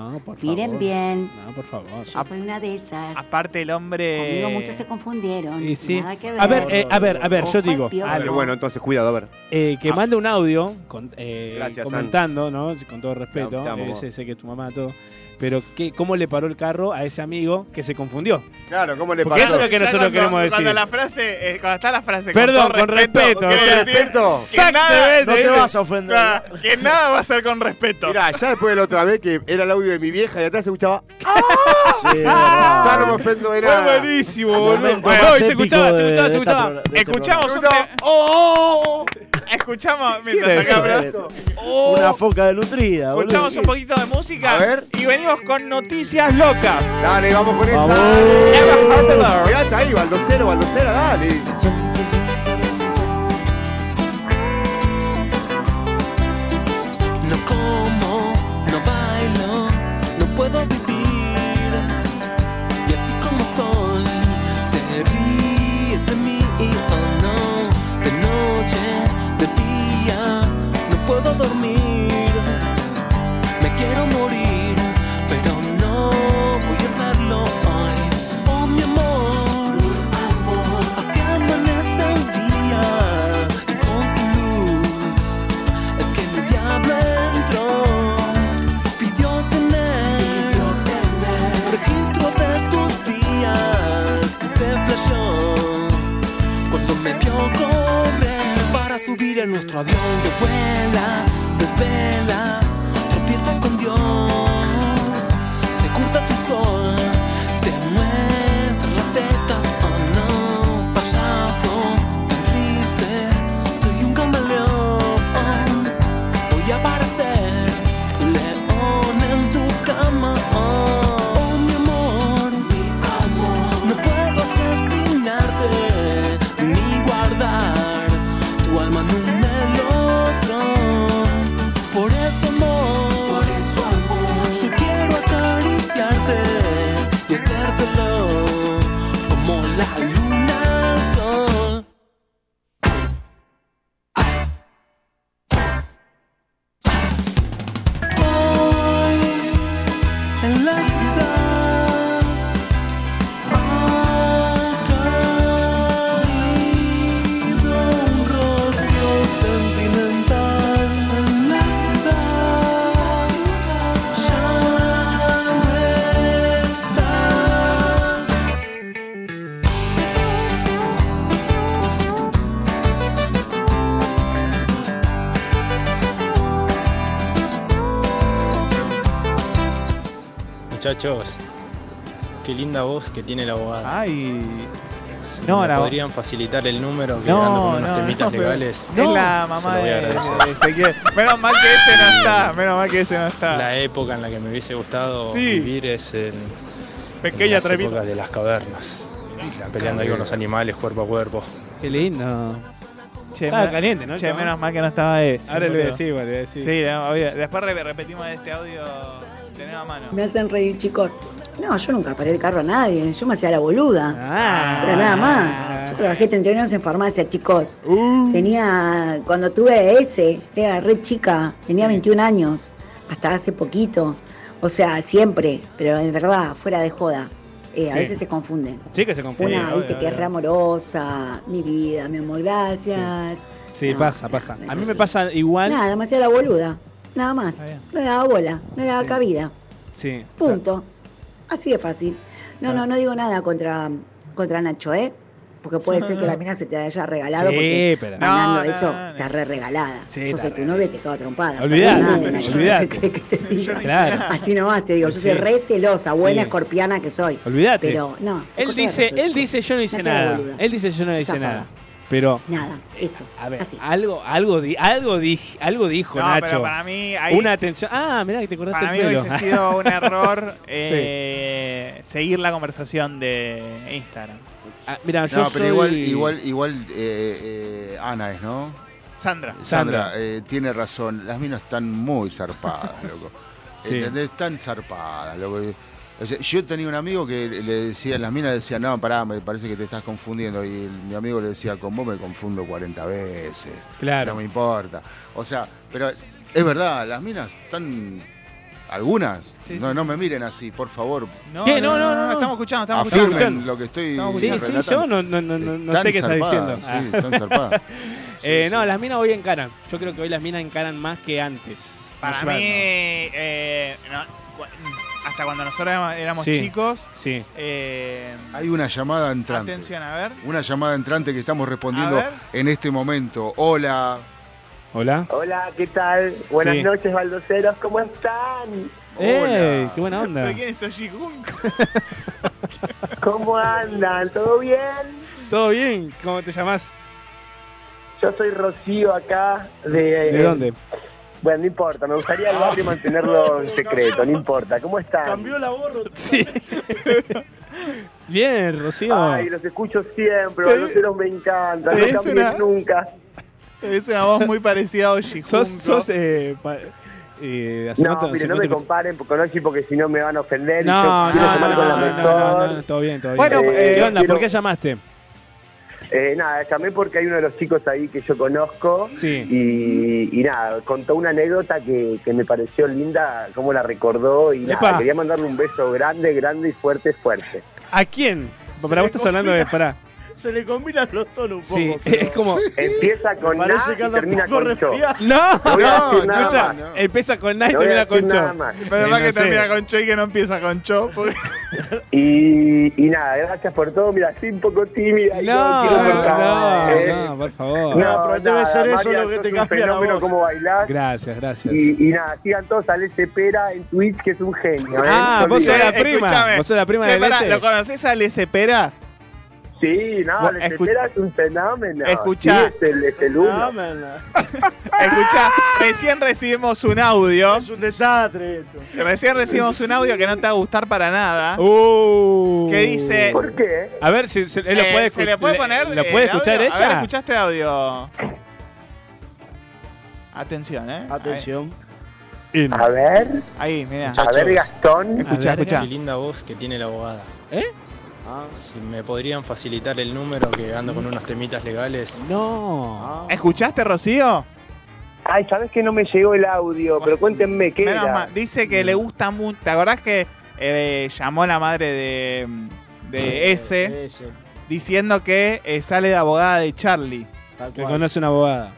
S11: Miren bien. No, por favor. Yo soy una de esas.
S3: Aparte el hombre...
S11: Conmigo muchos se confundieron.
S4: Y sí.
S11: Nada que ver.
S4: A ver, eh, a ver, a ver, yo digo.
S2: Pero bueno, entonces cuidado, a ver. Ah,
S4: Eh, que mande un audio con- eh,
S2: Gracias,
S4: comentando, ¿no? con todo respeto,
S2: Te amo,
S4: eh,
S2: vos.
S4: sé, sé que tu mamá todo, pero que, cómo le paró el carro a ese amigo que se confundió.
S2: Claro, ¿cómo le
S4: Porque
S2: pasó?
S4: eso es lo que
S3: Ya
S4: nosotros
S3: cuando-
S4: queremos decir.
S3: Cuando, la frase, eh, cuando está la frase...
S4: Perdón,
S3: todo
S4: con respeto,
S3: quiere
S4: o sea,
S3: decir
S4: respeto.
S3: Que nada,
S4: Exactamente, No te
S3: ¿viste?
S4: vas a ofender.
S3: Claro, que nada va a ser con respeto.
S2: Mirá, ya después de la otra vez que era el audio de mi vieja y atrás se escuchaba. Ya no me ofendo de nada.
S4: ¡Ah! Fue buenísimo,
S2: Momento
S4: boludo.
S2: más
S4: Bueno, y se
S2: épico
S4: escuchaba, se
S2: de-
S4: escuchaba,
S2: de
S4: se
S2: esta
S4: escuchaba.
S2: pro- de este
S3: Escuchamos un
S2: programa.
S3: te- ¡Oh! Escuchamos mientras
S7: ¿Quién es
S3: acá
S7: ese?
S3: abrazo. ¡Oh!
S7: Una foca de nutrida, boludo.
S3: Escuchamos un poquito de música y venimos con noticias locas.
S2: Dale, vamos con esa. Quédate ahí, baldocero, baldocera, dale.
S17: No como, no bailo, no puedo vivir. Y así como estoy, terrible. Oh,
S6: Nuestro avión que vuela, desvela, tropieza con Dios. Se curta tu sol, te muestra las tetas. Oh no, payaso, tan triste, soy un camaleón. Voy a aparecer, león en tu cama. Oh mi amor, mi amor, no puedo asesinarte ni guardar tu alma en un melotron. Por eso amor, por eso amor, yo quiero acariciarte y hacértelo como la luna al sol. Hoy en la ciudad ha caído un rocío sentimental en la ciudad. Ya no estás.
S10: Muchachos, qué linda voz que tiene la abogada.
S3: Ay.
S10: No,
S3: No, la-
S10: podrían facilitar el número que
S3: No,
S10: ando con unos
S3: no,
S10: temitas
S3: no, pero-
S10: legales.
S3: Es la
S10: Se
S3: mamá
S10: lo voy a
S3: de
S10: agradecer.
S3: de Ezequiel. Menos mal que ese no está. Menos mal que ese no está.
S10: La época en la que me hubiese gustado
S3: Sí.
S10: vivir es en,
S3: Pequeña
S10: en las
S3: trevita.
S10: épocas de las cavernas. Peleando ahí con los animales cuerpo a cuerpo.
S3: Qué lindo. Che,
S4: Estaba
S3: me-
S4: caliente, ¿no,
S3: Che,
S4: chabón?
S3: menos mal que no estaba ese.
S4: Ahora le voy a
S3: boludo.
S4: decir, igual, le voy a decir.
S3: Sí, no, obvio. después re- repetimos este audio. Tenés a mano.
S11: Me hacen reír, chicos. No, yo nunca paré el carro a nadie. Yo me hacía la boluda.
S4: Ah.
S11: Pero nada más. Yo trabajé 31 años en farmacia, chicos.
S3: Uh.
S11: Tenía, cuando tuve ese, era re chica. Tenía 21 años. Hasta hace poquito. O sea, siempre. Pero en verdad, fuera de joda. Eh, A
S4: Sí.
S11: veces se confunden.
S4: Sí que se confunde.
S11: Suena, viste, que es re amorosa. Mi vida, mi amor, gracias.
S4: Sí, pasa, pasa. Ah, A mí me pasa igual.
S11: Nada, me hacía la boluda. Nada más. No le daba bola. No le daba cabida.
S4: Sí.
S11: Punto. Así de fácil. No, no, no digo nada contra, contra Nacho, ¿eh? Porque puede ser que la mina se te haya regalado
S4: Sí,
S11: porque
S4: pero-
S11: mandando
S4: No, no,
S11: eso está re regalada. Yo soy tu novia y te cago a trompada.
S4: Olvidate,
S11: Perdóname, Nacho,
S4: olvidate.
S11: ¿qué querés que te diga?
S4: Claro.
S11: Así nomás te digo, yo soy
S4: Sí.
S11: re celosa, buena
S4: Sí.
S11: escorpiana que soy.
S4: Olvídate.
S11: Pero no.
S4: Él dice, él dice yo no hice
S11: Me hacía la
S4: nada.
S11: boluda.
S4: Él dice yo no hice
S11: Zafada.
S4: nada. Pero eh,
S11: Nada, eso.
S4: a ver, algo algo di- algo dij- algo dijo
S3: No,
S4: Nacho.
S3: pero para mí ahí-
S4: una atención. Ah, mirá que te cortaste
S3: Para mí
S4: el pelo.
S3: hubiese sido un error eh, seguir la conversación de Instagram.
S4: mira,
S9: No, pero igual, igual, igual eh, eh, Ana es, ¿no?
S3: Sandra.
S9: Sandra,
S3: Sandra.
S9: eh, tiene razón. Las minas están muy zarpadas, loco.
S4: Sí.
S9: ¿Entendés? Están zarpadas, loco. O sea, yo tenía un amigo que le decía, las minas decían, no, pará, me parece que te estás confundiendo. Y el- mi amigo le decía, con vos me confundo 40 veces.
S4: Claro.
S9: No me importa. O sea, pero es verdad, las minas están. Algunas.
S3: Sí,
S9: no,
S3: sí.
S9: no me miren así, por favor.
S3: No,
S4: ¿Qué? No, no, no, no.
S3: Estamos escuchando, estamos
S9: Afirmen
S3: escuchando.
S9: lo que estoy Eh,
S3: Estamos
S4: Sí, sí,
S9: escuchando.
S4: yo no, no, no, no- no
S9: Están
S4: sé qué estás diciendo.
S9: zarpadas, sí, están zarpadas.
S4: Eh, No, las minas hoy encaran. Yo creo que hoy las minas encaran más que antes.
S3: Para
S4: No
S3: mí,
S4: sé,
S3: eh, no, cu- hasta cuando nosotros éramos- éramos
S9: Sí,
S3: chicos,
S4: sí.
S3: eh,
S9: Hay una llamada entrante.
S3: atención, a ver.
S9: Una llamada entrante que estamos respondiendo
S3: A ver.
S9: en este momento. Hola.
S4: Hola.
S2: Hola, ¿qué tal? Buenas
S9: Sí.
S2: noches, baldoceros, ¿cómo están?
S4: ¡Ey! ¡Qué buena onda!
S3: ¿Pero quién es Ojikun?
S2: ¿Cómo andan? ¿Todo bien?
S4: ¿Todo bien? ¿Cómo te llamás?
S2: Yo soy Rocío acá de... eh,
S4: ¿De dónde?
S2: Bueno, no importa, me gustaría el barrio mantenerlo en secreto, no importa. ¿Cómo están? Cambió
S4: la voz. Sí. Bien, Rocío.
S2: Ay, los escucho siempre, baldoceros me encantan,
S3: ¿Te
S2: no
S3: ves
S2: cambié
S3: una-
S2: nunca.
S3: Es una voz muy parecida a Ojikun.
S4: Sos, sos, eh, pa- eh, hace
S2: No,
S4: cuánto- hace
S2: mire, no
S4: cuánto
S2: me
S4: que-
S2: comparen con Ochi porque si no me van a ofender. y
S4: No,
S2: yo quiero
S4: no,
S2: tomar
S4: no,
S2: con la
S4: no, no,
S2: mejor.
S4: no, no, todo bien, todo bien.
S2: Bueno, eh,
S4: ¿qué onda?
S2: quiero-
S4: ¿Por qué llamaste?
S2: Eh, nada, llamé porque hay uno de los chicos ahí que yo conozco y, y nada, contó una anécdota que, que me pareció linda, cómo la recordó y nada,
S4: Epa.
S2: quería mandarle un beso grande, grande y fuerte, fuerte.
S4: ¿A quién? Para vos estás hablando de. Pará. Se le combinan los tonos un
S3: Sí,
S4: poco.
S3: es como-
S2: Empieza con
S4: Parece
S2: na
S4: que
S2: y
S4: anda
S2: termina
S4: un poco
S2: con cho.
S4: resfriado.
S3: No,
S2: No voy a
S3: no,
S2: decir nada
S3: escucha,
S2: más, no.
S3: empieza con Night y
S2: No voy a
S3: termina
S2: decir
S3: con
S2: nada
S3: Cho.
S2: más.
S3: Pero verdad
S2: Eh,
S3: que
S2: no sé.
S3: termina con Cho y que no empieza con Cho. porque-
S2: Y, y nada, gracias por todo. Mira, soy un poco tímida. y
S3: No,
S2: quiero contar.
S3: no,
S2: Eh,
S3: no, por favor.
S2: no, nada, María, sos un fenómeno como bailás.
S3: Gracias, gracias.
S2: Y, y nada, sigan todos a Lece Pera en Twitch, que es un genio. ¿eh?
S3: Ah,
S2: No
S3: vos sos
S2: olviden.
S3: la prima. Vos sos la prima
S2: Che,
S3: de
S2: pará,
S3: Lece.
S2: lo con-
S3: conocés a Lece Pera?
S2: Sí, no,
S3: Vos
S2: Lece
S3: escu-
S2: Pera es un fenómeno.
S3: Escuchá.
S2: Sí, es el, es el uno.
S3: Escuchá, recién recibimos un audio. Es
S4: un desastre esto.
S3: Recién recibimos un audio que no te va a gustar para nada. Que dice.
S2: ¿Por qué?
S4: Uh, A ver si se, él lo
S3: Eh,
S4: puede
S3: ¿Se
S4: escu-
S3: le puede
S4: le-
S3: poner?
S4: ¿Lo
S3: eh,
S4: puede
S3: el
S4: escuchar
S3: audio? A ver,
S4: ella?
S3: escuchaste audio. Atención, ¿eh? Atención.
S2: A ver.
S3: Ahí, mira.
S10: Muchachos,
S3: Escucha,
S10: a ver
S3: escucha.
S10: Qué linda voz que tiene la abogada. Ah.
S4: ¿Eh?
S10: Si me podrían facilitar el número que ando con unos temitas legales.
S4: No.
S3: ¿Escuchaste, Rocío?
S2: Ay, sabes que no me llegó el audio, pero cuéntenme qué
S3: Menos
S2: era.
S3: mal. Dice que le gusta mucho. ¿Te acordás que eh, llamó la madre de, de ese diciendo que eh, sale de abogada de Charlie?
S4: Que conoce una abogada.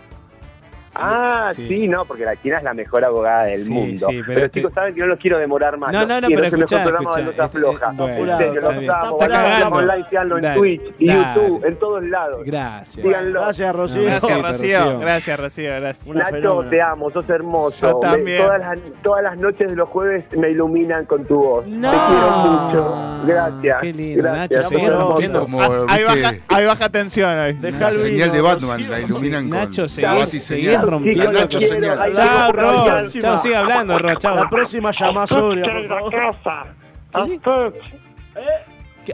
S2: Ah, sí. no, porque la China es la mejor abogada del
S4: Sí,
S2: mundo.
S4: sí, pero
S2: pero
S4: este-
S2: chicos, saben que no los quiero demorar más.
S4: No, no, no,
S2: quiero,
S4: pero
S2: es el mejor
S4: escuchá,
S2: programa
S4: escuchá,
S2: de Nota
S4: este-
S2: Floja.
S4: bueno,
S2: en serio,
S4: está
S2: los
S4: bien.
S2: amo.
S4: Está
S2: Acá
S4: cagando.
S2: estamos online, síganlo en
S4: Dale,
S2: Twitch, y
S4: dale.
S2: YouTube, en todos lados.
S4: Gracias.
S2: Síganlo. Gracias,
S4: Rocío. No,
S3: Gracias,
S4: gracias,
S3: Rocío.
S4: Rocío.
S3: Gracias, Rocío. Gracias.
S2: Nacho, te amo, sos hermoso.
S3: Yo
S2: Me-
S3: también.
S2: todas, las, todas las noches de los jueves me iluminan con tu voz. Te quiero mucho. Gracias.
S4: Qué lindo,
S2: Gracias,
S4: Nacho.
S2: sos
S4: Seguí
S2: hermoso.
S4: rompiendo. Ah,
S9: Como,
S3: Ahí
S9: viste,
S3: baja, ahí baja tensión hoy.
S9: la señal de Batman, la iluminan con
S4: Nacho,
S9: la
S4: seguís, seguís
S9: batiseñal.
S4: rompiendo.
S9: La Nacho señal.
S4: Chao, Ro.
S9: Chao,
S4: Chao, sigue hablando, Ro. Chao.
S7: La próxima llamada sobria, por favor.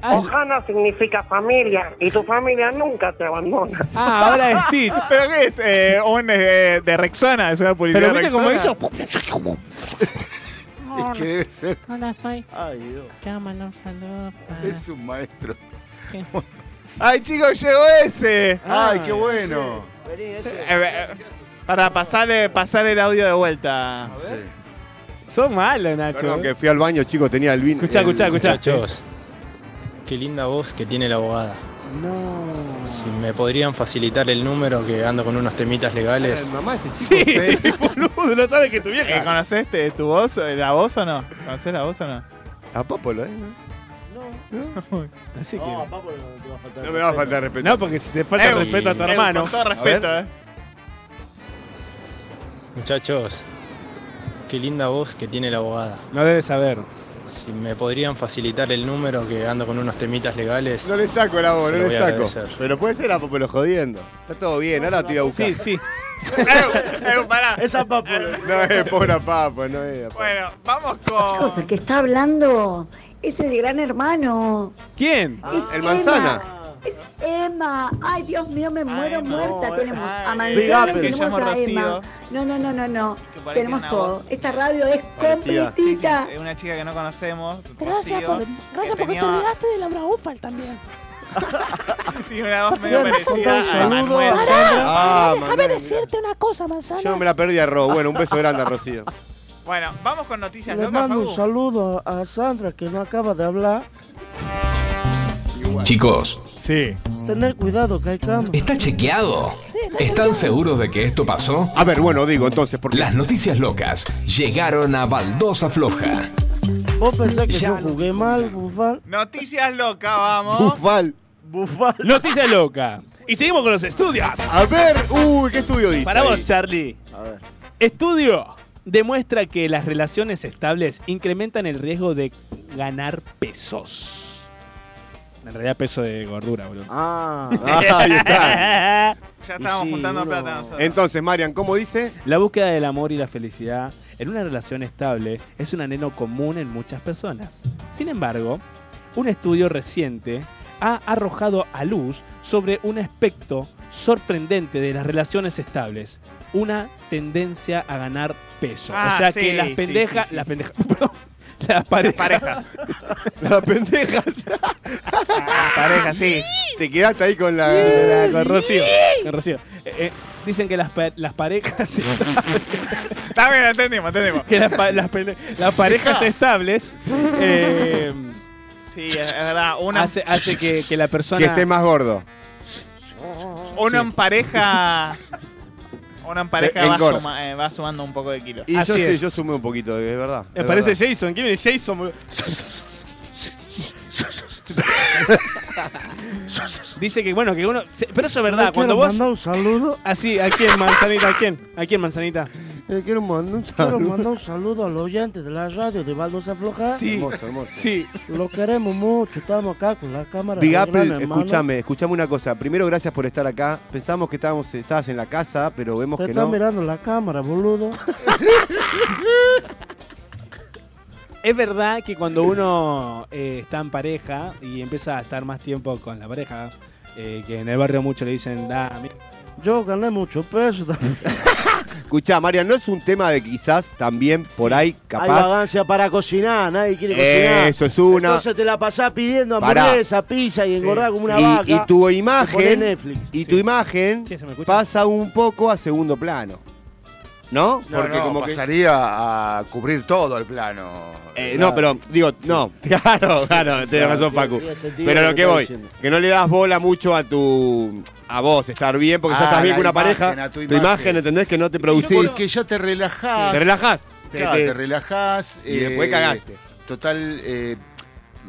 S3: Ah,
S5: Ohana significa familia y tu familia nunca te abandona.
S4: Ah, ahora es Stitch.
S3: ¿Pero qué es? Eh, un eh, de Rexona, es una publicidad
S4: Pero
S3: de
S4: viste cómo
S3: Rexona.
S4: hizo.
S9: Es que debe ser.
S6: Hola, soy.
S9: Ay, Dios.
S6: Llámalo, un saludo para-
S9: Es un maestro.
S3: Ay, chicos, llegó ese.
S4: Ah,
S9: Ay, qué bueno.
S3: Eh, eh, para pasarle, pasar el audio de vuelta.
S4: Son malos, Nacho.
S23: Perdón, que fui al baño, chicos, tenía el vino.
S4: Escuchá,
S23: el-
S4: escuchá, escuchá.
S10: Muchachos, qué linda voz que tiene la abogada. No. Si me podrían facilitar el número que ando con unos temitas legales.
S23: este
S4: Sí, boludo, no sabes que tu vieja.
S3: Eh, ¿Conocés este- tu voz, eh, la voz o no? ¿Conocés la voz o no?
S23: A Popolo, ¿eh?
S4: Así que.
S7: No, papo, no te va a faltar.
S23: No me va a faltar respeto.
S4: No, porque si te falta
S23: Eh,
S4: respeto a tu
S23: eh,
S4: hermano.
S3: Con todo respeto, eh.
S10: Muchachos, qué linda voz que tiene la abogada.
S4: No debes saber.
S10: Si me podrían facilitar el número que ando con unos temitas legales.
S23: No le saco la voz,
S10: Se
S23: no
S10: lo
S23: le
S10: voy a
S23: saco.
S10: agradecer.
S23: Pero puede ser a Popolo jodiendo. Está todo bien, ahora te voy a buscar.
S4: Sí, sí.
S7: Esa papo.
S23: No es pobre a Papo, no es. a Papo.
S3: Bueno, vamos
S11: Ah, Chicos, el que está hablando es el de Gran Hermano.
S4: ¿Quién?
S11: Es
S23: el
S11: Emma.
S23: manzana.
S3: Ah.
S11: Es Emma. Ay, Dios mío, me muero
S3: eh,
S11: muerta. tenemos a
S23: Big
S11: Manzana,
S23: up, que
S11: tenemos
S23: llama
S11: a Emma.
S23: Rocío.
S11: No, no, no, no, no.
S3: Que parece
S11: Tenemos
S3: una
S11: todo.
S3: voz.
S11: Esta radio es completita.
S3: Es una chica que no conocemos.
S6: Gracias,
S3: Rocío,
S6: por,
S3: que
S6: gracias porque
S3: tenía-
S6: te olvidaste de Laura Ufal también.
S3: Tiene una voz medio
S6: Bueno,
S3: parecida
S23: un
S3: a
S23: saludo.
S3: Manuel.
S23: Pará,
S6: Ah,
S23: Ah,
S6: déjame
S23: Manuel,
S6: decirte una cosa, manzana.
S23: Yo me la perdí a Ro. Bueno, un beso grande a Rocío.
S3: Bueno, vamos con noticias
S7: Le
S3: locas,
S7: mando un
S3: Facu.
S7: saludo a Sandra que no acaba de hablar.
S1: Chicos,
S4: sí.
S7: Tener cuidado que hay cama.
S1: ¿está chequeado? ¿Están seguros de que esto pasó?
S23: A ver, bueno, digo entonces, porque
S1: Las noticias locas llegaron a Baldosa Floja.
S7: Vos pensás que yo jugué mal, bufal.
S3: Noticias locas, vamos.
S23: Bufal.
S7: Bufal.
S4: Noticia loca. Y seguimos con los estudios.
S23: A ver, uy, ¿qué estudio dice?
S4: Para
S23: ahí?
S4: vos, Charlie. Estudio demuestra que las relaciones estables incrementan el riesgo de ganar pesos. En realidad, peso de gordura, boludo.
S7: Ah,
S23: ahí está.
S3: Ya estábamos juntando plata nosotros.
S23: Entonces, Marian, ¿cómo dice?
S4: La búsqueda del amor y la felicidad en una relación estable es un anhelo común en muchas personas. Sin embargo, un estudio reciente ha arrojado a luz sobre un aspecto sorprendente de las relaciones estables, una tendencia a ganar peso.
S3: Ah,
S4: o sea
S3: sí,
S4: que las
S3: sí,
S4: pendejas,
S3: sí, sí,
S4: las
S3: sí.
S4: pendejas, perdón, las parejas,
S3: Parejas.
S23: Las pendejas.
S5: ¡Ah,
S3: Pareja, sí.
S23: Te quedaste ahí con la.
S4: con Rocío, con Rocío. Eh, eh, dicen que las, pa- las parejas
S3: Está bien, entendimos, entendimos.
S4: que las, pa- las pele- las parejas estables eh,
S3: Sí, es verdad. Una,
S4: Hace, hace que, que la persona.
S2: Que esté más gordo.
S3: uno en pareja. Uno en pareja
S2: En
S3: va,
S2: gordo.
S3: suma- eh, va sumando un poco de kilos.
S2: Y yo,
S4: Así
S2: sí,
S4: es.
S2: yo sumé un poquito, es verdad.
S4: Me
S2: es
S4: parece
S2: verdad.
S4: Jason. ¿Quién es Jason? Dice que bueno, que uno. se- Pero eso es verdad.
S5: ¿Le
S4: cuando
S5: quiero
S4: vos.
S5: mandar un saludo?
S4: Así, ¿a quién, manzanita? ¿A quién? ¿A quién, manzanita?
S5: Eh, quiero mandar un saludo. Quiero mandar un saludo a los oyentes de la radio de Baldos Afloja.
S4: Sí.
S2: Hermoso, hermoso.
S4: Sí.
S5: Lo queremos mucho. Estamos acá con la cámara.
S2: Big
S5: de Gran
S2: Apple,
S5: Hermano.
S2: escúchame, escúchame una cosa. Primero, gracias por estar acá. Pensamos que estábamos, estabas en la casa, pero vemos
S5: Te
S2: que
S5: está
S2: no.
S5: mirando la cámara, boludo.
S4: Es verdad que cuando uno eh, está en pareja y empieza a estar más tiempo con la pareja, eh, que en el barrio mucho le dicen, da a mí.
S5: Yo gané mucho peso también.
S2: Escuchá, María, ¿no es un tema de quizás también por ahí,
S5: Hay
S2: capaz?
S5: vagancia para cocinar, nadie quiere cocinar.
S2: Eso es una.
S5: Entonces te la pasás pidiendo
S2: Pará.
S5: hamburguesa, pizza y engordar como una
S2: y,
S5: vaca.
S2: y tu
S5: Te ponés
S2: imagen,
S5: Netflix.
S2: y tu imagen pasa un poco a segundo plano. ¿No?
S9: No, no, pasaría a cubrir todo el plano.
S2: Eh, no, pero digo, no, claro, claro,
S9: Sí, sí,
S2: tenés razón,
S9: sí,
S2: Facu.
S9: tiene sentido
S2: Pero
S9: lo que
S2: lo que
S9: está
S2: voy,
S9: diciendo.
S2: que no le das bola mucho a tu a vos estar bien, porque ya
S9: Ah,
S2: estás bien
S9: la
S2: con una
S9: imagen,
S2: pareja.
S9: a tu
S2: tu,
S9: imagen.
S2: imagen, ¿entendés? Que no te producís.
S9: Porque ya te relajás.
S2: Te relajás. Te-
S9: Claro,
S2: te-
S9: te, relajás. eh,
S2: Y después cagaste.
S9: Total, eh,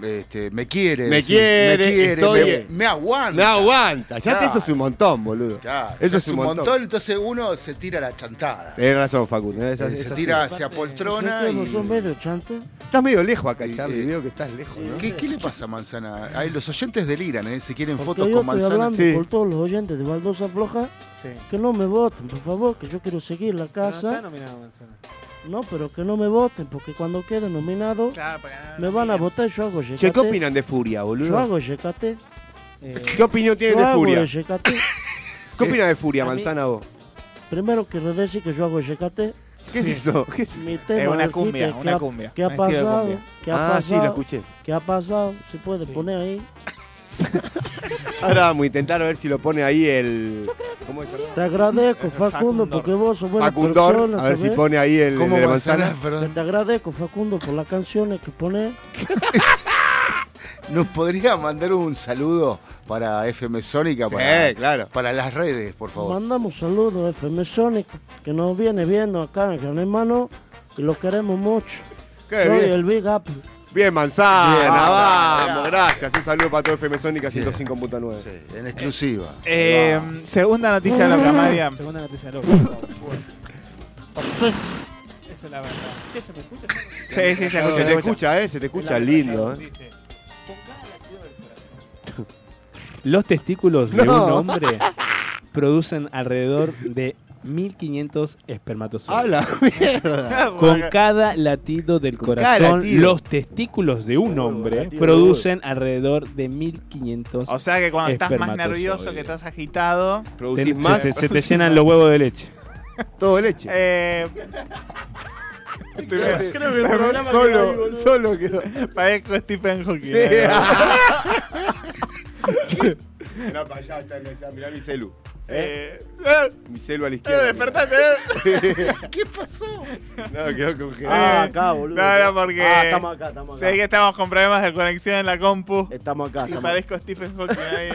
S9: este, me quieres.
S2: Me
S9: sí,
S2: quieres,
S9: Me quieres,
S2: estoy-
S9: me- me aguanta.
S2: Me aguanta. Ya
S9: Claro,
S2: eso es un montón, boludo.
S9: claro.
S2: Eso es un montón.
S9: Entonces uno se tira la chantada.
S2: Tenés razón, Facu. ¿eh? ¿no? Es
S9: Eh, Se-
S2: así, es
S9: se
S2: así.
S9: tira hacia poltrona
S5: ¿Nosotros no
S9: y-
S5: son medio chantes?
S2: Estás medio lejos acá, Charlie.
S9: eh,
S2: Veo que estás lejos, ¿no?
S9: ¿Qué, qué le pasa a Manzana? Ay, los oyentes deliran, ¿eh? Si quieren
S5: Porque
S9: fotos
S5: yo
S9: con
S5: estoy
S9: Manzana.
S5: hablando
S9: Sí.
S5: por todos los oyentes de Baldosa Floja que no me voten, por favor, que yo quiero seguir la casa. No, pero que no me voten, porque cuando quede nominado
S2: pues, ah,
S5: me van a votar y yo hago yecate.
S2: Che, ¿qué opinan de Furia,
S5: Yo
S2: boludo?
S5: hago yecate.
S2: ¿Qué opinión tienen
S5: Yo
S2: de
S5: hago
S2: Furia?
S5: yecate.
S2: ¿Qué opinas de Furia,
S5: A mí-
S2: Manzana, vos?
S5: Primero quiero decir que yo hago yecate.
S2: ¿Qué es eso? ¿Qué es
S5: Mi
S2: eso?
S5: tema
S2: Es una
S5: del
S2: cumbia,
S5: hit es
S2: una
S5: que ha-
S2: cumbia,
S5: ¿Qué ha
S2: un estilo de
S5: pasado?
S2: cumbia.
S5: ¿Qué ha
S2: Ah, sí, la
S5: pasado?
S2: escuché.
S5: ¿Qué ha pasado? ¿Se puede poner ahí?
S2: Ahora vamos a intentar a ver si lo pone ahí el. ¿Cómo se llama?
S5: Te agradezco,
S9: Eh,
S5: Facundo, porque vos sos buena
S2: Facundor,
S5: persona.
S2: a ver si
S5: ¿sabés?
S2: pone ahí el- ¿Cómo el de la manzana? manzana?
S5: Te agradezco, Facundo, por las canciones que pones.
S9: ¿Nos podría mandar un saludo para FM Sónica?
S5: Sí,
S9: para,
S2: claro.
S9: Para las redes, por favor.
S5: Mandamos saludos a FM Sonic, que nos viene viendo acá en Gran Hermano, y lo queremos mucho.
S2: Qué
S5: Soy
S2: bien.
S5: el Big Apple.
S2: Bien, Manzana,
S9: Bien, Manzana,
S2: vamos, gracias. Un saludo para todo FM Sónica 105.9. Sí,
S9: en exclusiva.
S3: Eh, segunda noticia de la María.
S4: Segunda noticia loca. Esa es la verdad. ¿Qué se me escucha?
S3: Sí, sí, se escucha,
S2: Se
S3: se
S2: te
S3: escucha.
S2: escucha, eh, se te escucha lindo, eh.
S4: Los testículos de
S2: No.
S4: un hombre producen alrededor de 1500 espermatozoides.
S2: ¡A la mierda!
S4: Con cada latido del
S2: cada
S4: corazón,
S2: latido.
S4: los testículos de un hombre
S3: latido
S4: producen alrededor de 1500
S3: O sea que cuando estás más
S4: espermatozoides.
S3: nervioso, que estás agitado.
S4: Te- se- se, se te llenan los huevos de leche.
S2: Todo de leche.
S3: Eh,
S2: Creo que el
S3: Parezco
S2: programa Solo, quedó ahí, boludo. solo quedó.
S3: Parezco Stephen Hawking.
S2: Sí.
S3: Eh,
S2: Mirá para allá, está allá, mirá mi celu.
S3: eh,
S2: Mi celu a la
S3: eh,
S2: izquierda.
S3: despertate. eh. ¿Qué pasó?
S2: No, quedó congelado.
S9: Ah.
S3: Eh, No, no, porque.
S5: Ah, estamos acá, estamos acá.
S3: Sé que estamos con problemas de conexión en la compu.
S5: Estamos acá.
S3: Y
S5: estamos-
S3: parezco Stephen Hawking ahí.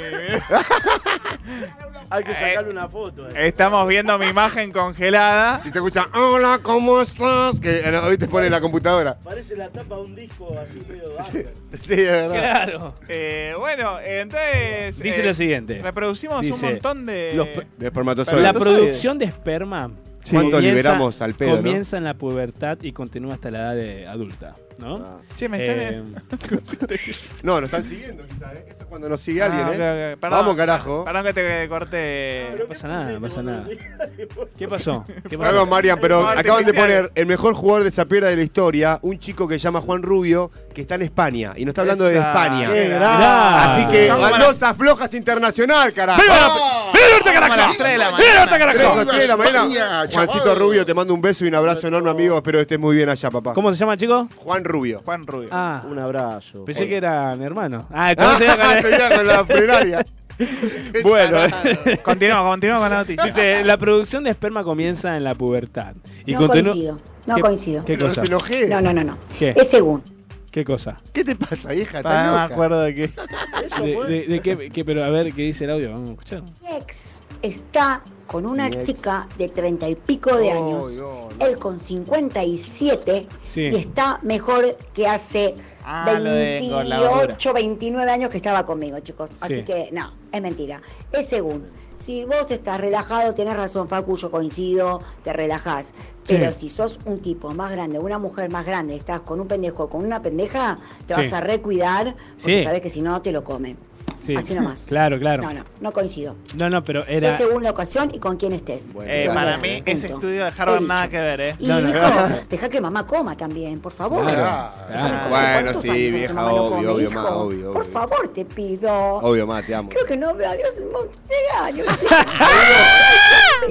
S5: Hay que sacarle una foto. eh.
S3: Estamos viendo mi imagen congelada.
S2: Y se escucha, hola, ¿cómo estás? Que eh, hoy te pone la computadora.
S5: Parece la tapa de un disco así medio
S2: Sí, es verdad.
S4: Claro.
S3: Eh, bueno, eh, entonces.
S4: Dice
S3: eh,
S4: lo siguiente.
S3: Reproducimos un
S4: Dice,
S3: montón de.
S2: Eh,
S4: los pe-
S2: De espermatozoides.
S4: La producción de esperma.
S2: Sí. ¿Cuánto liberamos al pedo, no?
S4: Comienza en la pubertad y continúa hasta la edad de adulta, ¿no?
S3: Che, me
S4: Eh,
S2: No, nos están siguiendo quizás, ¿eh? Eso es cuando nos sigue
S3: Ah,
S2: alguien, ¿eh?
S3: ok, ok. Perdón,
S2: Vamos, carajo.
S3: Perdón que te corte.
S4: No pasa nada, no pasa nada. ¿Qué pasó? ¿Qué pasó?
S2: Perdón, Marian, pero
S3: Fuego
S2: acaban de
S3: artificial.
S2: poner el mejor jugador de Zapiera de la historia, un chico que se llama Juan Rubio, que está en España. Y no está hablando de
S3: Esa.
S2: España.
S3: Qué
S5: grande.
S2: Así que,
S5: Son como
S2: baldosa flojas internacional, carajo.
S3: Como a las tres de la
S2: Tres,
S3: mañana.
S2: carajo.
S9: Viva
S2: Tres de la mañana.
S9: España,
S2: Juancito
S9: chaval.
S2: Rubio, te mando un beso y un abrazo enorme, amigo. Espero que estés muy bien allá, papá.
S4: ¿Cómo se llama, chico?
S2: Juan Rubio.
S3: Juan Rubio.
S4: Ah.
S5: Un abrazo.
S4: Pensé que era mi hermano. Ah, el chabón se iba
S2: Ah,
S4: con-
S2: se iba con la funeraria.
S4: Bueno,
S3: Continuamos, continuamos con la noticia.
S4: dice, la producción de esperma comienza en la pubertad.
S11: No
S4: continúa-
S11: coincido, no
S4: ¿Qué-
S11: coincido.
S4: ¿Qué cosa?
S11: No, no, no, no.
S4: ¿Qué?
S11: Es según.
S4: ¿Qué cosa?
S9: ¿Qué te pasa, hija?
S4: Ah,
S9: ¿Estás
S4: no me
S9: loca?
S4: acuerdo de qué.
S9: Eso
S4: de,
S9: fue.
S4: de- de qué, qué- Pero a ver qué dice el audio, vamos a escuchar.
S11: Mi ex está con una
S4: Mi ex.
S11: chica de treinta y pico de años, él con 57
S4: Sí.
S11: y está mejor que hace
S4: Ah, lo de con la basura.
S11: 28, 29 años que estaba conmigo, chicos. Así
S4: Sí.
S11: que no, es mentira. Es según. Si vos estás relajado, tenés razón, Facu, yo coincido, te relajás. Pero si
S12: Sí.
S11: sos un tipo más grande, una mujer más grande, estás con un pendejo o con una pendeja, te
S4: Sí.
S11: vas a recuidar porque
S4: Sí.
S11: sabés que si no te lo comen.
S4: Sí.
S11: Así nomás.
S4: Claro, claro.
S11: No, no, no coincido.
S4: No, no, pero era.
S11: Es según la ocasión y con quién estés.
S3: Eh, para mí, ese estudio de Harvard nada que ver, ¿eh?
S11: Y
S3: No, no,
S11: hijo,
S3: no.
S11: deja que mamá coma también, por favor.
S3: Claro,
S11: Déjame
S2: Bueno,
S11: comer. ¿Cuántos
S2: sí,
S11: años hace que
S2: vieja,
S11: mamá no
S2: obvio,
S11: come,
S2: obvio,
S11: hijo?
S2: ma, obvio,
S11: Por
S2: obvio.
S11: favor, te pido.
S2: Obvio, más, te amo.
S11: Creo que no veo a Dios un montón de años, chicos.
S2: Es peor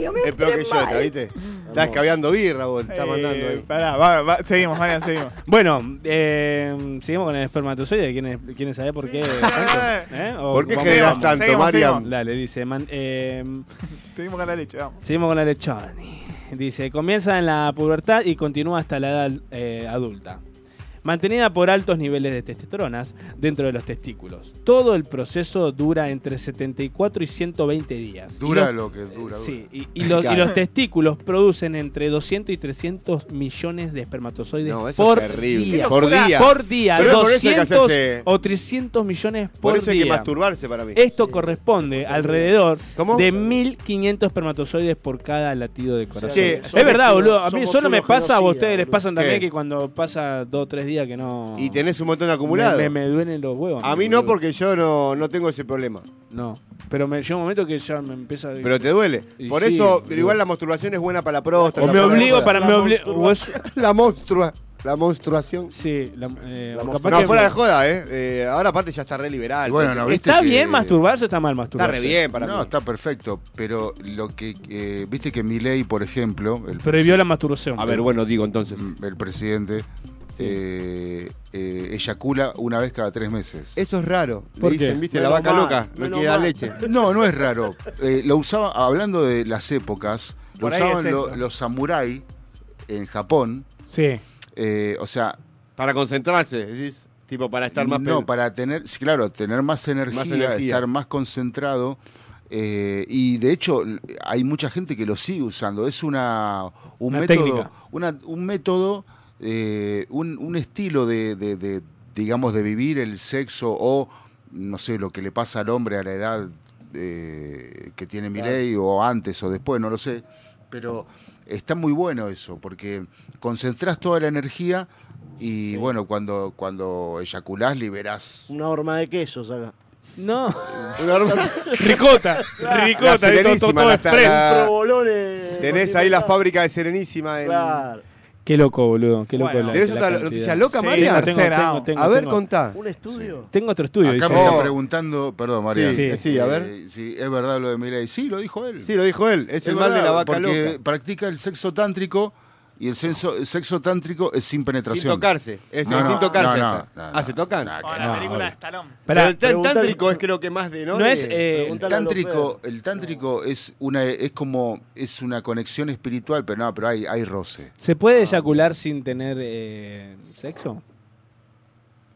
S2: que yo, ¿te ¿viste? Estás cabeando birra, vos, te estás
S4: Eh,
S2: mandando ahí.
S3: Pará, va, va, seguimos, Marian, seguimos.
S4: Bueno, eh, seguimos con el espermatozoide. ¿Quieren, quieren saber por qué? tanto? ¿Eh? ¿O
S2: ¿Por qué
S4: vamos-
S2: generas
S4: vamos?
S2: tanto, Mariam?
S4: Dale, dice. man- eh,
S3: Seguimos con la leche, vamos.
S4: seguimos con la lechoni. Dice, comienza en la pubertad y continúa hasta la edad eh, adulta. Mantenida por altos niveles de testosteronas dentro de los testículos. Todo el proceso dura entre 74 y 120 días.
S9: Dura
S4: Y los-
S9: lo que dura.
S4: Sí,
S9: dura.
S4: y, y los, y
S9: Claro.
S4: los testículos producen entre 200 y 300 millones de espermatozoides
S2: No, eso
S4: por,
S2: es terrible.
S4: día.
S2: Por día.
S4: Por día.
S2: Pero por eso hay que
S4: 200
S2: hacerse-
S4: o 300 millones por,
S2: Por eso hay que
S4: día.
S2: masturbarse para mí.
S4: Esto corresponde alrededor de 1500 espermatozoides por cada latido de corazón.
S2: Che,
S4: es
S2: somos
S4: verdad,
S2: unos-
S4: boludo. A mí
S2: somos
S4: solo me
S2: unos
S4: pasa, a
S2: genocidas,
S4: ustedes les
S2: boludo.
S4: pasan también
S2: ¿Qué?
S4: que cuando pasa dos o tres días que no.
S2: Y tenés un montón acumulado.
S4: Me, me- me duelen los huevos.
S2: A mí no, porque yo no, no tengo ese problema.
S4: No. Pero me llega un momento que ya me empieza.
S2: Pero te duele.
S4: Y
S2: Por
S4: sí,
S2: eso,
S4: boludo.
S2: pero igual la masturbación es buena para la próstata.
S4: O me
S2: para la
S4: obligo
S2: cosa.
S4: para- me La obli- monstrua-
S2: La monstrua. La monstruación.
S4: Sí, la, eh, capaz
S2: No,
S4: que-
S2: fuera de joda, ¿eh? Eh, Ahora aparte ya está re liberal. Porque-
S4: ¿Está bien masturbarse o está mal masturbarse?
S9: No, está perfecto. Pero lo que. eh, Viste que Milei, por ejemplo. el
S4: Prohibió la masturbación.
S9: A ver,
S2: bueno, digo entonces.
S9: El presidente eh, eh, eyacula una vez cada tres meses.
S2: Eso es raro.
S9: ¿Por
S2: Le dicen,
S9: qué?
S2: viste,
S9: Menos
S2: la vaca
S9: mal,
S2: loca, no
S9: menos
S2: queda
S9: mal.
S2: leche.
S9: No, no es raro. Eh, lo usaba, hablando de las épocas, lo
S2: Por ahí
S9: usaban
S2: es
S9: lo-
S2: eso.
S9: los samuráis en Japón.
S4: Sí.
S9: Eh, o sea.
S2: Para concentrarse, decís, tipo para estar más
S9: No,
S2: pen-
S9: para tener, sí, claro, tener más energía,
S2: energía.
S9: estar más concentrado. eh, y de hecho, l- hay mucha gente que lo sigue usando. Es una, un
S4: Una
S9: método,
S4: técnica.
S9: una- un método, eh, un, un estilo de, de- de, digamos, de vivir el sexo o, no sé, lo que le pasa al hombre a la edad eh, que tiene mi ley o antes o después, no lo sé. Pero está muy bueno eso, porque concentrás toda la energía y bueno, cuando, cuando eyaculás liberás.
S5: Una horma de queso, saca.
S4: No.
S5: ricota,
S2: ricota, La serenísima, todo- todo la- express. la- Tenés ahí la
S5: fábrica.
S2: fábrica de Serenísima. En...
S5: Claro.
S4: Qué loco, boludo. Qué loco.
S2: Bueno.
S4: la-
S2: ¿Tenés
S4: la
S2: otra
S4: cantidad.
S2: noticia loca,
S4: Sí,
S2: María?
S4: tengo, tengo,
S2: Tercera.
S4: tengo,
S2: A ver,
S4: tengo.
S2: contá.
S5: Un estudio.
S4: Tengo otro estudio.
S9: Acá
S4: dice.
S9: me está preguntando, perdón, María. Eh,
S4: Sí, sí. Sí, a ver.
S9: sí, es verdad lo de Mireille. Sí, lo dijo él.
S2: Sí, lo dijo él. Es el mal de la vaca
S9: porque
S2: loca.
S9: practica el sexo tántrico y el sexo, el sexo tántrico es sin penetración.
S2: Sin tocarse. Es
S9: No,
S2: sin
S9: no,
S2: tocarse.
S9: no, no,
S2: está.
S9: no,
S2: ah, se tocan.
S9: la no, película de obvio.
S3: Stallone.
S9: Pará,
S2: Pero el tan-
S9: preguntale-
S2: tántrico es creo que más de, ¿no?
S4: No
S2: De-
S4: es, eh,
S9: El
S4: Preguntale a los
S9: tántrico, el tántrico es una es como es una conexión espiritual, pero no, pero hay hay roce.
S4: ¿Se puede eyacular sin tener eh, sexo?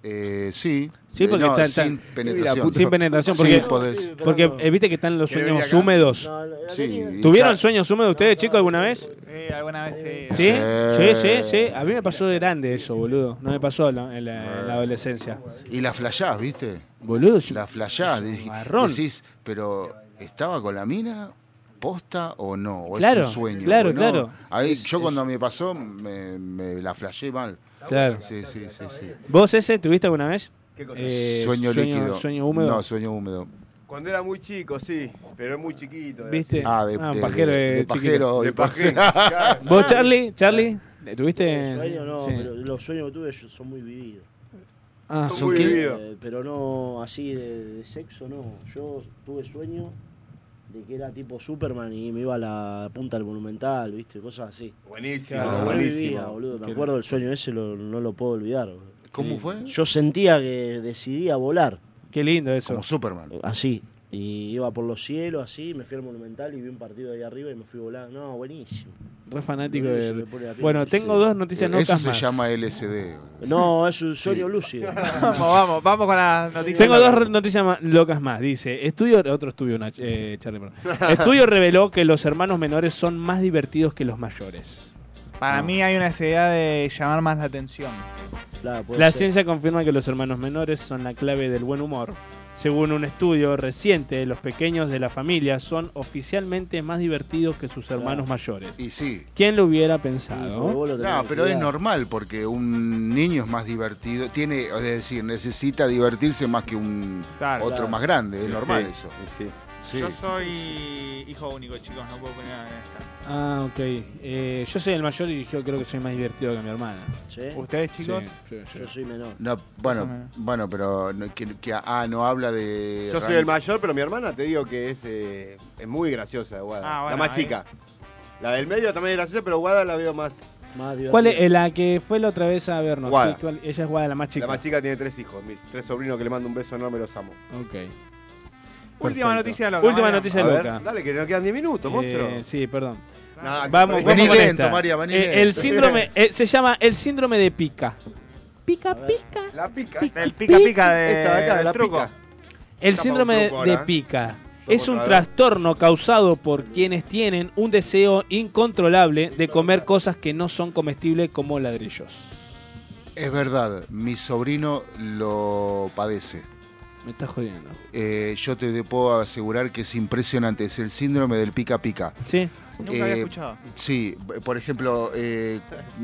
S9: Eh, sí.
S4: Sí,
S9: Eh,
S4: porque
S9: no,
S4: está, está-
S9: sin penetración.
S4: Sin penetración,
S9: Sí,
S4: porque,
S9: podés.
S4: porque eh, viste que están los
S9: ¿Querés
S4: sueños
S9: venir acá?
S4: húmedos.
S9: Sí, y
S4: ¿Tuvieron
S9: está-
S4: sueños húmedos ustedes, chicos, alguna vez?
S3: Sí, alguna vez sí.
S4: ¿Sí?
S9: Sí.
S4: sí, sí, sí. A mí me pasó de grande eso, boludo. No me pasó en la, en la- en
S9: Ah.
S4: la adolescencia.
S9: Y la flashás, ¿viste?
S4: Boludo,
S9: La flashás. de-
S4: marrón.
S9: Decís, pero ¿estaba con la mina? ¿Posta o no? ¿O
S4: Claro,
S9: es un sueño?
S4: claro,
S9: ¿O no?
S4: claro.
S9: Ahí, yo cuando me pasó, me, me la flashé mal.
S4: Claro.
S9: Sí, sí, sí. sí.
S4: ¿Vos ese tuviste alguna vez? Eh,
S9: sueño, líquido.
S4: Sueño húmedo.
S9: No, sueño húmedo.
S2: Cuando era muy chico, sí. Pero es muy chiquito. era
S4: ¿Viste?
S2: así.
S9: Ah, de-
S4: Ah,
S9: de-
S4: pajero.
S9: de- de
S4: eh, chiquito.
S9: pajero,
S2: de
S9: pajero.
S2: claro.
S4: ¿Vos, Charlie? ¿Charlie? ¿Tuviste?
S5: Sueño no,
S4: Sí.
S5: pero los sueños que tuve yo- son muy vividos.
S4: Ah.
S9: ¿Son Muy qué? vividos.
S5: Eh, pero no así de, de sexo, no. Yo tuve sueño de que era tipo Superman y me iba a la punta del Monumental, ¿viste? Cosas así.
S2: Buenísimo,
S5: Claro, no
S2: buenísimo.
S5: vivía, boludo. Me
S2: Qué-
S5: acuerdo del sueño ese, lo- no lo puedo olvidar. boludo.
S9: ¿Cómo fue?
S5: Yo sentía que decidía volar.
S4: Qué lindo eso.
S9: Como Superman.
S5: Así.
S7: Y iba por los cielos así, me fui al Monumental y vi un partido ahí arriba y me fui volando. No, buenísimo.
S4: Re fanático
S7: Boludo, se
S4: del-
S7: me pone la piel.
S4: Bueno, tengo dos noticias
S9: Eso
S4: notas
S9: se
S4: más.
S9: llama LSD. boludo.
S7: No, es un sueño lúcido.
S3: Vamos, vamos, vamos con las noticias.
S4: Tengo dos re- noticias ma- locas más. Dice, estudio, otro estudio, Nach- eh, Charlie, perdón. estudio reveló que los hermanos menores son más divertidos que los mayores. Ah,
S3: Para mí hay una necesidad de llamar más la atención.
S4: La ciencia confirma que los hermanos menores son la clave del buen humor. Según un estudio reciente, los pequeños de la familia son oficialmente más divertidos que sus hermanos mayores.
S9: Y sí.
S4: ¿Quién lo hubiera pensado?
S9: No, pero es normal porque un niño es más divertido, tiene, es decir, necesita divertirse más que un
S3: Claro,
S9: otro
S3: claro.
S9: más grande, es
S3: Sí,
S9: normal
S3: sí,
S9: eso. Sí.
S3: Yo soy hijo único, chicos, no puedo poner nada en esta.
S4: Ah, ok. Eh, yo soy el mayor y yo creo que soy más divertido que mi hermana.
S3: ¿Ustedes, chicos?
S4: Sí, yo- yo.
S7: Yo soy menor.
S9: No,
S7: Más o
S9: bueno,
S7: menos.
S9: bueno, pero no- que, que- ah, no habla de.
S2: Yo soy el mayor, pero mi hermana te digo que es, eh, es muy graciosa, Guada.
S3: Ah, bueno,
S2: la más
S3: ahí.
S2: chica. La del medio también es graciosa, pero Guada la veo más.
S4: ¿Cuál es eh, la que fue la otra vez a vernos?
S2: Guada.
S4: Sí, cuál- Ella es Guada, la más chica.
S2: La más chica tiene tres hijos, mis tres sobrinos que le mando un beso enorme, los amo.
S4: Ok.
S3: Última noticia loca.
S4: Última
S3: Mariano.
S4: noticia
S2: A ver,
S4: loca.
S2: dale, que nos quedan 10 minutos,
S4: Eh,
S2: monstruo.
S4: sí, perdón.
S2: Nah,
S4: Vamos,
S2: vení
S4: vamos con
S2: lento,
S4: esta.
S2: María, vení
S4: Eh,
S2: lento.
S4: El síndrome eh, se llama el síndrome de pica.
S3: Pica, pica.
S2: La pica.
S3: Del pica, pica de,
S2: Esta de acá,
S3: del
S2: la
S3: truco.
S2: pica.
S4: El
S2: Escapa
S4: síndrome
S2: un
S4: de,
S2: truco
S4: de
S2: ahora, ¿eh?
S4: pica
S2: Somos
S4: es un
S2: raros.
S4: trastorno causado por quienes tienen un deseo incontrolable de comer cosas que no son comestibles como ladrillos.
S9: Es verdad, mi sobrino lo padece.
S4: Me estás jodiendo.
S9: Eh, yo te de- puedo asegurar que es impresionante, es el síndrome del pica pica. Eh,
S4: Sí.
S3: Nunca había
S2: Eh,
S3: escuchado.
S9: Sí, b- por ejemplo, eh,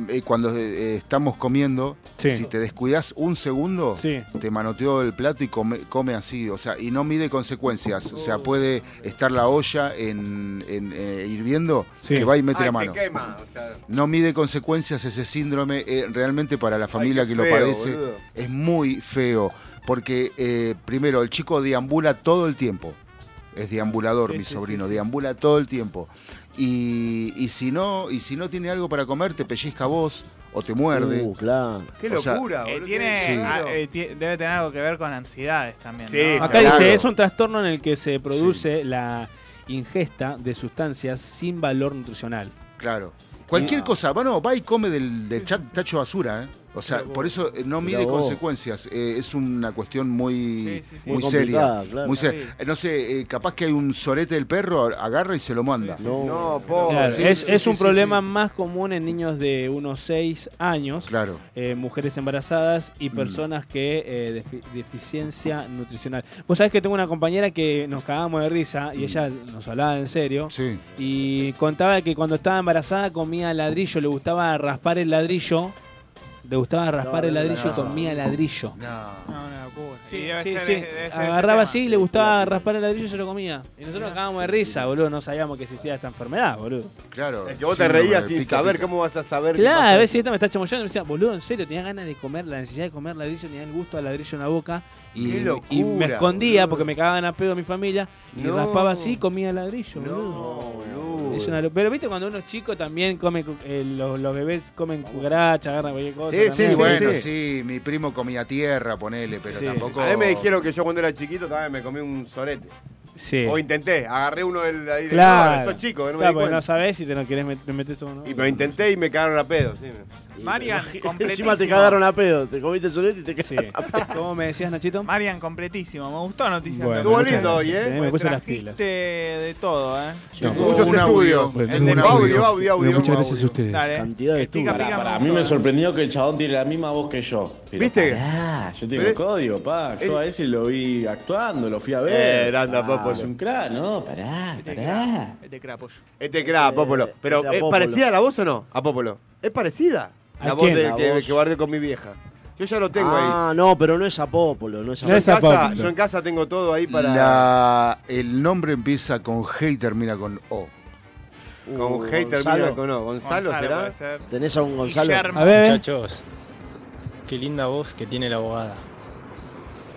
S9: eh, cuando eh, estamos comiendo,
S4: Sí.
S9: si te descuidas un segundo, te manoteó el plato y come, come así, o sea, y no mide consecuencias, o sea, puede estar la olla en, en, eh, hirviendo, que va y mete
S2: Ay,
S9: la mano.
S2: Ah, Se quema, o sea,
S9: No mide consecuencias ese síndrome. eh, realmente para la familia
S2: qué
S9: que
S2: feo,
S9: lo padece
S2: boludo.
S9: es muy feo. Porque eh, primero, el chico deambula todo el tiempo. Es deambulador,
S2: Sí,
S9: mi
S2: sí,
S9: sobrino,
S2: sí, sí.
S9: deambula todo el tiempo. Y, y si no, y si no tiene algo para comer, te pellizca a vos o te muerde.
S7: Uh, claro.
S2: Qué
S9: O sea,
S2: locura,
S3: Eh,
S2: boludo.
S3: tiene,
S9: Sí.
S3: ah, eh, ti- debe tener algo que ver con ansiedades también.
S2: Sí,
S3: ¿no?
S4: Acá
S2: Claro.
S4: dice, es un trastorno en el que se produce la ingesta de sustancias sin valor nutricional.
S9: Claro. Cualquier cosa, bueno, va y come del, del chat tacho basura, ¿eh? O sea, por eso eh, no mide
S7: Mirá vos.
S9: consecuencias. eh, es una cuestión muy,
S7: Sí, sí, sí.
S9: muy
S7: Muy
S9: seria.
S7: complicada, claro.
S9: muy seria.
S7: Sí.
S9: Eh, No sé, eh, capaz que hay un sorete del perro, agarra y se lo manda.
S2: No, pobre.
S4: Claro,
S9: Sí,
S4: es,
S9: sí,
S4: es
S9: sí,
S4: un
S9: sí,
S4: problema más común en niños de unos 6 años,
S9: Claro.
S4: eh, mujeres embarazadas y
S9: Mm.
S4: personas que eh, defi- deficiencia nutricional. Vos sabés que tengo una compañera que nos cagábamos de risa y ella nos hablaba en serio
S9: Mm. Sí.
S4: y contaba que cuando estaba embarazada comía ladrillo, le gustaba raspar el ladrillo, le gustaba raspar el ladrillo y comía ladrillo.
S3: No, una locura. Sí,
S4: Sí,
S3: debe
S4: sí,
S3: ser- debe ser
S4: agarraba
S3: este
S4: así y le gustaba raspar el ladrillo y se lo comía. Y nosotros nos cagábamos de risa, boludo, no sabíamos que existía esta enfermedad, boludo.
S9: Claro.
S2: Es que vos te
S9: síndrome
S2: reías
S9: del
S2: sin
S9: pica,
S2: saber
S9: pica.
S2: cómo vas a saber. qué
S4: Claro,
S2: pasó.
S4: a veces esta me está chamoyando y me decía, boludo, en serio, tenía ganas de comer, la necesidad de comer ladrillo, tenía el gusto al ladrillo en la boca. Y,
S2: Qué locura,
S4: y me escondía
S2: boludo.
S4: porque me cagaban a pedo mi familia. Y
S2: No.
S4: raspaba así y comía ladrillo, boludo.
S2: boludo.
S4: Es una lo- Pero viste cuando uno es chico también come, cu- eh, los, los bebés comen cucaracha, agarran cualquier cosa.
S9: Sí, sí,
S4: también.
S9: bueno, sí. Mi primo comía tierra, ponele, pero
S4: Sí.
S9: tampoco.
S2: A mí me dijeron que yo cuando era chiquito también me comí un sorete.
S4: Sí.
S2: O intenté, agarré uno del ahí de
S4: Claro.
S2: sos chico, no me
S4: Claro,
S2: di
S4: porque
S2: cuenta.
S4: no sabés si te no querés met- meter todo. ¿no?
S2: Y lo intenté y me cagaron a pedo. sí.
S3: Marian,
S7: Encima te
S3: completísimo.
S7: cagaron a pedo. Te comiste el solete y te cagaron a pedo.
S4: ¿Cómo me decías, Nachito?
S3: Marian, completísimo. Me gustó Noticias
S4: Bueno,
S3: Locas.
S4: muchas Estuvo lindo gracias, hoy, ¿eh? eh, me puse las
S3: Trajiste de todo, ¿eh?
S9: Tengo Muchos un estudios. audio.
S19: Bueno,
S9: Tengo un
S19: muchas
S9: audio,
S19: gracias.
S9: audio, audio,
S19: Muchas
S9: audio.
S19: gracias a ustedes.
S3: Dale. Cantidad de pica, pica,
S19: Pará, pará, a
S3: me
S19: mí me
S3: gustó.
S19: sorprendió que el chabón tiene la misma voz que yo. Pero
S2: ¿Viste?
S19: pará, yo tengo
S2: Pero-
S19: código, pa. Yo a ese lo vi actuando, lo fui a ver.
S2: Eh, grande,
S19: Ah,
S2: Popolo.
S19: Es un crack, ¿no? Pará, pará.
S3: Este crapos.
S2: Este cra, Popolo. Pero
S19: este
S2: ¿es
S19: Apópolo.
S2: parecida la voz o no? A Popolo. ¿Es parecida?
S4: ¿A
S2: La voz
S4: quién?
S2: de-
S4: La
S2: que,
S4: voz.
S2: que guardé con mi vieja. Yo ya lo tengo ahí.
S7: Ah, no, pero no es Apópolo. No es
S2: Yo, en
S7: Apópolo.
S2: casa, yo en casa tengo todo ahí para.
S9: La- el nombre empieza con G y termina con O.
S2: Con G y termina con O. ¿Gonzalo,
S3: Gonzalo
S2: será?
S3: puede ser.
S7: ¿Tenés a un Gonzalo?
S3: Guillermo.
S1: Muchachos, qué linda voz que tiene la abogada.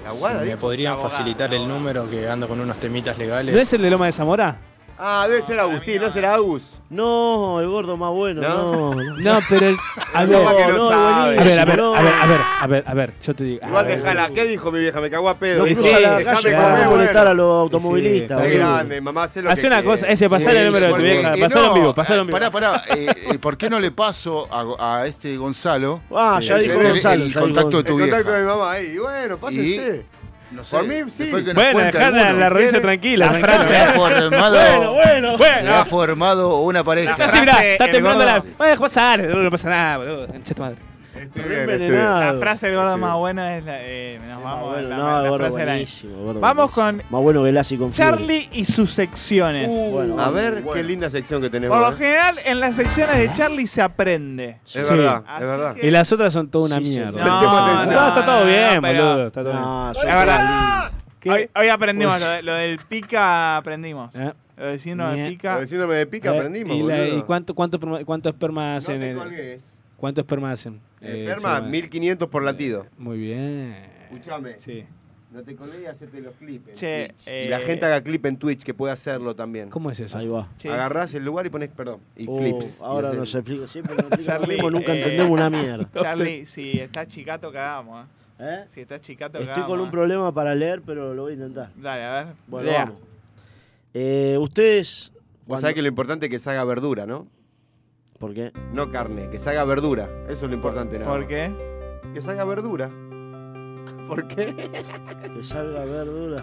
S2: ¿La abogada,
S1: Si me
S2: dijo?
S1: podrían
S2: La abogada,
S1: facilitar el número que ando con unos temitas legales.
S4: ¿No es el de Loma de Zamora?
S2: Ah, debe ser Agustín, ¿no será Agus?
S7: No, el gordo más bueno. No,
S4: No, pero el- a ver,
S7: No, no, el
S4: a ver, a ver,
S7: buenísimo,
S4: a ver,
S7: no.
S4: a ver, a ver, a ver, yo te digo. a
S2: Igual
S4: ver.
S2: dejala. ¿Qué dijo mi vieja? Me cagó a pedo.
S4: No
S2: Y
S4: cruza
S2: sí,
S4: la
S2: dejame
S4: calle
S2: comer,
S4: para no molestar
S7: a los
S9: Este,
S7: automovilistas,
S2: Qué
S7: boludo.
S2: grande, mamá, hace lo
S4: Hace
S2: que
S4: una
S2: quieras.
S4: cosa, ese, pasar el número de tu
S9: porque-
S4: vieja,
S9: eh,
S4: pasalo
S9: no,
S4: en vivo, pasalo en
S9: eh,
S4: vivo.
S9: Pará, pará, eh, eh, ¿por qué no le paso a, a este Gonzalo?
S2: Ah, ya
S9: el-
S2: dijo
S9: el-
S2: Gonzalo,
S9: El
S2: ya
S9: contacto
S2: dijo
S9: de tu
S2: Gonzalo.
S9: vieja.
S2: El contacto de mi mamá ahí. Y bueno, pásense.
S9: No
S2: Por mí, sí.
S9: después que nos
S4: Bueno,
S9: cuente
S4: dejala
S9: alguno.
S4: la rodilla
S9: ¿Quiere?
S4: tranquila,
S9: Se
S4: Francia.
S9: ha formado,
S4: Bueno, bueno,
S9: se
S4: bueno.
S9: ha formado una pareja.
S4: Ah, sí, mirá, está temblando la. Voy a pasar, no pasa nada, boludo. Concha tu madre.
S2: Este,
S4: este.
S3: La frase del gordo más bueno es la. eh, nos vamos a la-
S7: No,
S3: la
S7: el gordo
S3: frase del año.
S7: buenísimo. el gordo
S3: Vamos
S7: buenísimo. Más bueno que Lassi con Fury.
S3: Charlie y sus secciones.
S2: Uh,
S7: Bueno,
S2: a
S7: bueno,
S2: ver
S7: bueno.
S2: qué linda sección que
S3: Por lo
S2: tenemos. ¿eh?
S3: general, en las secciones de Charlie se aprende.
S2: Es verdad,
S4: Ah,
S3: Así
S2: es verdad.
S3: que-
S4: Y las otras son toda una mierda.
S3: No, no,
S4: Está- está todo
S3: no,
S4: bien,
S3: no, pero-
S4: boludo. Está todo bien.
S3: Es verdad. Hoy, hoy aprendimos
S4: Uy.
S3: lo, de- lo del pica, aprendimos.
S4: Eh.
S3: Lo del síndrome
S4: Bien.
S3: de pica.
S2: Lo del síndrome de pica
S4: A ver,
S2: aprendimos,
S4: Eh, ¿Y, la-
S2: boludo.
S4: ¿y cuánto, cuánto, perma- cuánto esperma hacen?
S2: te
S4: el-
S2: colgues.
S4: ¿Cuánto esperma hacen?
S2: Eh,
S4: Eh,
S2: Perma,
S4: Silvana?
S2: 1500 por latido.
S3: Eh,
S4: Muy bien.
S2: Escúchame.
S4: Sí.
S2: No te colgues y hacete los clips. en
S3: Che,
S2: Twitch.
S3: eh,
S2: Y la gente haga clip en Twitch, que puede hacerlo también.
S4: ¿Cómo es eso?
S7: Ahí va.
S3: Che,
S2: Agarrás el lugar y pones, perdón, y
S7: Oh,
S2: clips.
S7: ahora
S2: Y
S7: nos
S2: haces-
S7: explica. Siempre nos explica lo
S3: Charlie,
S7: mismo, nunca
S3: eh,
S7: entendemos una mierda.
S3: Charlie, si está chicato, cagamos. eh. Si está chicato,
S7: Estoy
S3: cagamos,
S7: con un
S3: eh.
S7: problema para leer, pero lo voy a intentar.
S3: Dale, a ver.
S7: Bueno,
S3: Lea.
S7: vamos. Eh, ustedes.
S2: Vos
S7: cuando-
S2: sabés que lo importante es que se haga verdura, ¿no?
S7: ¿Por qué?
S2: No carne, que se haga verdura. Eso es lo importante. nada
S3: ¿Por
S2: más.
S3: qué?
S2: Que se haga verdura. ¿Por qué?
S7: Que salga verdura.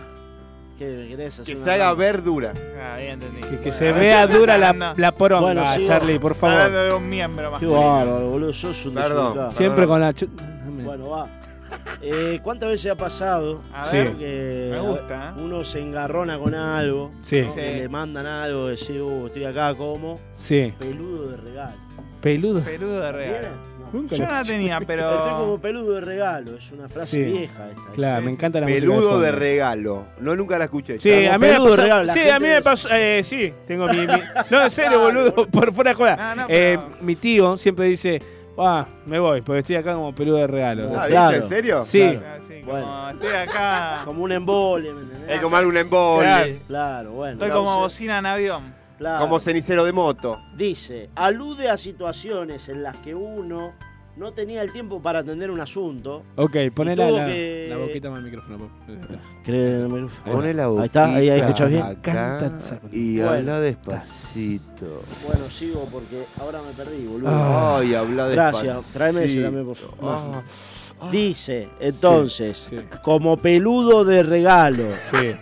S7: ¿Qué me querés hacer?
S2: Que
S7: una
S2: se haga
S7: rama?
S2: verdura.
S3: Ah, bien entendí.
S4: Que, que se vea dura la, la poronga,
S7: Bueno, sí,
S4: Charlie, por favor.
S3: Hablando de un miembro más.
S7: Qué bárbaro, boludo. Sos un
S2: Perdón.
S7: desubicado.
S4: Siempre con la. chu-
S7: Bueno, va. Eh, ¿Cuántas veces ha pasado
S3: A
S4: Sí. ver.
S7: que
S3: Me gusta, ¿eh?
S7: uno se engarrona con algo?
S4: Sí.
S7: ¿no? Que
S3: Sí.
S7: le mandan algo, decís, uh, estoy acá, como
S4: Sí.
S7: Peludo de regalo.
S4: Peludo.
S3: Peludo de regalo.
S7: ¿Vieron?
S4: Nunca
S3: Yo
S4: lo-
S3: no la tenía,
S7: Estoy
S3: pero.
S7: como peludo de regalo. Es una frase
S4: Sí.
S7: vieja esta.
S4: Claro, me encanta la música.
S2: Peludo de
S4: fondo.
S2: regalo. No, nunca la escuché.
S4: Sí,
S7: Como
S4: a mí me
S7: peludo
S4: pasó.
S7: regalo, la
S4: sí,
S7: gente
S4: a mí me
S7: es-
S4: pasó. eh, sí, tengo mi, mi- No, en serio, boludo, por fuera de joda.
S3: No, no,
S4: Eh,
S3: pero-
S4: mi tío siempre dice, ah, me voy, porque estoy acá como peludo de regalo.
S2: Ah, ¿dice?
S7: Claro.
S2: ¿En serio?
S4: Sí.
S7: claro.
S3: Ah, sí, como
S7: Bueno.
S3: estoy acá.
S7: Como un embole, ¿me entendés?
S2: Es como algún embole.
S4: Claro.
S7: Claro, bueno.
S3: Estoy como
S7: Entonces,
S3: bocina en avión.
S7: claro.
S2: Como cenicero de moto.
S7: Dice, alude a situaciones en las que uno no tenía el tiempo para atender un asunto.
S4: Ok, ponela
S7: tuvo
S4: la,
S7: que-
S4: Ah, la boquita más al micrófono. por- ahí está.
S2: Poné la
S7: Ahí está, ahí, ahí
S2: boquita
S7: escuchas bien.
S2: acá
S4: Canta esa-
S2: y
S7: Bueno.
S2: habla despacito.
S7: Bueno, sigo porque ahora me perdí, boludo.
S2: Ay, habla despacito.
S7: Gracias, tráeme ese también, por favor.
S2: Ah,
S7: Dice, entonces,
S4: Sí.
S7: como peludo de regalo.
S4: Sí,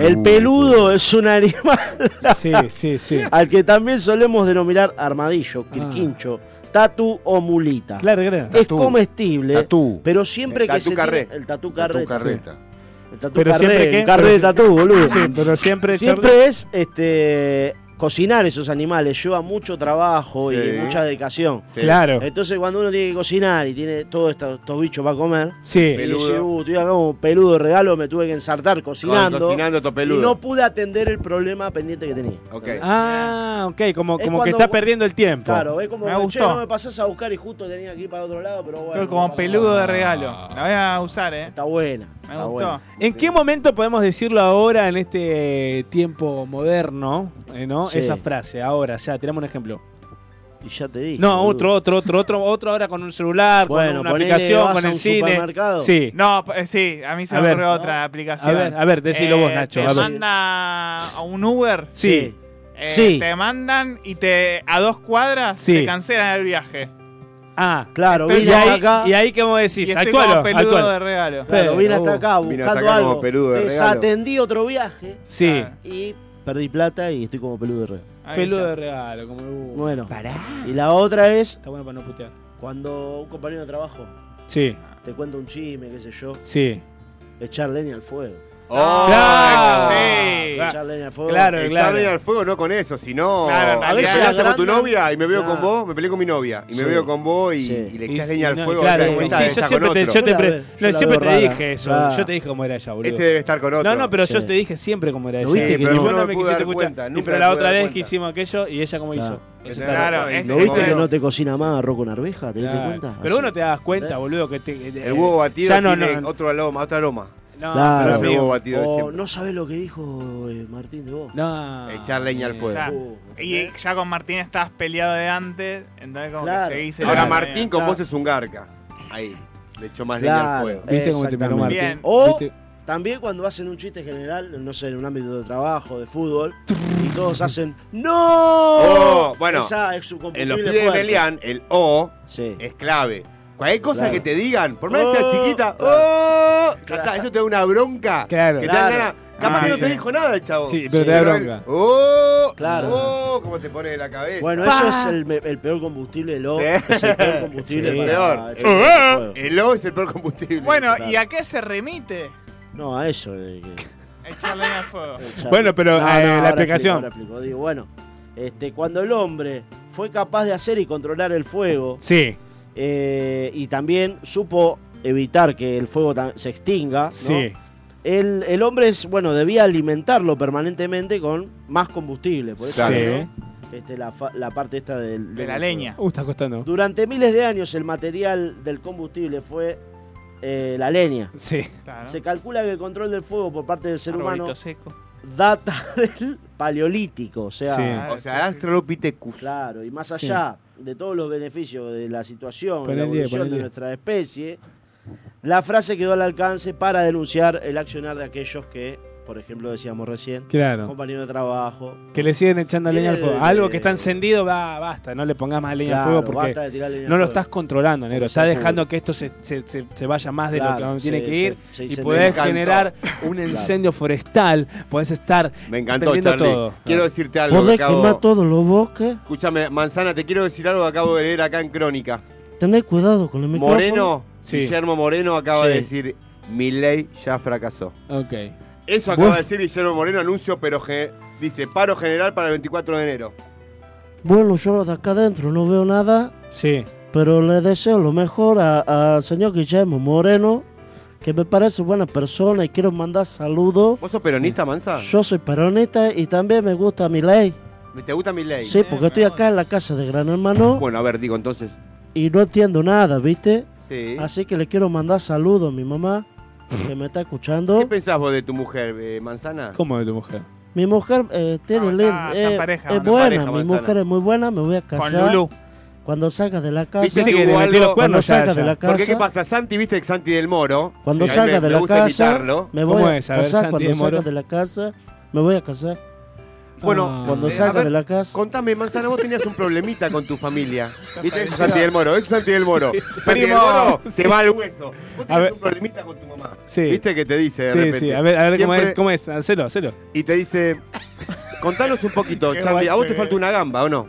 S7: El peludo es un animal
S4: sí, sí, sí. Ah.
S7: al que también solemos denominar armadillo, quirquincho, tatu o mulita.
S4: Claro, claro.
S7: Es
S9: Tatú.
S7: comestible,
S9: Tatú.
S7: pero siempre
S2: El
S7: que
S2: tatú
S7: se
S2: carré.
S7: tiene- el tatu
S9: Tu
S7: carrete,
S9: carreta.
S7: sí. el tatu
S4: Pero
S7: carré,
S4: siempre que-
S7: el carré de tatú, boludo.
S4: Sí, pero siempre, Charlie-
S7: Siempre es este cocinar esos animales, lleva mucho trabajo
S2: Sí.
S7: y mucha dedicación.
S2: sí.
S4: Claro.
S7: Entonces cuando uno tiene que cocinar y tiene todos estos, estos bichos para comer,
S4: Sí.
S7: y
S2: Peludo.
S7: dice, uh, estoy acá como peludo de regalo, me tuve que ensartar cocinando.
S2: cocinando todo peludo.
S7: Y no pude atender el problema pendiente que tenía.
S2: Ok.
S4: Ah, ok, como,
S7: Es
S4: como que
S7: cuando-
S4: está perdiendo el tiempo.
S7: Claro, es como,
S3: Me
S7: che,
S3: gustó.
S7: no me pasás a buscar y justo tenía que ir para otro lado, pero bueno.
S3: Estoy
S7: me
S3: como
S7: pasás.
S3: peludo de regalo. La voy a usar, eh.
S7: Está buena.
S3: Me
S7: está
S3: gustó.
S7: buena.
S4: ¿En qué momento podemos decirlo ahora en este tiempo moderno, eh, no?
S7: Sí.
S4: Esa frase, ahora, ya, tiramos un ejemplo.
S7: Y ya te dije.
S4: No,
S7: boludo.
S4: otro, otro, otro, otro, otro ahora con un celular,
S7: Bueno,
S4: con una
S7: ponele,
S4: aplicación,
S7: vas
S4: con
S7: a
S4: el
S7: un
S4: cine.
S7: supermercado.
S4: Sí.
S3: No, p- eh, sí, a mí se
S4: A
S3: me
S4: ver.
S3: ocurrió otra aplicación. Eh,
S4: A ver, a ver, decilo vos, Nacho,
S3: Te
S4: a ver.
S3: manda a un Uber.
S4: Sí.
S3: eh,
S7: Sí.
S3: Te mandan y te a dos cuadras
S4: Sí.
S3: te cancelan el viaje.
S4: Ah,
S7: Claro,
S3: Estoy
S7: vine
S4: y
S7: hasta
S4: ahí,
S7: acá.
S4: y ahí ¿cómo
S3: Y
S4: decís? Ah,
S3: estoy como
S4: Actualo,
S3: peludo de
S4: actualo.
S3: regalo. Uh.
S7: Claro, vine hasta acá
S2: Vine
S7: buscando
S2: hasta acá como
S7: algo.
S2: peludo de regalo.
S7: Desatendí otro viaje Ah.
S4: Sí,
S7: y perdí plata y estoy como peludo de regalo.
S3: Ahí
S4: peludo
S3: está.
S4: de regalo, como uh,
S7: Bueno.
S4: Pará.
S7: Y la otra es
S4: Está bueno para no putear.
S7: cuando un compañero de trabajo
S4: Sí,
S7: te cuenta un chisme, qué sé yo,
S4: sí.
S7: echar leña al fuego.
S2: Oh,
S4: Claro.
S3: Sí.
S7: Echar leña al fuego.
S4: Ah, Claro,
S2: Echarle
S4: claro.
S2: al fuego no con eso, sino.
S3: Claro, en
S2: a
S3: realidad-
S2: veces me peleaste con tu
S7: agrandan-
S2: novia y me veo con
S7: Claro.
S2: vos, me peleé con mi novia y me
S7: Sí.
S2: veo con vos y,
S7: Sí.
S2: y le
S4: Y-
S2: echás
S4: y
S2: leña al
S4: no,
S2: fuego.
S4: claro,
S2: te das
S4: y
S2: cuenta,
S4: sí, yo
S2: está con
S4: siempre, te,
S2: otro.
S4: yo te,
S7: Yo la
S4: pre-
S7: veo-
S4: no,
S7: yo la
S4: siempre
S7: veo
S4: te
S7: rara.
S4: dije eso.
S7: Claro.
S4: Yo te dije cómo era ella, boludo.
S2: Este debe estar con otro.
S4: No, no, pero yo
S7: Sí.
S4: te dije siempre cómo era
S7: ¿Lo
S4: ella.
S7: viste?
S4: Y vos
S7: Pero
S2: yo no me
S4: me
S2: pude
S4: quisiste
S2: dar
S4: escuchar.
S2: cuenta,
S4: Y
S2: nunca
S4: pero
S2: me
S4: la
S2: pude
S4: otra
S2: dar
S4: vez que
S2: cuenta.
S4: hicimos aquello y ella cómo hizo. Eso está
S3: Claro,
S4: raro.
S3: este
S7: ¿No viste que
S3: momento-
S7: no te cocina más arroz con arveja? ¿Te diste
S4: Claro.
S7: cuenta? ¿Eh?
S4: Pero
S7: Así.
S4: vos no te das cuenta, boludo, que te,
S2: El huevo batido
S4: ya no,
S2: tiene
S4: no,
S2: otro aroma, otro aroma.
S4: No,
S7: Claro.
S2: no, hubo batido de
S7: O
S2: siempre.
S7: no sabés lo que dijo eh, Martín de vos.
S4: No.
S2: Echar leña al fuego.
S3: Claro.
S7: Uh,
S3: Y ya con Martín estabas peleado de antes, entonces como
S7: Claro.
S3: que seguís
S2: Ahora
S3: el-
S2: Martín con
S3: Claro.
S2: vos es un garca. Ahí. Le echó más leña al
S7: Claro,
S2: fuego.
S7: exactamente.
S2: Bien.
S7: O también cuando hacen un chiste general, no sé, en un ámbito de trabajo, de fútbol, y todos hacen ¡No!
S2: Oh, bueno,
S7: Esa es su
S2: en los
S7: combustible
S2: pibes de
S7: fuerte.
S2: Melian, el O es clave. Cualquier cosa que te digan, por más que sea chiquita, ¡oh! Ya está, eso te da una bronca.
S4: Claro.
S2: Que te
S4: Claro.
S2: dan ganas- Capaz
S4: Ah,
S2: que no
S4: sí.
S2: te dijo nada el chavo.
S4: Sí, pero te da bronca.
S2: ¡Oh!
S7: Claro.
S2: ¡Oh! ¿Cómo te pone de la cabeza?
S7: Bueno, eso es el, me- el peor combustible del O.
S2: Sí.
S7: Es el peor combustible
S2: Sí.
S7: para-
S2: Peor.
S4: Eh,
S7: para-
S2: El O es el peor combustible.
S3: Bueno,
S7: Claro.
S3: ¿y a qué se remite?
S7: No, a eso.
S5: eh,
S7: de que-
S3: Echar leña al fuego.
S4: Bueno, pero, eh, la
S7: ahora
S4: explicación.
S7: explico, ahora explico. Digo, bueno, este, cuando el hombre fue capaz de hacer y controlar el fuego.
S4: Sí.
S7: eh, y también supo evitar que el fuego ta- se extinga. ¿no?
S4: Sí.
S7: El, el hombre es, bueno, debía alimentarlo permanentemente con más combustible. Por eso
S4: Sí.
S7: ¿no? Este, la, fa- la parte esta del,
S3: De la
S7: del-
S3: leña.
S4: Uh, está costando.
S7: Durante miles de años el material del combustible fue eh, la leña.
S4: Sí.
S7: Se calcula que el control del fuego por parte del ser
S3: Arbolito
S7: humano
S3: seco.
S7: data del paleolítico, o sea,
S2: Ah, Sí. O sea, Australopithecus.
S7: Claro, y más
S2: Sí.
S7: allá de todos los beneficios de la situación, de la
S2: Ponele,
S7: evolución
S2: ponele.
S7: de nuestra especie, la frase quedó al alcance para denunciar el accionar de aquellos que, por ejemplo, decíamos recién,
S4: Claro.
S7: compañeros de trabajo,
S4: Que le siguen echando leña al fuego.
S7: Eh,
S4: Algo que está encendido, va, basta, no le pongas más leña al
S7: Claro,
S4: fuego porque
S7: basta de tirar leña al
S4: no lo
S7: fuego.
S4: estás controlando, negro.
S7: Porque
S4: Estás
S7: se
S4: dejando que esto se, se- se- se vaya más de
S7: Claro,
S4: lo que donde
S7: se-
S4: tiene que
S7: se-
S4: ir
S7: se
S4: y
S7: incendió. Me
S4: podés
S7: encantó.
S4: generar un
S7: Claro.
S4: incendio forestal, podés estar
S2: Me encantó,
S4: perdiendo
S2: Charlie.
S4: todo.
S2: Quiero decirte algo.
S5: Podés
S2: que acabo-
S5: quemar todos los bosques.
S2: Escúchame, Manzana, te quiero decir algo que acabo de leer acá en Crónica.
S5: Tened cuidado con el micrófono.
S2: Moreno, Guillermo Moreno acaba
S5: Sí.
S2: de decir, mi ley ya fracasó.
S4: Ok.
S2: Eso acaba
S5: Bueno.
S2: de decir Guillermo Moreno, anuncio, pero ge- dice, paro general para el 24 de enero.
S5: Bueno, yo de acá adentro no veo nada.
S4: Sí.
S5: Pero le deseo lo mejor a- al señor Guillermo Moreno, que me parece buena persona y quiero mandar saludos.
S2: ¿Vos sos peronista, Mansa?
S5: Yo soy peronista y también me gusta mi ley.
S2: ¿Te gusta mi ley? Eh.
S5: Sí, porque estoy acá en la casa de Gran Hermano
S2: Bueno, a ver, digo entonces.
S5: y no entiendo nada, ¿viste?
S2: Sí.
S5: Así que le quiero mandar saludos a mi mamá, que me está escuchando.
S2: ¿Qué pensás vos de tu mujer, eh, Manzana?
S4: ¿Cómo de tu mujer?
S5: Mi mujer eh, tiene lin-
S2: está- está en
S5: eh,
S2: pareja,
S5: es
S2: está en
S5: buena,
S2: pareja,
S5: mi
S2: Manzana.
S5: mujer es muy buena, me voy a casar.
S2: Lulú.
S5: Cuando salga de la casa,
S2: Viste que hubo
S5: cuando
S2: algo-
S5: salga de la casa,
S2: Porque, ¿qué pasa? Santi, viste que Santi del Moro.
S5: cuando
S2: Sí, a mí
S5: salga
S2: me-
S5: de
S2: me
S5: la
S2: gusta
S5: casa,
S2: imitarlo.
S5: me voy a casar. cuando salga de la casa, me voy a casar.
S2: Bueno,
S5: cuando
S2: eh, a
S5: salga
S2: ver,
S5: de la casa.
S2: Contame, Manzana, vos tenías un problemita con tu familia. ¿Viste?
S5: parecido.
S2: Santi del Moro, es Santi del Moro.
S5: Sí, sí.
S2: Santi del
S5: Primo.
S2: Moro
S5: Sí.
S2: se va al hueso. Vos
S4: A ver.
S2: tenías un problemita con tu mamá.
S4: Sí.
S2: ¿Viste que te dice de
S4: Sí,
S2: repente?
S4: sí, a ver, a ver cómo
S2: Siempre-
S4: es, cómo es, hacelo, hacelo.
S2: Y te dice, contanos un poquito,
S5: Qué
S2: Charlie, ¿a vos
S5: guacho
S2: te
S5: que
S2: falta una gamba o no?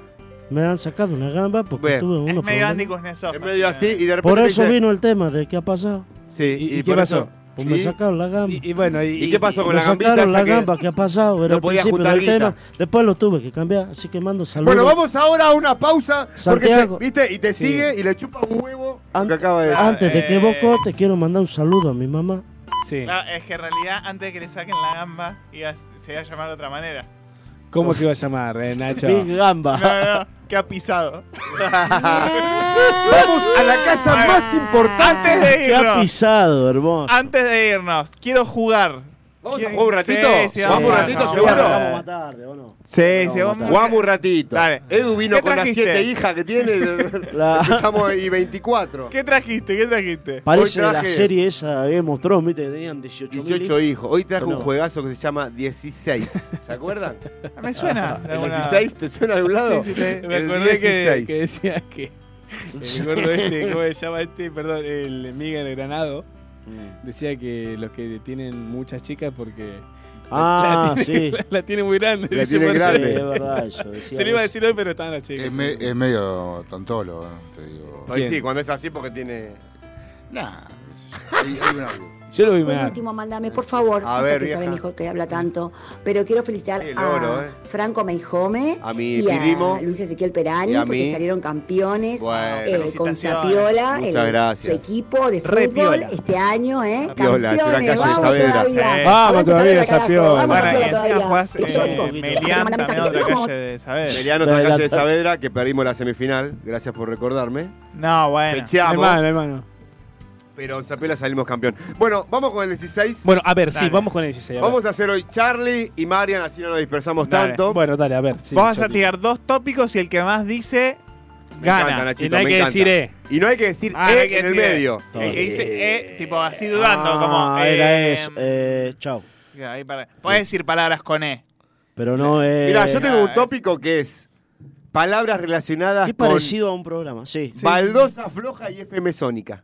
S5: Me han sacado una gamba porque
S2: Bien.
S5: tuve unos
S3: Medio
S5: problemas.
S3: Andy Kuznetsov.
S2: Es medio así y de repente
S5: Por
S2: te
S5: eso
S2: dice-
S5: vino el tema de qué ha pasado.
S2: Sí, y,
S5: qué
S2: por
S5: pasó?
S2: eso-
S5: Pues me
S2: Sí.
S5: sacaron la gamba.
S4: Y, y bueno, y,
S2: ¿Y qué pasó con
S5: Me
S2: la gambita
S5: sacaron
S2: esa
S5: la
S2: que-
S5: gamba que ha pasado, era
S2: No
S5: el
S2: podía
S5: principio
S2: juntar
S5: del
S2: guita?
S5: tema. Después lo tuve que cambiar, así que mando saludos.
S2: Bueno, vamos ahora a una pausa. Porque se-
S5: Santiago.
S2: ¿Viste? Y te
S5: Sí.
S2: sigue y le chupa un huevo. lo que acaba de
S5: Antes de que
S3: eh,
S5: vos cortes, quiero mandar un saludo a mi mamá.
S4: Sí.
S3: Claro, es que en realidad, antes de que le saquen la gamba, iba- se iba a llamar de otra manera.
S4: ¿Cómo se iba a llamar, eh, Nacho?
S5: Big Gamba.
S3: No, no, que ha pisado.
S2: Vamos a la casa más importante
S3: Antes de
S7: Ah. ¿Qué ha
S3: irnos,
S7: pisado, hermoso?
S3: antes de irnos, quiero jugar. ¿Vamos
S2: a jugar un ratito? ¿Vamos un ratito, seguro? Vamos más
S7: tarde, ¿o no?
S3: Sí, sí, vamos.
S2: Jugamos un ratito.
S3: Dale.
S2: Edu vino
S3: ¿Qué
S2: con las
S3: trajiste?
S2: siete hijas que tiene. Empezamos y 24.
S3: ¿Qué trajiste? ¿Qué trajiste?
S7: Parece
S2: Hoy
S7: de
S2: traje-
S7: la serie esa de Game of Thrones, viste, que tenían 18
S2: 18 hijos. Hoy trajo
S7: No.
S2: un juegazo que se llama 16. ¿Se acuerdan? Ah,
S3: Me suena. de
S2: ¿El
S3: alguna-
S2: 16 te suena de algún lado?
S4: Sí, sí, te- me
S2: El
S4: acordé que,
S2: 16.
S4: que decía que el gordo este, ¿cómo se llama este? Perdón, el Miguel Granado.
S2: Mm.
S4: Decía que los que tienen muchas chicas porque la-
S7: Ah,
S4: la, tiene,
S7: sí.
S4: la, la tiene muy grande.
S9: La
S4: dice,
S9: tiene
S4: por eso.
S9: grande.
S7: Es verdad eso, decía
S4: Se lo iba a
S7: eso.
S4: decir hoy, pero estaban las chicas.
S9: Es, Eh, me- es medio tontólogo, eh, te digo.
S2: Hoy Pues sí, cuando es así porque tiene.
S9: Nah, hay, hay un audio.
S4: Yo lo vi
S11: Por último, mándame, por favor.
S9: A
S11: No sé
S9: ver,
S11: qué sabe
S9: vieja.
S11: mi hijo que habla tanto. Pero quiero felicitar
S2: El oro,
S11: a
S2: eh.
S11: Franco Meijome
S2: A mi
S11: y
S2: Pirimo.
S11: a Luis Ezequiel
S2: Y
S11: Perani,
S2: a mí.
S11: porque salieron campeones
S2: Bueno.
S11: eh, con
S2: Felicitaciones.
S11: Sapiola,
S2: Muchas
S11: el-
S2: gracias.
S11: su equipo de
S2: Re
S11: fútbol
S2: piola.
S11: este año. Eh,
S2: Sapiola,
S11: campeones,
S2: Huracán de
S11: vamos
S2: Saavedra.
S11: todavía.
S2: Sí.
S11: Vamos
S2: Vamos
S11: todavía,
S2: todavía,
S11: carajo.
S2: Sapiola.
S11: Vamos
S2: Bueno,
S3: y
S11: todavía.
S3: encima jugás,
S11: Eso,
S3: eh,
S11: chicos.
S3: Melián
S11: Mandame
S3: también
S11: mensaje,
S3: otra
S11: vamos.
S3: calle de Saavedra.
S2: Meliano, otra calle de Saavedra que perdimos la semifinal. Gracias por recordarme.
S3: No, bueno.
S2: Fecheamos.
S4: Hermano, hermano.
S2: Pero en Zapela salimos campeón. Bueno, vamos con el 16.
S4: Bueno, a ver, sí, vamos con el 16. a ver.
S2: Vamos a hacer hoy Charlie y Marian, así no nos dispersamos
S4: Dale.
S2: tanto.
S4: Bueno, dale, a ver. sí,
S3: Vamos a
S4: Charlie.
S3: tirar dos tópicos y el que más dice
S2: Me
S3: gana.
S2: encanta, Nachito,
S4: Y no hay
S2: me
S4: que
S2: encanta.
S4: decir eh.
S2: E. Y no hay que decir
S3: Ah,
S2: eh
S3: hay que
S2: en el
S3: decir, eh.
S2: medio.
S3: El que dice eh, tipo así dudando, como.
S7: Ah, era
S3: eh,
S7: eso. Eh, chao.
S3: ahí para- Podés decir palabras con E.
S7: Pero no eh, E. Ah, es.
S2: Mira, yo tengo un tópico que es palabras relacionadas
S7: Es
S2: con
S7: parecido a un programa, sí.
S2: baldosa floja y FM sónica.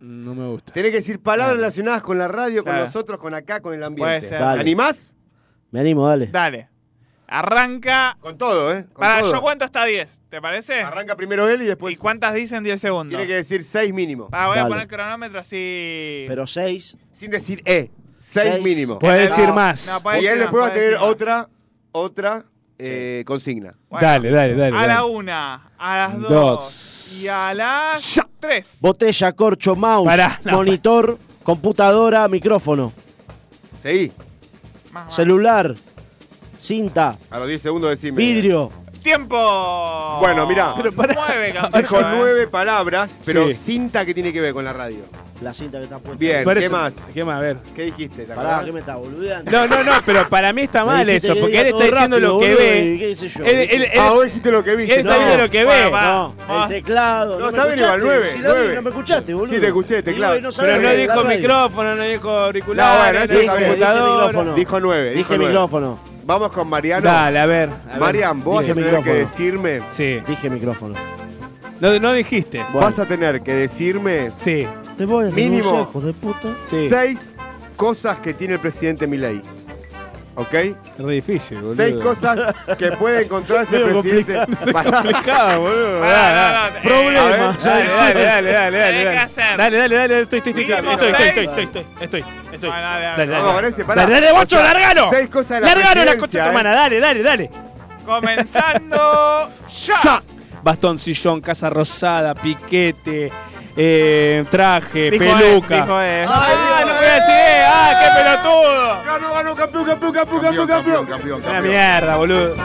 S4: No me gusta.
S2: Tenés que decir palabras relacionadas con la radio, con
S3: Claro.
S2: nosotros, con acá, con el
S3: Puede
S2: ambiente.
S3: ser.
S2: ¿Te animás?
S7: Me animo, dale.
S3: Dale. Arranca.
S2: Con todo, ¿eh? Con
S3: para,
S2: todo.
S3: yo cuento hasta 10, ¿te parece?
S2: Arranca primero él y después.
S3: ¿Y cuántas dicen 10 segundos?
S2: Tiene que decir seis mínimo.
S3: Ah, voy a
S2: Dale.
S3: poner el cronómetro así.
S7: Pero seis.
S2: Sin decir E. Seis,
S7: Seis.
S2: mínimo.
S4: Puede decir
S2: No,
S4: más.
S2: no,
S3: puede
S2: y él
S3: decir
S2: después
S3: más,
S2: va a
S3: puede
S2: tener
S3: decir más.
S2: otra, otra eh, consigna.
S4: dale, dale, dale.
S3: a la
S4: dale.
S3: una, a las dos,
S4: Dos.
S3: y a las tres.
S7: Botella, corcho, mouse,
S3: Pará, no,
S7: monitor, computadora, micrófono,
S2: Seguí.
S7: celular, cinta,
S2: A los 10 segundos decime.
S7: vidrio.
S3: ¡Tiempo!
S2: Bueno, mirá.
S3: Nueve,
S2: Dijo
S3: campeón.
S2: nueve palabras, pero
S4: Sí.
S2: cinta que tiene que ver con la radio.
S7: La cinta que está puesta.
S2: Bien,
S4: Por
S2: ¿qué
S4: eso-
S2: más?
S4: ¿Qué más? A ver.
S2: ¿Qué dijiste? ¿Te
S7: Pará,
S2: acordás?
S7: ¿qué me está boludeando?
S4: No, no, no, pero para mí está
S7: Me
S4: mal
S7: dijiste
S4: eso,
S7: que
S4: porque
S7: diga
S4: él está
S7: todo
S4: diciendo lo
S7: rápido,
S4: que
S7: boludo,
S4: ve.
S7: y qué sé yo,
S4: Él-
S7: ¿viste?
S4: él- él-
S2: Ah, vos dijiste lo que viste.
S4: él está
S2: No.
S4: viendo lo que ve.
S7: No, el teclado.
S2: No, está bien igual, nueve,
S7: Si no,
S2: nueve.
S7: no me escuchaste, boludo.
S2: Sí, te escuché, te clavo.
S7: Y no sabés
S4: pero no
S7: la
S4: dijo
S7: radio.
S4: micrófono, no dijo
S2: No,
S4: auricular,
S2: bueno,
S4: no
S2: eso
S4: dijo
S2: está bien.
S4: computadora.
S2: Dijo nueve.
S7: Dije
S2: dijo nueve.
S7: micrófono.
S2: Vamos con Mariano.
S4: Dale, a ver. a ver.
S2: Marian, vos vas
S7: Dije
S2: a tener que
S7: micrófono.
S2: decirme.
S4: Sí. Eh,
S7: Dije micrófono.
S4: No, no dijiste.
S2: Vas a tener que decirme
S4: Sí.
S5: Te voy a hacer
S2: Mínimo.
S5: un hijo de puta.
S4: Sí.
S2: seis cosas que tiene el presidente Milei. ¿Ok?
S4: Re difícil, boludo.
S2: Seis cosas que puede encontrarse el
S4: Medio
S2: presidente. Pará.
S4: Complicado, boludo.
S3: Pará,
S4: Dale,
S3: no,
S4: dale.
S3: no, eh,
S4: Problema.
S2: a ver,
S4: Dale, dale, dale, dale.
S3: Tenés que
S4: Dale,
S3: hacer.
S4: dale, dale, dale, estoy, estoy, estoy,
S3: Mínimo
S4: estoy, estoy, estoy,
S3: seis.
S4: estoy, estoy, estoy, estoy.
S3: Ah, dale, dale.
S4: Dale, dale.
S2: Vamos con ese, pará.
S4: Dale, dale, bocho,
S2: O sea,
S4: largalo.
S2: Seis cosas de la
S4: Largalo la
S2: presidencia,
S4: concha de
S2: ¿eh?
S4: tu hermana, dale, dale, dale.
S3: Comenzando ya.
S4: Ya. Bastón, sillón, casa rosada, piquete, eh, traje,
S3: Dijo él,
S4: peluca.
S3: dijo él.
S4: ¡Ah, no podía decir! eh. ¡Ah, qué pelotudo!
S2: Ganó, ganó, campeón, campeón, campeón,
S9: Campeón,
S2: campeón,
S9: campeón,
S2: campeón.
S9: campeón,
S4: Una
S9: campeón.
S4: mierda, boludo.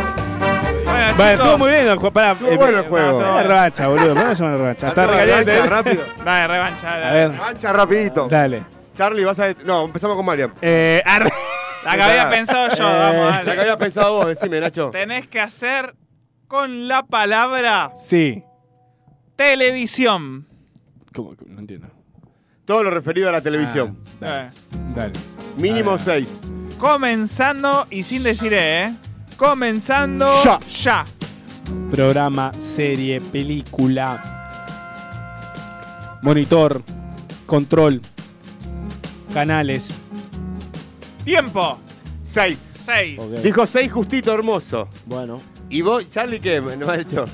S3: Bueno,
S4: Bueno,
S3: chicos,
S4: estuvo muy bien el juego. Pará,
S2: Estuvo bueno el juego.
S4: Una revancha, boludo. Vamos a una revancha. Está
S2: Gancha,
S4: recaliente.
S2: gancha, rápido.
S3: Dale, revancha. Dale.
S4: A ver,
S2: Gancha rapidito.
S4: dale.
S2: Charlie, vas a... No, empezamos con Marian.
S4: Eh, arre- Eh,
S3: La que había
S2: Pará.
S3: pensado yo, vamos,
S2: La que
S3: dale.
S2: habías pensado vos, decime, Nacho.
S3: Tenés que hacer con la palabra
S4: Sí.
S3: televisión.
S4: ¿Cómo? No entiendo.
S2: Todo lo referido a
S7: Ah,
S2: la televisión.
S3: Eh,
S4: Dale.
S2: Mínimo seis.
S3: Comenzando y sin decir eh. ¿eh? Comenzando
S4: Ya.
S3: ya.
S4: Programa, serie, película, monitor, control, canales.
S3: Tiempo.
S2: Seis.
S3: Seis.
S2: Dijo seis justito, hermoso.
S7: Bueno.
S2: ¿Y vos, Charlie, qué? ¿No has hecho?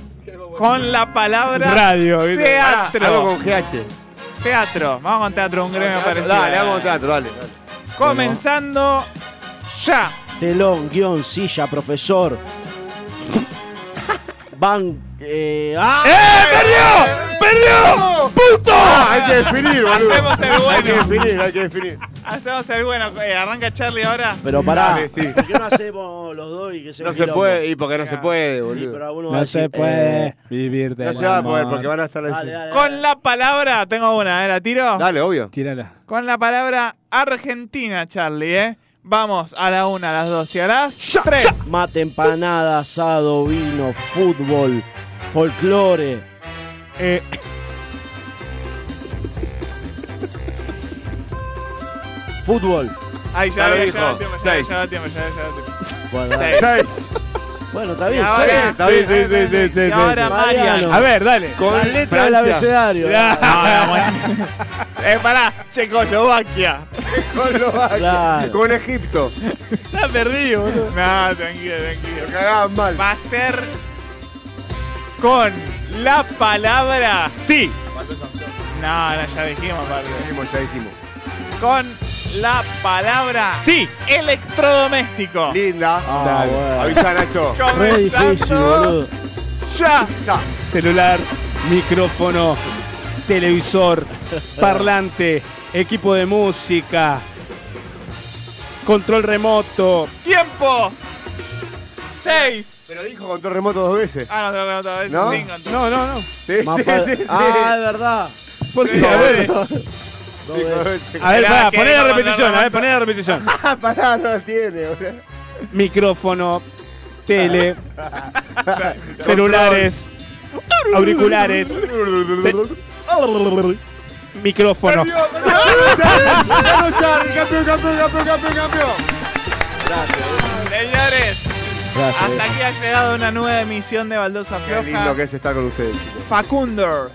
S3: Con la palabra
S4: Radio, ¿viste?
S3: teatro.
S2: Algo con GH.
S3: Teatro. Vamos con teatro, un gremio parecido.
S2: Dale, vamos a teatro, dale. dale.
S3: Comenzando ya.
S7: Telón, guión, silla, profesor. Van. Eh, ¡Ah!
S4: ¡Perdió! ¡Perdió! ¡Puto!
S2: Ah, hay que definir, boludo.
S3: Hacemos el
S2: Hay que
S3: bueno.
S2: definir, hay que definir.
S3: Hacemos el bueno. Eh, arranca Charlie ahora.
S7: Pero pará.
S2: Dale, sí.
S7: ¿Por qué no hacemos los dos y que se
S2: No
S7: un
S2: se
S7: quilombo?
S2: puede, y porque no se puede,
S7: Sí,
S2: boludo.
S7: pero alguno va a
S4: No se
S7: decir,
S4: puede
S7: eh,
S4: vivir de
S2: No se va a poder porque van a estar
S7: dale,
S2: así.
S7: dale, dale.
S3: Con la palabra. Tengo una, ¿eh? La tiro.
S2: Dale, obvio.
S4: Tírala.
S3: Con la palabra Argentina, Charlie, ¿eh? Vamos a la una, a las dos y a las tres.
S7: Mate, empanada, asado, vino, fútbol, folclore.
S4: Eh,
S7: Fútbol.
S3: Ahí ya,
S2: Ya lo
S3: ya,
S2: dijo.
S3: ya, da tiempo, ya,
S2: Seis.
S3: ya da tiempo, ya, ya da tiempo.
S7: Bueno, dale.
S2: Seis.
S7: Bueno, está bien.
S3: Y
S7: sí.
S3: ahora-
S2: está bien,
S4: sí, sí, sí, sí, sí,
S3: Y
S4: sí,
S3: ahora
S4: sí.
S3: Mariano.
S7: Mariano.
S4: A ver, dale.
S7: Con letra del
S2: Francia.
S7: abecedario.
S3: Ah, bueno. Eh, pará, Checoslovaquia.
S2: Checoslovaquia.
S7: Claro.
S2: Con Egipto.
S4: La perdí, boludo.
S3: No, tranquilo, tranquilo.
S2: Lo cagaban mal.
S3: Va a ser con la palabra.
S4: Sí.
S3: No, no, ya dijimos, Pablo.
S2: Dijimos, ya dijimos.
S3: Con la palabra.
S4: Sí.
S3: Electrodoméstico.
S2: Linda.
S7: Ah,
S4: Dale.
S7: bueno.
S2: Avisa Nacho.
S7: Re difícil, boludo.
S3: ya.
S4: Celular, micrófono, televisor, parlante, equipo de música, control remoto.
S3: Tiempo. Seis.
S2: Pero dijo control remoto dos veces.
S3: Ah, no, no, no, no, es
S2: ¿No?
S3: cinco, entonces.
S4: No, no, no.
S2: Sí,
S7: Más
S2: sí,
S7: pa-
S2: sí, sí.
S7: Ah, es verdad.
S4: ¿Por qué? A ver, a ver, pará, poné la repetición, a ver, poné la repetición.
S2: Ah, Pará, no tiene, boludo.
S4: Micrófono, tele, celulares, auriculares, te- micrófono.
S2: ¡Ganó Charlie! ¡Campeón, campeón, campeón, campeón, campeón!
S3: Señores,
S2: Gracias.
S3: hasta aquí ha llegado una nueva emisión de Baldosa
S2: Qué lindo que
S3: Floja.
S2: es estar con ustedes, chicos.
S3: Facundo.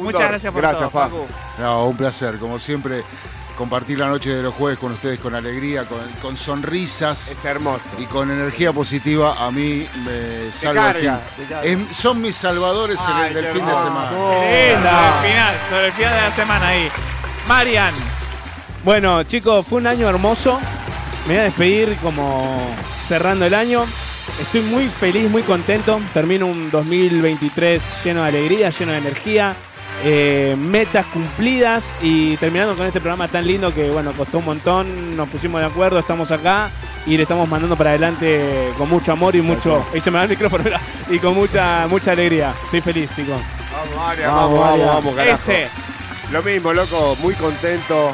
S3: Muchas gracias por todo,
S9: Fa.
S3: Facu.
S9: No, un placer, como siempre, compartir la noche de los jueves con ustedes con alegría, con, con sonrisas. Es
S2: hermoso.
S9: Y con energía positiva a mí me salva el
S2: carga,
S9: fin.
S2: te carga.
S9: Em, son mis salvadores en el del fin de semana.
S3: Qué lindo,
S2: Ah,
S3: al final, sobre el final de la semana ahí. Marian,
S4: Bueno, chicos, fue un año hermoso. Me voy a despedir como cerrando el año. Estoy muy feliz, muy contento. Termino un 2023 lleno de alegría, lleno de energía, eh, metas cumplidas y terminando con este programa tan lindo que, bueno, costó un montón. Nos pusimos de acuerdo, estamos acá y le estamos mandando para adelante con mucho amor y mucho. Y se me va el micrófono, mirá. y con mucha, mucha alegría. Estoy feliz, chicos.
S2: Vamos, Arias,
S4: Vamos,
S2: vamos, vamos,
S4: Arias.
S2: vamos, carajo.
S4: Ese.
S2: Lo mismo, loco, muy contento.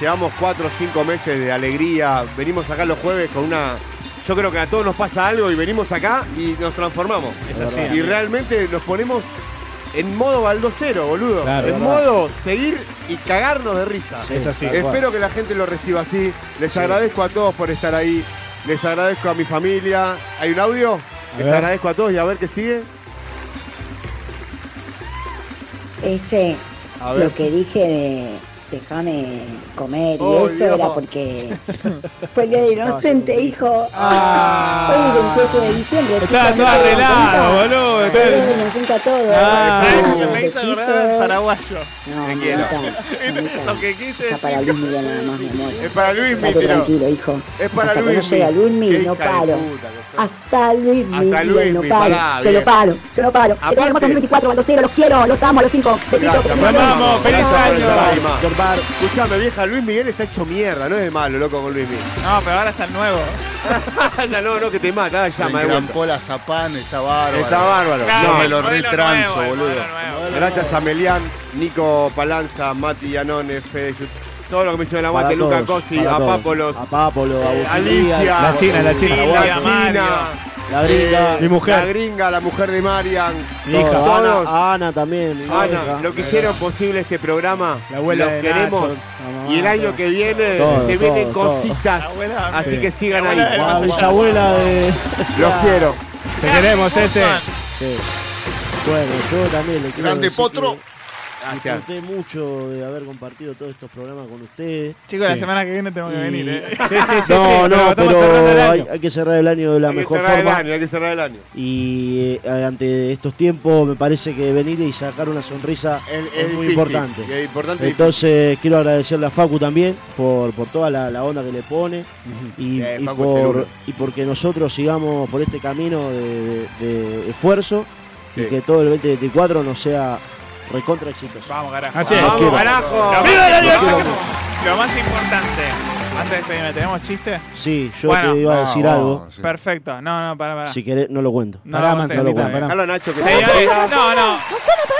S2: Llevamos cuatro o cinco meses de alegría. Venimos acá los jueves con una. Yo creo que a todos nos pasa algo y venimos acá y nos transformamos.
S4: Es así,
S2: Y
S4: amigo.
S2: realmente nos ponemos en modo baldocero, boludo.
S4: Claro,
S2: en
S4: verdad.
S2: modo seguir y cagarnos de risa.
S4: Sí, es así. tal cual.
S2: Espero que la gente lo reciba así. Les agradezco a todos por estar ahí. Les agradezco a mi familia. ¿Hay un audio? Les
S11: ver.
S2: agradezco a todos y a ver qué sigue.
S11: Ese,
S2: A ver.
S11: lo que dije de déjame comer y
S2: Oh,
S11: eso
S2: Dios.
S11: era porque fue el día de inocente, hijo. Hoy es el 28 de diciembre.
S4: Estaba Ah. todo
S11: chicos, no se dan
S4: arreglado,
S11: cuenta.
S4: boludo.
S11: Fue el día
S4: Entonces-
S11: de inocente a todos.
S4: Ah.
S11: Ay,
S4: Me
S11: besitos.
S4: hizo acordar al paraguayo.
S11: No,
S2: quiero.
S11: mamita,
S2: Lo que quise
S11: Está para Luis Miguel nada más, mi amor.
S2: Es para Luis
S11: Estate
S2: Miguel.
S11: tranquilo, hijo.
S2: Es para
S11: Hasta que no
S2: Luismi.
S11: llega Luis
S2: Qué
S11: Miguel, no
S2: hija de
S11: paro.
S2: puta
S11: Hasta Luis
S2: Hasta
S11: Miguel, no
S2: Luismi,
S11: paro.
S2: pará,
S11: Yo
S2: bien.
S11: lo paro, yo lo paro. Que
S2: Aparte-
S11: tengan hermoso 2024, Baldocero, los quiero, los amo, los cinco. Besitos.
S2: Gracias,
S11: que tengan
S2: Mariano.
S11: hermoso.
S2: Gracias por estar ahí, ma.
S7: John Bar.
S2: Escuchame, vieja, Luis Miguel está hecho mierda, no es de malo, loco, con Luis Miguel.
S3: No, pero ahora está el nuevo.
S2: no, no, no, que te mata,
S9: Se
S2: llama de
S9: engrampó la zapán, está bárbaro.
S2: Está bárbaro.
S9: No,
S2: No,
S9: me lo
S2: el modelo
S9: retranso,
S2: nuevo, el
S9: boludo.
S2: Gracias a Melian, Nico Palanza, Mati Yanone, Fede Yut- todo lo que me hicieron el
S7: Para
S2: aguante, Luca
S7: todos,
S2: Cosi,
S7: para
S2: a
S7: todos.
S2: Pápolos,
S7: A Pápolo, a
S2: eh,
S7: Agustín
S2: Alicia,
S7: Díaz,
S2: la China,
S7: La gringa.
S2: eh, La gringa, la mujer de Marian,
S7: Mi hija.
S2: todos.
S7: A Ana, a Ana también. mi
S2: Ana,
S7: hija.
S2: lo que hicieron posible este programa,
S7: La abuela
S2: los
S7: de
S2: queremos.
S7: Nacho, la mamá,
S2: y el año
S7: todo.
S2: que viene
S7: Todo,
S2: se
S7: todo,
S2: vienen
S7: todo.
S2: cositas. Así
S7: sí.
S2: que sigan
S7: La
S2: ahí.
S7: abuela de La Nacho. bisabuela de- Ah.
S2: Los quiero.
S4: Te queremos, ese.
S7: Sí. Bueno, yo también le quiero
S9: Grande
S7: decir
S9: Potro.
S7: que
S2: Gracias.
S7: Disfruté mucho de haber compartido todos estos programas con ustedes.
S3: Chicos, la semana que viene tengo que
S7: Y-
S3: venir, ¿eh?
S7: no, no,
S3: estamos
S7: pero
S3: cerrando el
S7: hay,
S3: año.
S7: hay que cerrar el año de la
S2: Hay que
S7: mejor
S2: cerrar el
S7: forma.
S2: año, hay que cerrar el año.
S7: Y eh, ante estos tiempos me parece que venir y sacar una sonrisa es,
S2: Es- es
S7: muy
S2: difícil,
S7: importante.
S2: y es importante y
S7: Entonces quiero agradecerle a Facu también por, por toda la, la onda que le pone y,
S2: Eh,
S7: y
S2: Facu es el uno.
S7: por, y porque nosotros sigamos por este camino de, de- de esfuerzo y que todo el 2024 nos sea recontra exitoso.
S3: Vamos, carajo.
S7: Así es.
S3: Vamos,
S7: Quiero.
S3: carajo.
S7: Lo
S3: ¡Viva la
S7: quiero.
S3: libertad! Lo más importante. Antes de despedirme, ¿tenemos chiste?
S7: Sí, yo te iba a decir
S9: Ah,
S7: algo.
S3: Perfecto. No, no, para, para.
S7: Si querés, no lo cuento.
S3: Ah. No, Pará, no te-
S7: lo
S3: Manzanita,
S7: cuento.
S3: pará.
S2: Nacho, que
S3: Señores, no, no.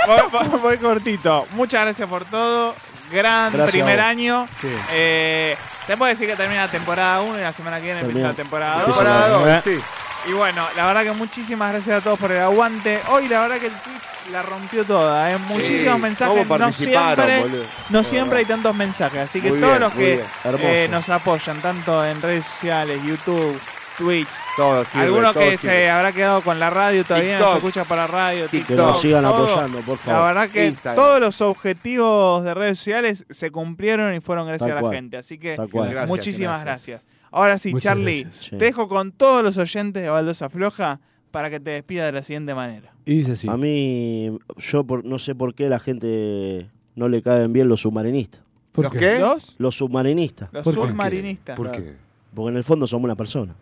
S3: Voy, voy- voy cortito. Muchas gracias por todo. Gran
S7: Gracias
S3: primer
S7: a vos.
S3: año.
S7: Sí.
S3: Eh, se puede decir que termina la temporada 1 y la semana que viene empieza
S7: Termina.
S3: la temporada 2.
S7: Empieza la Temporada dos,
S3: Y bueno, la verdad que muchísimas gracias a todos por el aguante. Hoy la verdad que el tweet la rompió toda. ¿eh? Muchísimos
S2: Sí,
S3: mensajes.
S2: cómo
S3: No
S2: participaron,
S3: siempre,
S2: boludo.
S3: no siempre hay tantos mensajes. Así que
S2: Muy
S3: todos
S2: bien,
S3: los
S2: muy
S3: que
S2: bien. Hermoso.
S3: eh, nos apoyan, tanto en redes sociales, YouTube, Twitch.
S2: Todos, sirve,
S3: Alguno
S2: todo
S3: que se
S2: sirve.
S3: habrá quedado con la radio todavía, no
S2: TikTok.
S3: se escucha por la radio.
S2: Que
S3: TikTok,
S7: nos sigan
S3: todo.
S7: apoyando, por favor.
S3: La verdad que
S7: Instagram.
S3: todos los objetivos de redes sociales se cumplieron y fueron gracias
S7: Tal
S3: a la
S7: cual.
S3: gente. Así que
S7: Tal cual. Gracias,
S3: muchísimas gracias.
S7: gracias.
S3: Ahora sí,
S7: Muchas
S3: Charlie,
S7: gracias.
S3: te dejo con todos los oyentes de Baldosa Floja para que te despida de la siguiente manera.
S7: Y dice así. A mí, yo por- no sé por qué la gente no le caen bien los submarinistas.
S3: ¿Por ¿Los qué? qué? ¿Los?
S7: Los submarinistas.
S3: Los ¿Por qué? submarinistas. ¿Por qué?
S7: Porque en el fondo somos una persona.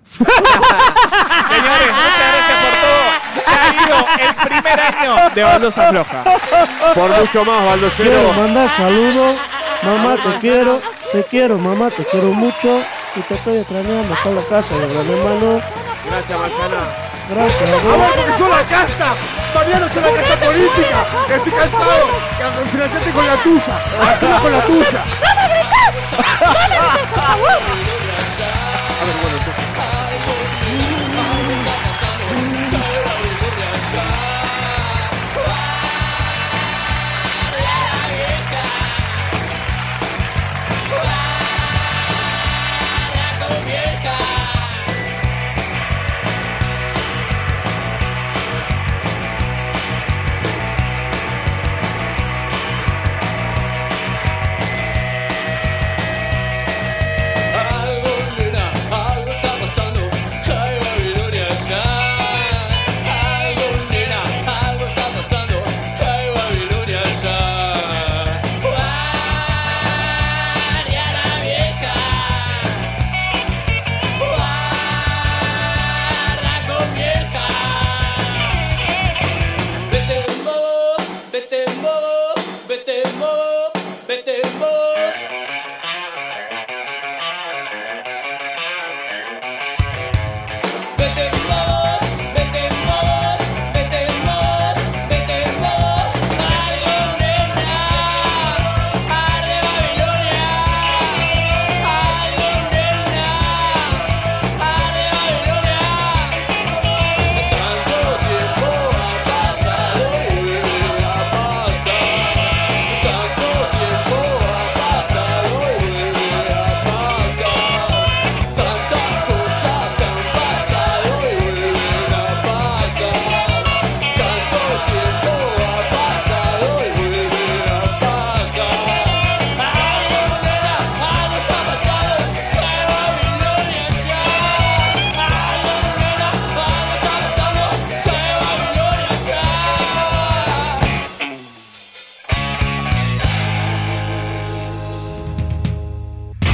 S3: Señores, muchas gracias por todo. Se ha sido el primer año de Baldosa Floja.
S2: Por mucho más,
S5: Quiero
S2: Baldocero.
S5: mandar saludos. Mamá, te quiero. Te quiero, mamá, te quiero mucho. Y te estoy extrañando. Está en la casa de gran hermano.
S2: Gracias, Marcana.
S7: Gracias.
S14: ¡Vamos, porque yo la casta! ¡Todavía no soy la casta política! ¡Estoy cansado! ¡Financiate con la tuya! ¡Hazla con la tuya!
S6: Algo, nena, algo está pasando. Caigo a Viloria ya. Algo, nena, algo está pasando. Caigo a Viloria ya. Guardia la vieja. Guarda con vieja. Vete bobo, vete bobo, vete bobo, vete bobo. Vete vos, vete vos, vete vos, vete vos, algo nena, arde Babilonia, algo nena, arde Babilonia, tanto tiempo ha pasado y ha pasado, tanto tiempo ha pasado y ha pasado. Tantas cosas se han pasado y vuelven a pasar. Tanto tiempo ha pasado y vuelven a pasar. Algo nena, algo está pasado, pero a Babilonia ya. Algo nena, algo está pasando, pero a Babilonia ya.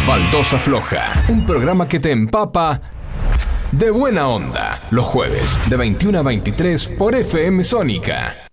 S1: Baldosa Floja, un programa que te empapa de buena onda. Los jueves de 21 a 23 por FM Sónica.